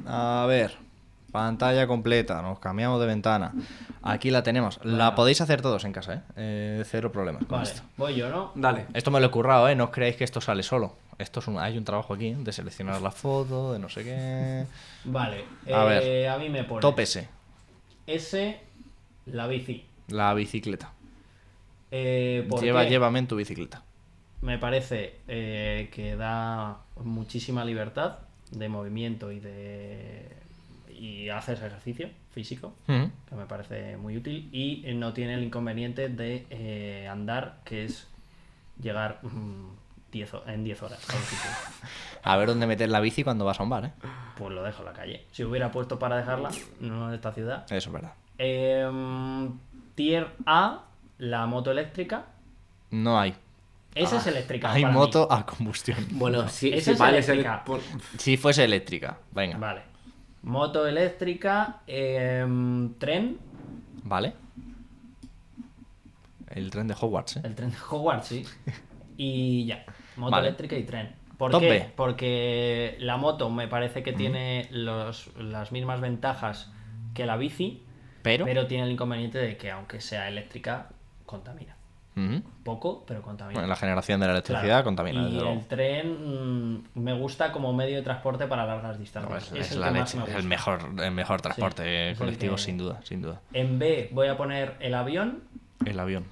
[SPEAKER 1] A ver. Pantalla completa, nos cambiamos de ventana. Aquí la tenemos. La podéis hacer todos en casa, ¿eh? Eh, cero problemas con
[SPEAKER 2] Vale.
[SPEAKER 1] esto. Mm.
[SPEAKER 2] Voy yo, ¿no?
[SPEAKER 3] Dale.
[SPEAKER 1] Esto me lo he currado, ¿eh? No os creáis que esto sale solo. Esto es un, hay un trabajo aquí ¿eh? de seleccionar la foto, de no sé qué.
[SPEAKER 2] Vale.
[SPEAKER 1] A ver.
[SPEAKER 2] eh, a mí me pone.
[SPEAKER 1] Tópese.
[SPEAKER 2] S, la bici.
[SPEAKER 1] La bicicleta.
[SPEAKER 2] Eh, ¿por
[SPEAKER 1] Lleva,
[SPEAKER 2] qué?
[SPEAKER 1] llévame en tu bicicleta.
[SPEAKER 2] Me parece eh, que da muchísima libertad de movimiento y de. y haces ejercicio físico,
[SPEAKER 1] Ujú.
[SPEAKER 2] que me parece muy útil. Y eh, no tiene el inconveniente de eh, andar, que es llegar mm, 10 ho- en 10 horas. a un sitio.
[SPEAKER 1] A ver dónde meter la bici cuando vas a un bar, ¿eh?
[SPEAKER 2] Pues lo dejo en la calle. Si hubiera puesto para dejarla, no en esta ciudad.
[SPEAKER 1] Eso es verdad.
[SPEAKER 2] Em, tier A, la moto eléctrica.
[SPEAKER 1] No hay.
[SPEAKER 2] Esa es eléctrica.
[SPEAKER 1] Ah, Hay
[SPEAKER 2] para mí.
[SPEAKER 1] moto a combustión.
[SPEAKER 3] Bueno, sí,
[SPEAKER 2] Esa
[SPEAKER 3] sí,
[SPEAKER 2] es
[SPEAKER 3] vale, es el-
[SPEAKER 2] eléctrica.
[SPEAKER 3] por-
[SPEAKER 1] Si fuese eléctrica, venga. Vale.
[SPEAKER 2] Vale. Moto eléctrica, em, tren.
[SPEAKER 1] El tren de Hogwarts, ¿eh?
[SPEAKER 2] El tren de Hogwarts, sí. Y ya. Moto
[SPEAKER 1] Vale.
[SPEAKER 2] eléctrica y tren. ¿Por
[SPEAKER 1] Top
[SPEAKER 2] qué?
[SPEAKER 1] B.
[SPEAKER 2] Porque la moto me parece que tiene los- las mismas ventajas que la bici,
[SPEAKER 1] Pero,
[SPEAKER 2] pero, tiene el inconveniente de que aunque sea eléctrica, contamina.
[SPEAKER 1] Ujú.
[SPEAKER 2] Poco, pero contamina.
[SPEAKER 1] Bueno, la generación de la electricidad
[SPEAKER 2] Claro.
[SPEAKER 1] contamina. desde
[SPEAKER 2] Y
[SPEAKER 1] luego.
[SPEAKER 2] el tren mm, me gusta como medio de transporte para largas
[SPEAKER 1] No,
[SPEAKER 2] distancias.
[SPEAKER 1] es,
[SPEAKER 2] es
[SPEAKER 1] Pues es
[SPEAKER 2] el
[SPEAKER 1] la
[SPEAKER 2] que más
[SPEAKER 1] leche,
[SPEAKER 2] me
[SPEAKER 1] es el
[SPEAKER 2] gusta.
[SPEAKER 1] mejor, el mejor transporte
[SPEAKER 2] es el
[SPEAKER 1] colectivo,
[SPEAKER 2] que-
[SPEAKER 1] sin duda, sin duda.
[SPEAKER 2] En B voy a poner el avión
[SPEAKER 1] El avión.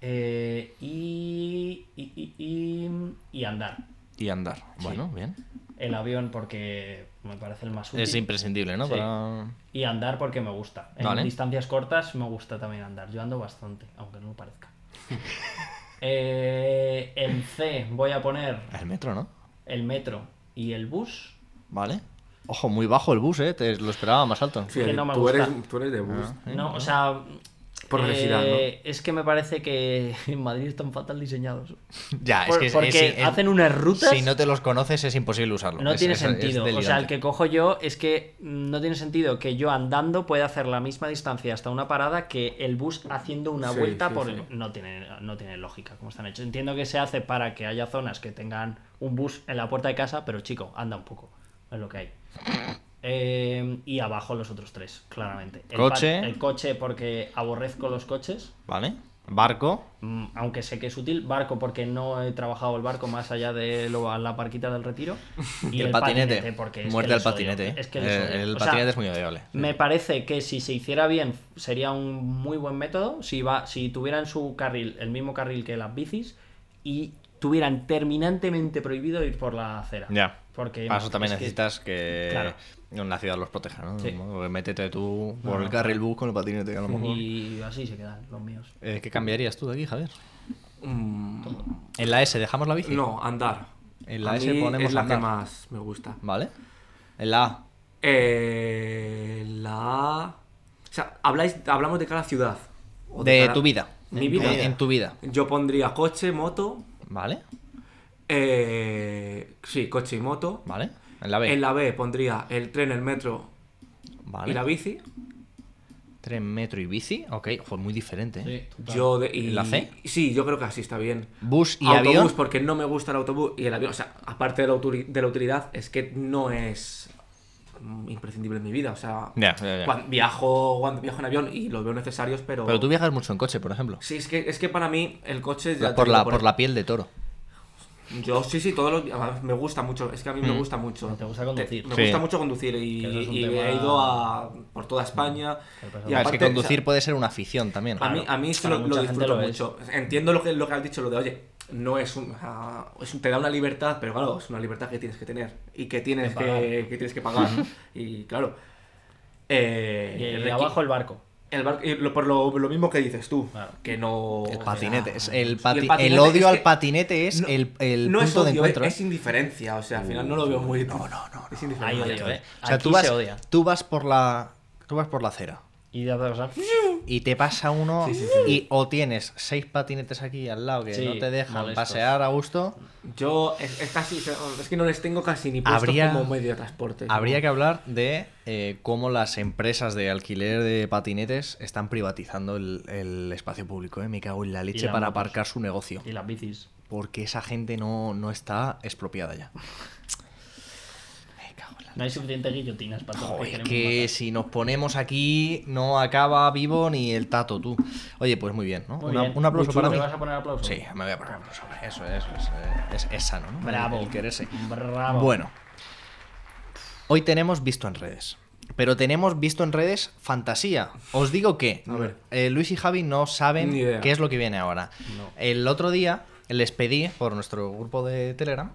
[SPEAKER 2] eh, y, y, y- y- y andar.
[SPEAKER 1] Y andar. Bueno, bien.
[SPEAKER 2] El avión porque me parece el más útil.
[SPEAKER 1] Es imprescindible, ¿no?
[SPEAKER 2] Sí.
[SPEAKER 1] Para-
[SPEAKER 2] Y andar porque me gusta. En
[SPEAKER 1] Vale.
[SPEAKER 2] distancias cortas me gusta también andar. Yo ando bastante, aunque no lo parezca. Eh, en C voy a poner
[SPEAKER 1] El metro, ¿no?
[SPEAKER 2] el metro y el bus.
[SPEAKER 1] Vale. Ojo, muy bajo el bus, ¿eh? Te lo esperaba más alto.
[SPEAKER 3] Sí,
[SPEAKER 2] que no me
[SPEAKER 3] tú,
[SPEAKER 2] gusta.
[SPEAKER 3] Eres, tú eres de bus.
[SPEAKER 2] No, o sea... eh,
[SPEAKER 3] Por necesidad,
[SPEAKER 2] Es que me parece que en Madrid están fatal diseñados.
[SPEAKER 1] Ya, es
[SPEAKER 2] Por-
[SPEAKER 1] que es-
[SPEAKER 2] porque
[SPEAKER 1] es- es-
[SPEAKER 2] hacen unas rutas...
[SPEAKER 1] Si no te los conoces es imposible usarlo.
[SPEAKER 2] No
[SPEAKER 1] Es-
[SPEAKER 2] tiene
[SPEAKER 1] es- es
[SPEAKER 2] sentido. o sea, el
[SPEAKER 1] delirante.
[SPEAKER 2] que cojo yo es que mm, no tiene sentido que yo andando pueda hacer la misma distancia hasta una parada que el bus haciendo una
[SPEAKER 3] Sí,
[SPEAKER 2] vuelta
[SPEAKER 3] sí,
[SPEAKER 2] por
[SPEAKER 3] sí.
[SPEAKER 2] el... No tiene, no tiene lógica como están hechos. Entiendo que se hace para que haya zonas que tengan un bus en la puerta de casa, pero chico, anda un poco. Es lo que hay. Eh, y abajo los otros tres, claramente. El
[SPEAKER 1] Coche.
[SPEAKER 2] pa- El coche porque aborrezco los coches.
[SPEAKER 1] Vale. Barco.
[SPEAKER 2] mm, Aunque sé que es útil, barco porque no he trabajado el barco más allá de lo- la parquita del retiro. Y,
[SPEAKER 1] el, patinete.
[SPEAKER 2] porque es que
[SPEAKER 1] Muerte al
[SPEAKER 2] les odio.
[SPEAKER 1] patinete.
[SPEAKER 2] Es que
[SPEAKER 1] el
[SPEAKER 2] les odio.
[SPEAKER 1] el
[SPEAKER 2] O sea,
[SPEAKER 1] patinete es muy odiable.
[SPEAKER 2] Me parece que si se hiciera bien sería un muy buen método. Si, va, si tuvieran su carril, el mismo carril que las bicis, y tuvieran terminantemente prohibido ir por la acera.
[SPEAKER 1] Ya.
[SPEAKER 2] Porque
[SPEAKER 1] Para eso también
[SPEAKER 2] es que-
[SPEAKER 1] necesitas que
[SPEAKER 2] Claro.
[SPEAKER 1] la ciudad los proteja, ¿no?
[SPEAKER 2] Sí.
[SPEAKER 1] Porque Métete tú por
[SPEAKER 2] No,
[SPEAKER 1] el
[SPEAKER 2] no.
[SPEAKER 1] carril bus con el patinete, a lo mejor.
[SPEAKER 2] Y así se quedan los míos.
[SPEAKER 1] Eh, ¿Qué cambiarías tú de aquí, Javier?
[SPEAKER 3] Mm,
[SPEAKER 1] En la S dejamos la bici.
[SPEAKER 3] no, andar.
[SPEAKER 1] En la
[SPEAKER 3] A
[SPEAKER 1] S
[SPEAKER 3] mí
[SPEAKER 1] ponemos
[SPEAKER 3] es la
[SPEAKER 1] andar.
[SPEAKER 3] que más me gusta.
[SPEAKER 1] ¿Vale? En la A.
[SPEAKER 3] Eh, la... O sea, habláis, hablamos de cada ciudad. o
[SPEAKER 1] De
[SPEAKER 3] cada-
[SPEAKER 1] tu vida.
[SPEAKER 3] Mi
[SPEAKER 1] En-
[SPEAKER 3] vida.
[SPEAKER 1] En, en tu vida.
[SPEAKER 3] Yo pondría coche, moto.
[SPEAKER 1] ¿Vale?
[SPEAKER 3] eh, sí, coche y moto.
[SPEAKER 1] ¿Vale? En la B.
[SPEAKER 3] En la B pondría el tren, el metro
[SPEAKER 1] Vale.
[SPEAKER 3] y la bici.
[SPEAKER 1] Tren, metro y bici. Ok, ojo, muy diferente. ¿eh?
[SPEAKER 3] Yo de- y-
[SPEAKER 1] ¿La C?
[SPEAKER 3] Sí, yo creo que así está bien.
[SPEAKER 1] Bus y
[SPEAKER 3] autobús,
[SPEAKER 1] avión.
[SPEAKER 3] porque no me gusta el autobús y el avión. O sea, aparte de la, utili- de la utilidad, es que no es mm, imprescindible en mi vida. O sea,
[SPEAKER 1] Ya, ya, ya.
[SPEAKER 3] cuan- viajo, cuando viajo en avión y los veo necesarios, pero.
[SPEAKER 1] Pero tú viajas mucho en coche, por ejemplo.
[SPEAKER 3] Sí, es que, es que para mí el coche. ya te
[SPEAKER 1] por,
[SPEAKER 3] digo,
[SPEAKER 1] la, por la piel de toro.
[SPEAKER 3] Yo sí, sí, todos los días. Me gusta mucho. Es que a mí me gusta mucho.
[SPEAKER 2] Te gusta conducir.
[SPEAKER 3] me
[SPEAKER 1] Mm. Sí.
[SPEAKER 3] gusta mucho conducir y,
[SPEAKER 2] Que eso es un
[SPEAKER 3] y
[SPEAKER 2] tema- Mm.
[SPEAKER 3] he ido a, por toda España.
[SPEAKER 2] pasa
[SPEAKER 3] Y
[SPEAKER 1] Ah, es
[SPEAKER 3] aparte,
[SPEAKER 1] que conducir
[SPEAKER 3] o sea,
[SPEAKER 1] puede ser una afición también.
[SPEAKER 3] A mí, a mí eso
[SPEAKER 2] Para
[SPEAKER 3] lo, lo
[SPEAKER 2] mucha gente
[SPEAKER 3] disfruto
[SPEAKER 2] lo es.
[SPEAKER 3] mucho. Entiendo lo que, lo que has dicho, lo de, oye, no es un, ah, es un- Te da una libertad, pero claro, es una libertad que tienes que tener y que tienes
[SPEAKER 2] Que pagar.
[SPEAKER 3] que, que tienes que pagar. y claro. eh,
[SPEAKER 2] Y,
[SPEAKER 3] requi-
[SPEAKER 2] abajo el barco.
[SPEAKER 3] el barco- y lo- por lo, lo mismo que dices tú,
[SPEAKER 2] Claro.
[SPEAKER 3] que no.
[SPEAKER 1] El patinete.
[SPEAKER 3] o
[SPEAKER 1] es
[SPEAKER 3] sea,
[SPEAKER 1] el,
[SPEAKER 3] y
[SPEAKER 1] pati- el
[SPEAKER 3] patinete
[SPEAKER 1] odio
[SPEAKER 3] es
[SPEAKER 1] al
[SPEAKER 3] que
[SPEAKER 1] patinete es el, el
[SPEAKER 3] no es
[SPEAKER 1] punto de
[SPEAKER 3] odio,
[SPEAKER 1] encuentro.
[SPEAKER 3] Es,
[SPEAKER 1] ¿eh?
[SPEAKER 3] indiferencia, o sea, al final no lo veo muy. No, no, no. Es indiferencia.
[SPEAKER 2] Ahí odio, ¿eh?
[SPEAKER 1] O sea,
[SPEAKER 2] Aquí
[SPEAKER 1] tú vas,
[SPEAKER 2] se odia.
[SPEAKER 1] tú vas por la. Tú vas por la acera.
[SPEAKER 2] Y de pasar.
[SPEAKER 1] Y te pasa uno
[SPEAKER 3] Sí, sí,
[SPEAKER 1] y o tienes seis patinetes aquí al lado que
[SPEAKER 2] Sí,
[SPEAKER 1] no te dejan
[SPEAKER 2] molestos.
[SPEAKER 1] pasear a gusto.
[SPEAKER 3] Yo es, es casi, es que no les tengo casi ni puestos
[SPEAKER 1] Habría-
[SPEAKER 3] como medio de transporte.
[SPEAKER 1] Habría que hablar de eh, cómo las empresas de alquiler de patinetes están privatizando el, el espacio público. ¿eh? Me cago en la leche
[SPEAKER 2] las
[SPEAKER 1] para
[SPEAKER 2] motos.
[SPEAKER 1] aparcar su negocio.
[SPEAKER 2] Y las bicis.
[SPEAKER 1] Porque esa gente no, no está expropiada ya. Me cago en la
[SPEAKER 2] No hay suficiente guillotinas para todo. lo
[SPEAKER 1] Joder, es
[SPEAKER 2] queremos
[SPEAKER 1] que
[SPEAKER 2] matar.
[SPEAKER 1] si nos ponemos aquí no acaba vivo ni el tato tú. Oye, pues muy bien, ¿no?
[SPEAKER 2] Muy
[SPEAKER 1] Una-
[SPEAKER 2] bien.
[SPEAKER 1] Un aplauso
[SPEAKER 2] Muy
[SPEAKER 1] para
[SPEAKER 2] chulo.
[SPEAKER 1] mí.
[SPEAKER 2] ¿Te vas a poner aplauso?
[SPEAKER 1] Sí, me voy a poner un aplauso. hombre. Eso, eso, eso, eh, es, es sano, ¿no?
[SPEAKER 2] Bravo.
[SPEAKER 1] El, el quererse.
[SPEAKER 2] Bravo.
[SPEAKER 1] Bueno, hoy tenemos visto en redes. Pero tenemos visto en redes fantasía. Os digo que
[SPEAKER 3] A ver.
[SPEAKER 1] eh, Luis y Javi no saben
[SPEAKER 3] Ni idea.
[SPEAKER 1] qué es lo que viene ahora.
[SPEAKER 2] No.
[SPEAKER 1] El otro día les pedí por nuestro grupo de Telegram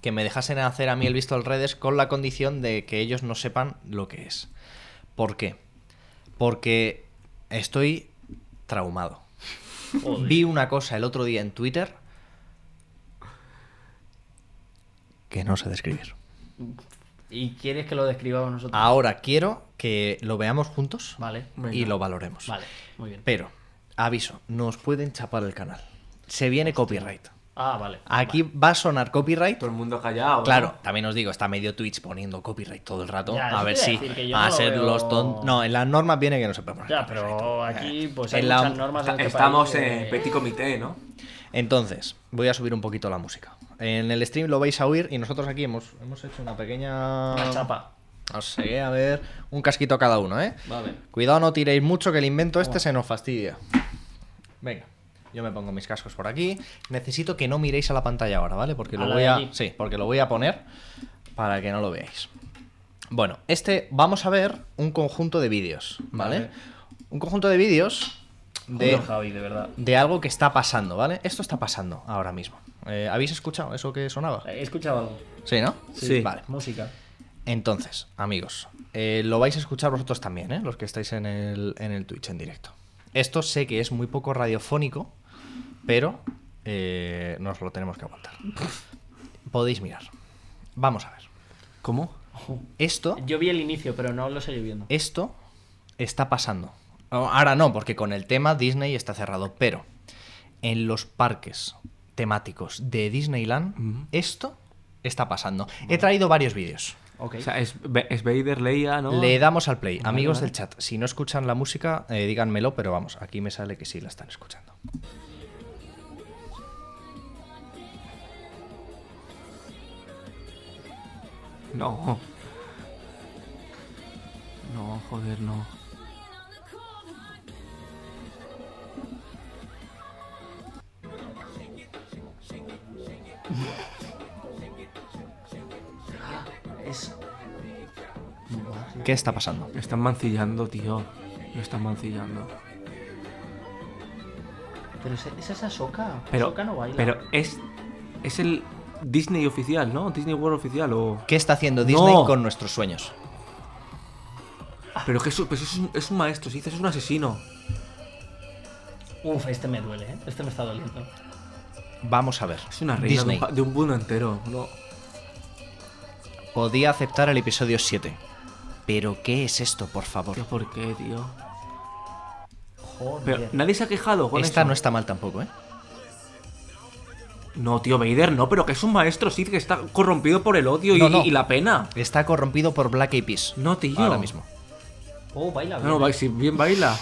[SPEAKER 1] que me dejasen hacer a mí el visto en redes con la condición de que ellos no sepan lo que es. ¿Por qué? Porque estoy traumado.
[SPEAKER 2] Joder.
[SPEAKER 1] Vi una cosa el otro día en Twitter que no sé describir.
[SPEAKER 2] ¿Y quieres que lo describamos nosotros?
[SPEAKER 3] Ah.
[SPEAKER 1] Ahora quiero que lo veamos juntos
[SPEAKER 2] Vale.
[SPEAKER 1] y
[SPEAKER 3] Venga.
[SPEAKER 1] lo valoremos.
[SPEAKER 2] Vale, muy bien.
[SPEAKER 1] Pero, aviso, nos pueden chapar el canal. Se viene copyright.
[SPEAKER 2] Ah, vale.
[SPEAKER 1] Aquí va a sonar copyright.
[SPEAKER 3] Todo el mundo callado. ¿no?
[SPEAKER 1] Claro, también os digo, está medio Twitch poniendo copyright todo el rato.
[SPEAKER 2] Ya, eso
[SPEAKER 1] a
[SPEAKER 2] te
[SPEAKER 1] ver
[SPEAKER 2] iba a
[SPEAKER 1] si
[SPEAKER 2] decir que yo
[SPEAKER 1] va a
[SPEAKER 2] no lo
[SPEAKER 1] ser
[SPEAKER 2] veo-
[SPEAKER 1] los tontos. No, en las normas viene que no se puede poner
[SPEAKER 2] Ya,
[SPEAKER 1] copyright.
[SPEAKER 2] pero aquí pues
[SPEAKER 1] En
[SPEAKER 2] hay
[SPEAKER 1] la-
[SPEAKER 2] muchas normas en este
[SPEAKER 3] Estamos
[SPEAKER 2] país
[SPEAKER 3] en
[SPEAKER 2] que-
[SPEAKER 3] petit comité, ¿no?
[SPEAKER 1] Entonces, voy a subir un poquito la música. En el stream lo vais a oír y nosotros aquí hemos, hemos hecho una pequeña...
[SPEAKER 2] Una chapa.
[SPEAKER 1] No sé, a ver, un casquito a cada uno, ¿eh?
[SPEAKER 2] Vale.
[SPEAKER 1] Cuidado, no tiréis mucho, que el invento este se nos fastidia. Venga. Yo me pongo mis cascos por aquí. Necesito que no miréis a la pantalla ahora, ¿vale? Porque
[SPEAKER 2] A
[SPEAKER 1] lo
[SPEAKER 2] la
[SPEAKER 1] voy
[SPEAKER 2] de
[SPEAKER 1] a.
[SPEAKER 2] allí.
[SPEAKER 1] Sí, porque lo voy a poner para que no lo veáis. Bueno, este vamos a ver un conjunto de vídeos, ¿vale?
[SPEAKER 2] Vale.
[SPEAKER 1] Un conjunto de vídeos de,
[SPEAKER 2] Joder, Javi, de verdad.
[SPEAKER 1] de algo que está pasando, ¿vale? Esto está pasando ahora mismo. Eh, ¿Habéis escuchado eso que sonaba?
[SPEAKER 2] He escuchado algo.
[SPEAKER 1] Sí, ¿no?
[SPEAKER 3] Sí.
[SPEAKER 1] Vale.
[SPEAKER 2] Música.
[SPEAKER 1] Entonces, amigos, eh, lo vais a escuchar vosotros también, ¿eh? los que estáis en el, en el Twitch en directo. Esto sé que es muy poco radiofónico, pero eh, nos lo tenemos que aguantar. Podéis mirar. Vamos a ver.
[SPEAKER 3] ¿Cómo?
[SPEAKER 1] Esto,
[SPEAKER 2] Yo vi el inicio, pero no lo seguí viendo.
[SPEAKER 3] Eh,
[SPEAKER 1] esto está pasando. O- Ahora no, porque con el tema Disney está cerrado, pero en los parques temáticos de Disneyland,
[SPEAKER 3] Ujú.
[SPEAKER 1] esto está pasando. He traído varios vídeos.
[SPEAKER 2] Ok.
[SPEAKER 3] O sea, es, Ve- es Vader, Leia, ¿no?
[SPEAKER 1] Le damos al play.
[SPEAKER 3] Ah. Vale,
[SPEAKER 1] Amigos
[SPEAKER 3] vale.
[SPEAKER 1] del chat, si no escuchan la música, eh, díganmelo, pero vamos, aquí me sale que sí la están escuchando.
[SPEAKER 3] No. No, joder, no.
[SPEAKER 2] Es-
[SPEAKER 1] ¿Qué está pasando?
[SPEAKER 3] Me están mancillando, tío. Me están mancillando.
[SPEAKER 2] Pero es, es esa Soca.
[SPEAKER 3] Pero,
[SPEAKER 2] Soca no baila.
[SPEAKER 3] pero es, es el Disney oficial, ¿no? Disney World oficial o...
[SPEAKER 1] ¿Qué está haciendo Disney
[SPEAKER 3] No.
[SPEAKER 1] con nuestros sueños?
[SPEAKER 3] Pero que eso, pues eso es, un, es un maestro, si dices es un asesino.
[SPEAKER 2] Uf, este me duele, ¿eh? Este me está doliendo.
[SPEAKER 1] Vamos a ver.
[SPEAKER 3] Es una reina de
[SPEAKER 1] Disney
[SPEAKER 3] un, pa- de un mundo entero. No.
[SPEAKER 1] podía aceptar el episodio 7. Pero ¿qué es esto, por favor?
[SPEAKER 3] Tío, ¿por qué, tío?
[SPEAKER 2] Joder.
[SPEAKER 3] Pero nadie se ha quejado con
[SPEAKER 1] Esta
[SPEAKER 3] eso.
[SPEAKER 1] no está mal tampoco, ¿eh?
[SPEAKER 3] No, tío, Vader no, pero que es un maestro Sith que está corrompido por el odio y-
[SPEAKER 1] No,
[SPEAKER 3] y,
[SPEAKER 1] no.
[SPEAKER 3] y la pena.
[SPEAKER 1] Está corrompido por Black Eyed Peas.
[SPEAKER 3] No, tío.
[SPEAKER 1] Ahora mismo.
[SPEAKER 2] Oh, baila
[SPEAKER 3] No, no,
[SPEAKER 2] bien.
[SPEAKER 3] va- si bien baila.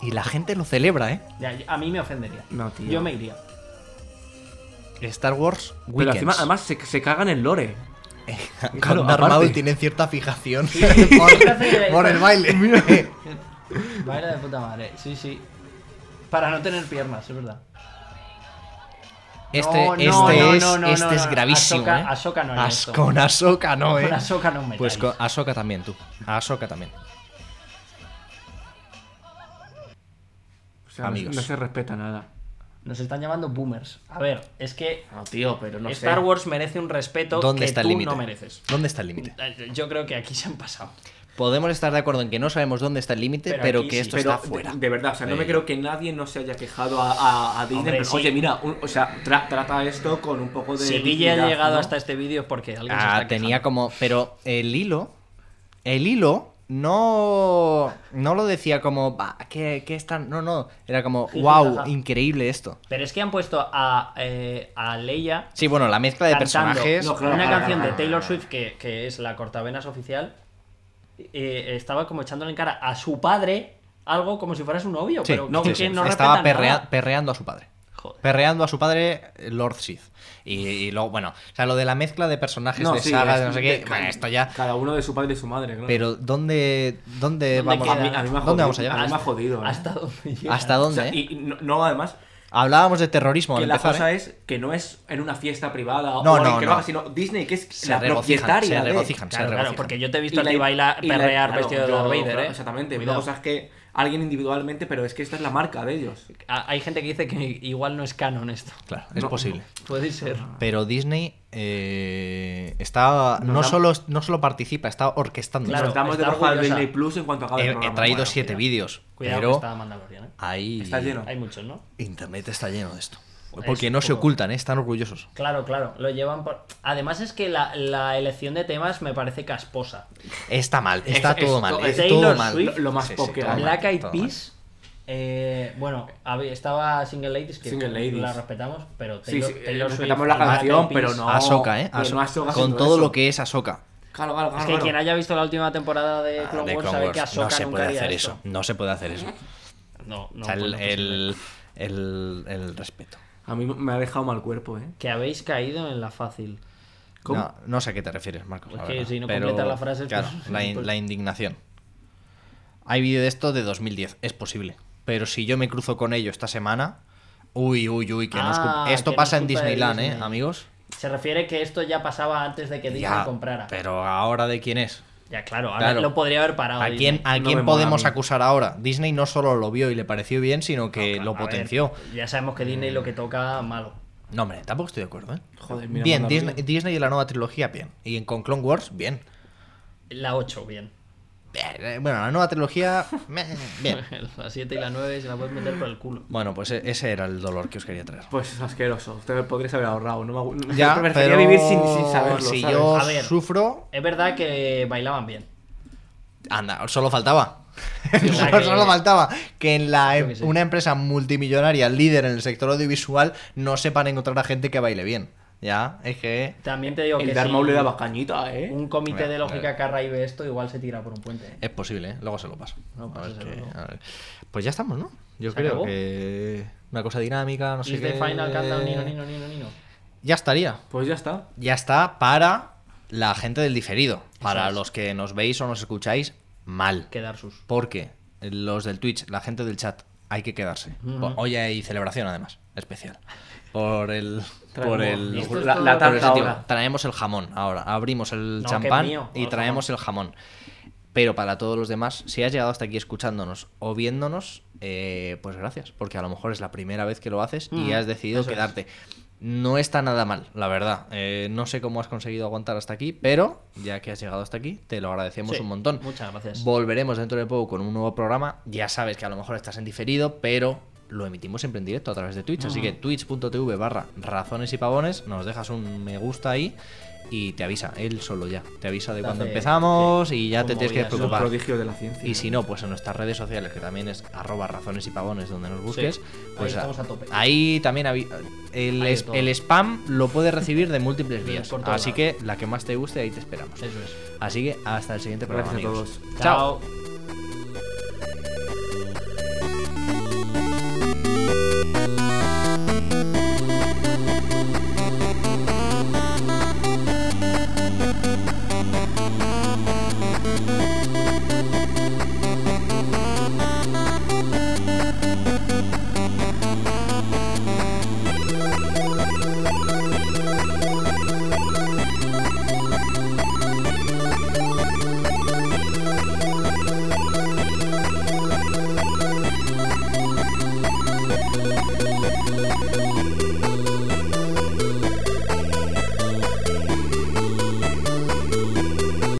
[SPEAKER 1] Y la gente lo celebra, ¿eh?
[SPEAKER 2] Ya, yo- a mí me ofendería.
[SPEAKER 3] No, tío.
[SPEAKER 2] Yo me iría.
[SPEAKER 1] Star Wars
[SPEAKER 3] Pero
[SPEAKER 1] Weekends.
[SPEAKER 3] encima, además, se, se cagan en lore.
[SPEAKER 1] Con
[SPEAKER 3] claro,
[SPEAKER 1] Darth
[SPEAKER 3] aparte.
[SPEAKER 1] Maul tienen cierta fijación
[SPEAKER 2] sí,
[SPEAKER 1] por,
[SPEAKER 2] sí.
[SPEAKER 1] por el baile. Eh,
[SPEAKER 2] Baila de puta madre. Sí, sí. Para no tener piernas, es verdad.
[SPEAKER 1] Este,
[SPEAKER 2] No, no,
[SPEAKER 1] este
[SPEAKER 2] no, no,
[SPEAKER 1] es,
[SPEAKER 2] no, no,
[SPEAKER 1] este
[SPEAKER 2] no,
[SPEAKER 1] es
[SPEAKER 2] no.
[SPEAKER 1] gravísimo.
[SPEAKER 2] Ahsoka-
[SPEAKER 1] ¿eh?
[SPEAKER 2] Ahsoka no haría
[SPEAKER 1] As-
[SPEAKER 2] esto.
[SPEAKER 1] Con Ahsoka no, ¿eh?
[SPEAKER 2] Con Ahsoka no me
[SPEAKER 1] Pues con
[SPEAKER 2] metáis.
[SPEAKER 1] Ahsoka también, tú. Ahsoka también.
[SPEAKER 3] O sea,
[SPEAKER 1] Amigos.
[SPEAKER 3] No, se respeta nada.
[SPEAKER 2] Nos están llamando boomers. A ver, es que
[SPEAKER 3] No, tío, Ah, pero no
[SPEAKER 2] Star Wars merece un respeto
[SPEAKER 1] ¿Dónde
[SPEAKER 2] que
[SPEAKER 1] está el
[SPEAKER 2] tú
[SPEAKER 1] límite?
[SPEAKER 2] no mereces.
[SPEAKER 1] ¿Dónde está el límite?
[SPEAKER 2] Yo creo que aquí se han pasado.
[SPEAKER 1] Podemos estar de acuerdo en que no sabemos dónde está el límite, pero,
[SPEAKER 2] Pero aquí
[SPEAKER 1] que
[SPEAKER 2] sí.
[SPEAKER 1] esto
[SPEAKER 3] Pero
[SPEAKER 1] está fuera.
[SPEAKER 3] De, de verdad, o sea, no me
[SPEAKER 1] Sí.
[SPEAKER 3] creo que nadie no se haya quejado a, a- a Disney.
[SPEAKER 2] Hombre,
[SPEAKER 3] pero,
[SPEAKER 2] sí.
[SPEAKER 3] Oye, mira, un- o sea, tra- trata esto con un poco de.
[SPEAKER 2] Si Guille ha
[SPEAKER 3] dignidad,
[SPEAKER 2] llegado
[SPEAKER 3] ¿no?
[SPEAKER 2] hasta este vídeo es porque alguien se
[SPEAKER 1] Ah,
[SPEAKER 2] está
[SPEAKER 1] tenía
[SPEAKER 2] quejando.
[SPEAKER 1] como. Pero el hilo. El hilo no. No lo decía como. "Bah, ¿Qué, qué están? No, no. Era como.
[SPEAKER 2] Sí, sí,
[SPEAKER 1] ¡Wow!
[SPEAKER 2] ajá.
[SPEAKER 1] Increíble esto.
[SPEAKER 2] Pero es que han puesto a, eh, a Leia
[SPEAKER 1] Sí, bueno, la mezcla de
[SPEAKER 2] cantando
[SPEAKER 1] personajes.
[SPEAKER 3] No, claro,
[SPEAKER 2] una
[SPEAKER 3] claro,
[SPEAKER 2] canción
[SPEAKER 3] claro,
[SPEAKER 2] de Taylor
[SPEAKER 3] claro, claro.
[SPEAKER 2] Swift que, que es la cortavenas oficial eh, estaba como echándole en cara a su padre algo como si fuera su novio
[SPEAKER 1] Sí,
[SPEAKER 2] pero no,
[SPEAKER 1] sí,
[SPEAKER 2] que
[SPEAKER 1] sí.
[SPEAKER 2] no
[SPEAKER 1] Estaba
[SPEAKER 2] respetan
[SPEAKER 1] perrea-
[SPEAKER 2] nada.
[SPEAKER 1] perreando a su padre.
[SPEAKER 2] Joder.
[SPEAKER 1] Perreando a su padre, eh, Lord Sith. Y, y luego, bueno, o sea, lo de la mezcla de personajes,
[SPEAKER 3] No,
[SPEAKER 1] de
[SPEAKER 3] sí,
[SPEAKER 1] sagas,
[SPEAKER 3] es-
[SPEAKER 1] de no sé qué.
[SPEAKER 3] de-
[SPEAKER 1] bueno, esto ya.
[SPEAKER 3] Cada uno de su padre y su madre, claro.
[SPEAKER 1] Pero, ¿dónde, dónde,
[SPEAKER 2] ¿Dónde
[SPEAKER 1] vamos
[SPEAKER 2] queda?
[SPEAKER 1] a-
[SPEAKER 2] A mí- a
[SPEAKER 3] mí me ha
[SPEAKER 1] ¿Dónde
[SPEAKER 3] jodido.
[SPEAKER 1] vamos a llegar?
[SPEAKER 3] A mí me ha
[SPEAKER 1] ¿Hasta,
[SPEAKER 3] jodido, ¿eh?
[SPEAKER 2] hasta dónde llega?
[SPEAKER 3] O
[SPEAKER 1] dónde?
[SPEAKER 3] sea,
[SPEAKER 1] eh?
[SPEAKER 3] y, y no, no, además,
[SPEAKER 1] Hablábamos de terrorismo al
[SPEAKER 3] que la
[SPEAKER 1] empezar.
[SPEAKER 3] cosa
[SPEAKER 1] ¿eh?
[SPEAKER 3] es que no es en una fiesta privada o
[SPEAKER 1] No,
[SPEAKER 3] alguien
[SPEAKER 1] no,
[SPEAKER 3] que
[SPEAKER 1] no.
[SPEAKER 3] lo haga, sino Disney, que es
[SPEAKER 1] Se
[SPEAKER 3] la
[SPEAKER 1] regocijan,
[SPEAKER 3] propietaria.
[SPEAKER 1] se
[SPEAKER 3] de-
[SPEAKER 1] regocijan, se
[SPEAKER 2] Claro, claro,
[SPEAKER 1] regocijan.
[SPEAKER 2] porque yo te he visto
[SPEAKER 3] Y
[SPEAKER 2] a ti
[SPEAKER 3] la-
[SPEAKER 2] bailar,
[SPEAKER 3] y la-
[SPEAKER 2] perrear
[SPEAKER 3] claro,
[SPEAKER 2] vestido de
[SPEAKER 3] yo-
[SPEAKER 2] Darth Vader,
[SPEAKER 3] claro,
[SPEAKER 2] ¿eh?
[SPEAKER 3] Exactamente.
[SPEAKER 2] Cuidado.
[SPEAKER 3] Una cosa es que alguien individualmente, pero es que esta es la marca de ellos.
[SPEAKER 2] Ah, Hay gente que dice que igual no es canon esto.
[SPEAKER 1] Claro, Ah, es
[SPEAKER 3] No,
[SPEAKER 1] posible.
[SPEAKER 2] Puede ser.
[SPEAKER 1] Pero Disney eh, está.
[SPEAKER 3] Nos
[SPEAKER 1] No
[SPEAKER 3] da-
[SPEAKER 1] solo, no solo participa, está orquestando. Eh,
[SPEAKER 2] Claro,
[SPEAKER 3] Nos damos de
[SPEAKER 2] está
[SPEAKER 3] baja al
[SPEAKER 2] orgullosa.
[SPEAKER 3] Disney Plus en cuanto acabe
[SPEAKER 1] he,
[SPEAKER 3] el
[SPEAKER 1] he
[SPEAKER 3] programa.
[SPEAKER 1] traído
[SPEAKER 3] Bueno,
[SPEAKER 1] siete
[SPEAKER 2] cuidado.
[SPEAKER 1] vídeos.
[SPEAKER 2] Cuidado
[SPEAKER 1] pero
[SPEAKER 2] que está Mandalorian, ¿eh?
[SPEAKER 1] ahí.
[SPEAKER 3] Está lleno.
[SPEAKER 2] Hay muchos, ¿no?
[SPEAKER 1] Internet está lleno de esto.
[SPEAKER 2] Pues
[SPEAKER 1] Porque
[SPEAKER 2] es
[SPEAKER 1] no se
[SPEAKER 2] como-
[SPEAKER 1] ocultan, ¿eh? están orgullosos.
[SPEAKER 2] Claro, claro, lo llevan por... Además es que la, la elección de temas me parece casposa.
[SPEAKER 1] Está mal, está
[SPEAKER 3] Es- es
[SPEAKER 1] todo
[SPEAKER 3] to-
[SPEAKER 1] mal.
[SPEAKER 3] es
[SPEAKER 1] Es todo
[SPEAKER 2] Taylor
[SPEAKER 1] mal.
[SPEAKER 2] Swift,
[SPEAKER 3] lo más pop que
[SPEAKER 1] todo
[SPEAKER 3] hay.
[SPEAKER 1] mal,
[SPEAKER 2] Black Eyed
[SPEAKER 1] todo mal.
[SPEAKER 2] Peas, eh, bueno, hab- estaba Single Ladies, que
[SPEAKER 3] Single Ladies.
[SPEAKER 2] la respetamos, pero
[SPEAKER 3] Sí,
[SPEAKER 2] Taylor,
[SPEAKER 3] sí, eh,
[SPEAKER 2] Taylor Swift
[SPEAKER 3] respetamos la
[SPEAKER 2] y Black Eyed
[SPEAKER 3] canción,
[SPEAKER 2] Peas-
[SPEAKER 3] pero no.
[SPEAKER 1] Ahsoka, ¿eh?
[SPEAKER 3] pero no
[SPEAKER 1] Ahsoka.
[SPEAKER 3] Ahsoka
[SPEAKER 1] Con
[SPEAKER 3] haciendo
[SPEAKER 1] todo lo
[SPEAKER 3] eso.
[SPEAKER 1] que es Ahsoka.
[SPEAKER 3] Claro, claro,
[SPEAKER 2] Es
[SPEAKER 3] claro.
[SPEAKER 2] que quien haya visto la última temporada de
[SPEAKER 1] Ah,
[SPEAKER 2] Eh, Clone
[SPEAKER 1] de
[SPEAKER 2] Wars
[SPEAKER 1] Clone
[SPEAKER 2] sabe
[SPEAKER 1] Wars.
[SPEAKER 2] que
[SPEAKER 1] No
[SPEAKER 2] Ahsoka
[SPEAKER 1] se
[SPEAKER 2] nunca
[SPEAKER 1] puede
[SPEAKER 2] haría
[SPEAKER 1] hacer
[SPEAKER 2] esto.
[SPEAKER 1] eso. No se puede hacer eso.
[SPEAKER 2] No, no.
[SPEAKER 1] O sea,
[SPEAKER 2] pues
[SPEAKER 1] el,
[SPEAKER 2] no puede ser.
[SPEAKER 1] el- el- el respeto.
[SPEAKER 3] A mí me ha dejado mal cuerpo, ¿eh?
[SPEAKER 2] Que habéis caído en la fácil.
[SPEAKER 3] ¿Cómo?
[SPEAKER 1] No, no sé a qué te refieres, Marcos.
[SPEAKER 2] Es
[SPEAKER 1] la
[SPEAKER 2] que
[SPEAKER 1] verdad.
[SPEAKER 2] si no
[SPEAKER 1] Pero,
[SPEAKER 2] completas la frase,
[SPEAKER 1] Claro,
[SPEAKER 2] pues-
[SPEAKER 1] la, in- la indignación. Hay vídeo de esto de 2010. Es posible. Pero si yo me cruzo con ello esta semana, uy, uy, uy, que no es
[SPEAKER 2] Ah,
[SPEAKER 1] culpa- Esto
[SPEAKER 2] que no
[SPEAKER 1] pasa
[SPEAKER 2] es
[SPEAKER 1] en
[SPEAKER 2] culpa de
[SPEAKER 1] Disneyland, ¿eh,
[SPEAKER 2] Disney.
[SPEAKER 1] amigos?
[SPEAKER 2] Se refiere que esto ya pasaba antes de que Disney
[SPEAKER 1] Ya,
[SPEAKER 2] comprara.
[SPEAKER 1] Pero ahora de quién es.
[SPEAKER 2] Ya, claro, ahora
[SPEAKER 1] Claro.
[SPEAKER 2] lo podría haber parado.
[SPEAKER 1] ¿A
[SPEAKER 2] Ah, Disney.
[SPEAKER 1] quién, a
[SPEAKER 3] No
[SPEAKER 1] quién
[SPEAKER 3] me mola
[SPEAKER 1] podemos
[SPEAKER 3] a mí.
[SPEAKER 1] acusar ahora? Disney no solo lo vio y le pareció bien, sino que
[SPEAKER 2] Claro,
[SPEAKER 1] lo
[SPEAKER 2] a ver,
[SPEAKER 1] potenció. Mm.
[SPEAKER 2] ya sabemos que Disney lo que toca, malo.
[SPEAKER 1] No, hombre, tampoco estoy de acuerdo, ¿eh?
[SPEAKER 3] Joder, mira,
[SPEAKER 1] bien,
[SPEAKER 3] manda
[SPEAKER 1] Disney, Disney y la nueva trilogía, bien. Y en, con Clone Wars, bien.
[SPEAKER 2] La 8, bien.
[SPEAKER 1] Bien, eh, Bueno, la nueva trilogía, meh, bien.
[SPEAKER 2] La 7 y la 9 se la puedes meter por el culo.
[SPEAKER 1] Bueno, pues e- ese era el dolor que os quería traer.
[SPEAKER 3] Pues es asqueroso. Usted me podrías haber ahorrado. No me agu-
[SPEAKER 1] Ya,
[SPEAKER 3] Yo preferiría
[SPEAKER 1] pero
[SPEAKER 3] vivir sin, sin saberlo.
[SPEAKER 1] si
[SPEAKER 3] ¿sabes?
[SPEAKER 1] yo
[SPEAKER 2] A ver.
[SPEAKER 1] sufro,
[SPEAKER 2] Es verdad que bailaban bien.
[SPEAKER 1] anda, solo faltaba.
[SPEAKER 2] o sea
[SPEAKER 1] solo,
[SPEAKER 2] que-
[SPEAKER 1] solo faltaba que en la em-,
[SPEAKER 2] Yo qué sé.
[SPEAKER 1] una empresa multimillonaria líder en el sector audiovisual no sepan encontrar a gente que baile bien. Ya, es que
[SPEAKER 2] También te digo que
[SPEAKER 3] El Darth
[SPEAKER 2] si
[SPEAKER 3] Maul le daba cañita, ¿eh?
[SPEAKER 2] un comité de
[SPEAKER 1] Mira,
[SPEAKER 2] lógica
[SPEAKER 1] mira.
[SPEAKER 2] carra y ve esto, igual se tira por un puente. ¿eh?
[SPEAKER 1] es posible, ¿eh? luego se lo paso.
[SPEAKER 2] No,
[SPEAKER 1] A ver
[SPEAKER 2] pásaselo
[SPEAKER 1] qué-
[SPEAKER 2] luego.
[SPEAKER 1] a ver. Pues ya estamos, ¿no? Yo
[SPEAKER 2] ¿Se
[SPEAKER 1] creo
[SPEAKER 2] acabó?
[SPEAKER 1] que una cosa dinámica, no sé
[SPEAKER 2] Is the
[SPEAKER 1] qué.
[SPEAKER 2] final countdown, nino, nino, nino, nino.
[SPEAKER 1] Ya estaría.
[SPEAKER 3] Pues ya está.
[SPEAKER 1] ya está para la gente del diferido, para
[SPEAKER 2] es.
[SPEAKER 1] los que nos veis o nos escucháis mal.
[SPEAKER 2] Quedar sus.
[SPEAKER 1] Porque los del Twitch, la gente del chat, hay que quedarse.
[SPEAKER 2] Ujú.
[SPEAKER 1] Hoy hay celebración además, especial. Por el...
[SPEAKER 3] Traemos-
[SPEAKER 1] Por el
[SPEAKER 2] Esto es
[SPEAKER 3] la,
[SPEAKER 2] todo
[SPEAKER 3] la
[SPEAKER 2] lo
[SPEAKER 1] por
[SPEAKER 2] que-
[SPEAKER 1] ese
[SPEAKER 3] tarta
[SPEAKER 1] tío.
[SPEAKER 3] ahora.
[SPEAKER 1] Traemos el jamón ahora. Abrimos el
[SPEAKER 2] No, que es
[SPEAKER 1] champán
[SPEAKER 2] mío,
[SPEAKER 1] y
[SPEAKER 2] el
[SPEAKER 1] traemos el jamón. Pero para todos los demás, si has llegado hasta aquí escuchándonos o viéndonos, eh, pues gracias, porque a lo mejor es la primera vez que lo haces y
[SPEAKER 2] Mm,
[SPEAKER 1] has decidido
[SPEAKER 2] eso es.
[SPEAKER 1] quedarte. No está nada mal, la verdad. Eh, no sé cómo has conseguido aguantar hasta aquí, pero ya que has llegado hasta aquí, te lo agradecemos
[SPEAKER 2] Sí,
[SPEAKER 1] un montón.
[SPEAKER 2] muchas gracias.
[SPEAKER 1] Volveremos dentro de poco con un nuevo programa. Ya sabes que a lo mejor estás en diferido, pero lo emitimos siempre en directo a través de Twitch. Así que twitch.tv barra razones y pavones, nos dejas un me gusta ahí y te avisa, él solo ya. Te avisa de
[SPEAKER 2] Te
[SPEAKER 1] cuando
[SPEAKER 2] hace-
[SPEAKER 1] empezamos
[SPEAKER 2] sí,
[SPEAKER 1] y ya
[SPEAKER 2] con
[SPEAKER 1] te tienes que
[SPEAKER 2] movidas,
[SPEAKER 3] Es un
[SPEAKER 1] preocupar.
[SPEAKER 3] prodigio de la ciencia.
[SPEAKER 1] Y si no, pues en nuestras redes sociales, que también es arroba razones y pavones donde nos busques,
[SPEAKER 2] ahí
[SPEAKER 1] pues
[SPEAKER 2] estamos a tope.
[SPEAKER 1] ahí también avi- el,
[SPEAKER 2] Ahí de
[SPEAKER 1] es-
[SPEAKER 2] todo.
[SPEAKER 1] el spam lo puedes recibir de múltiples
[SPEAKER 2] De-
[SPEAKER 1] vías.
[SPEAKER 2] por todos
[SPEAKER 1] Así
[SPEAKER 2] lados.
[SPEAKER 1] que la que más te guste, ahí te esperamos.
[SPEAKER 2] Eso es.
[SPEAKER 1] Así que hasta el siguiente programa,
[SPEAKER 3] Gracias a
[SPEAKER 1] amigos.
[SPEAKER 3] todos.
[SPEAKER 1] Chao.
[SPEAKER 2] Chao.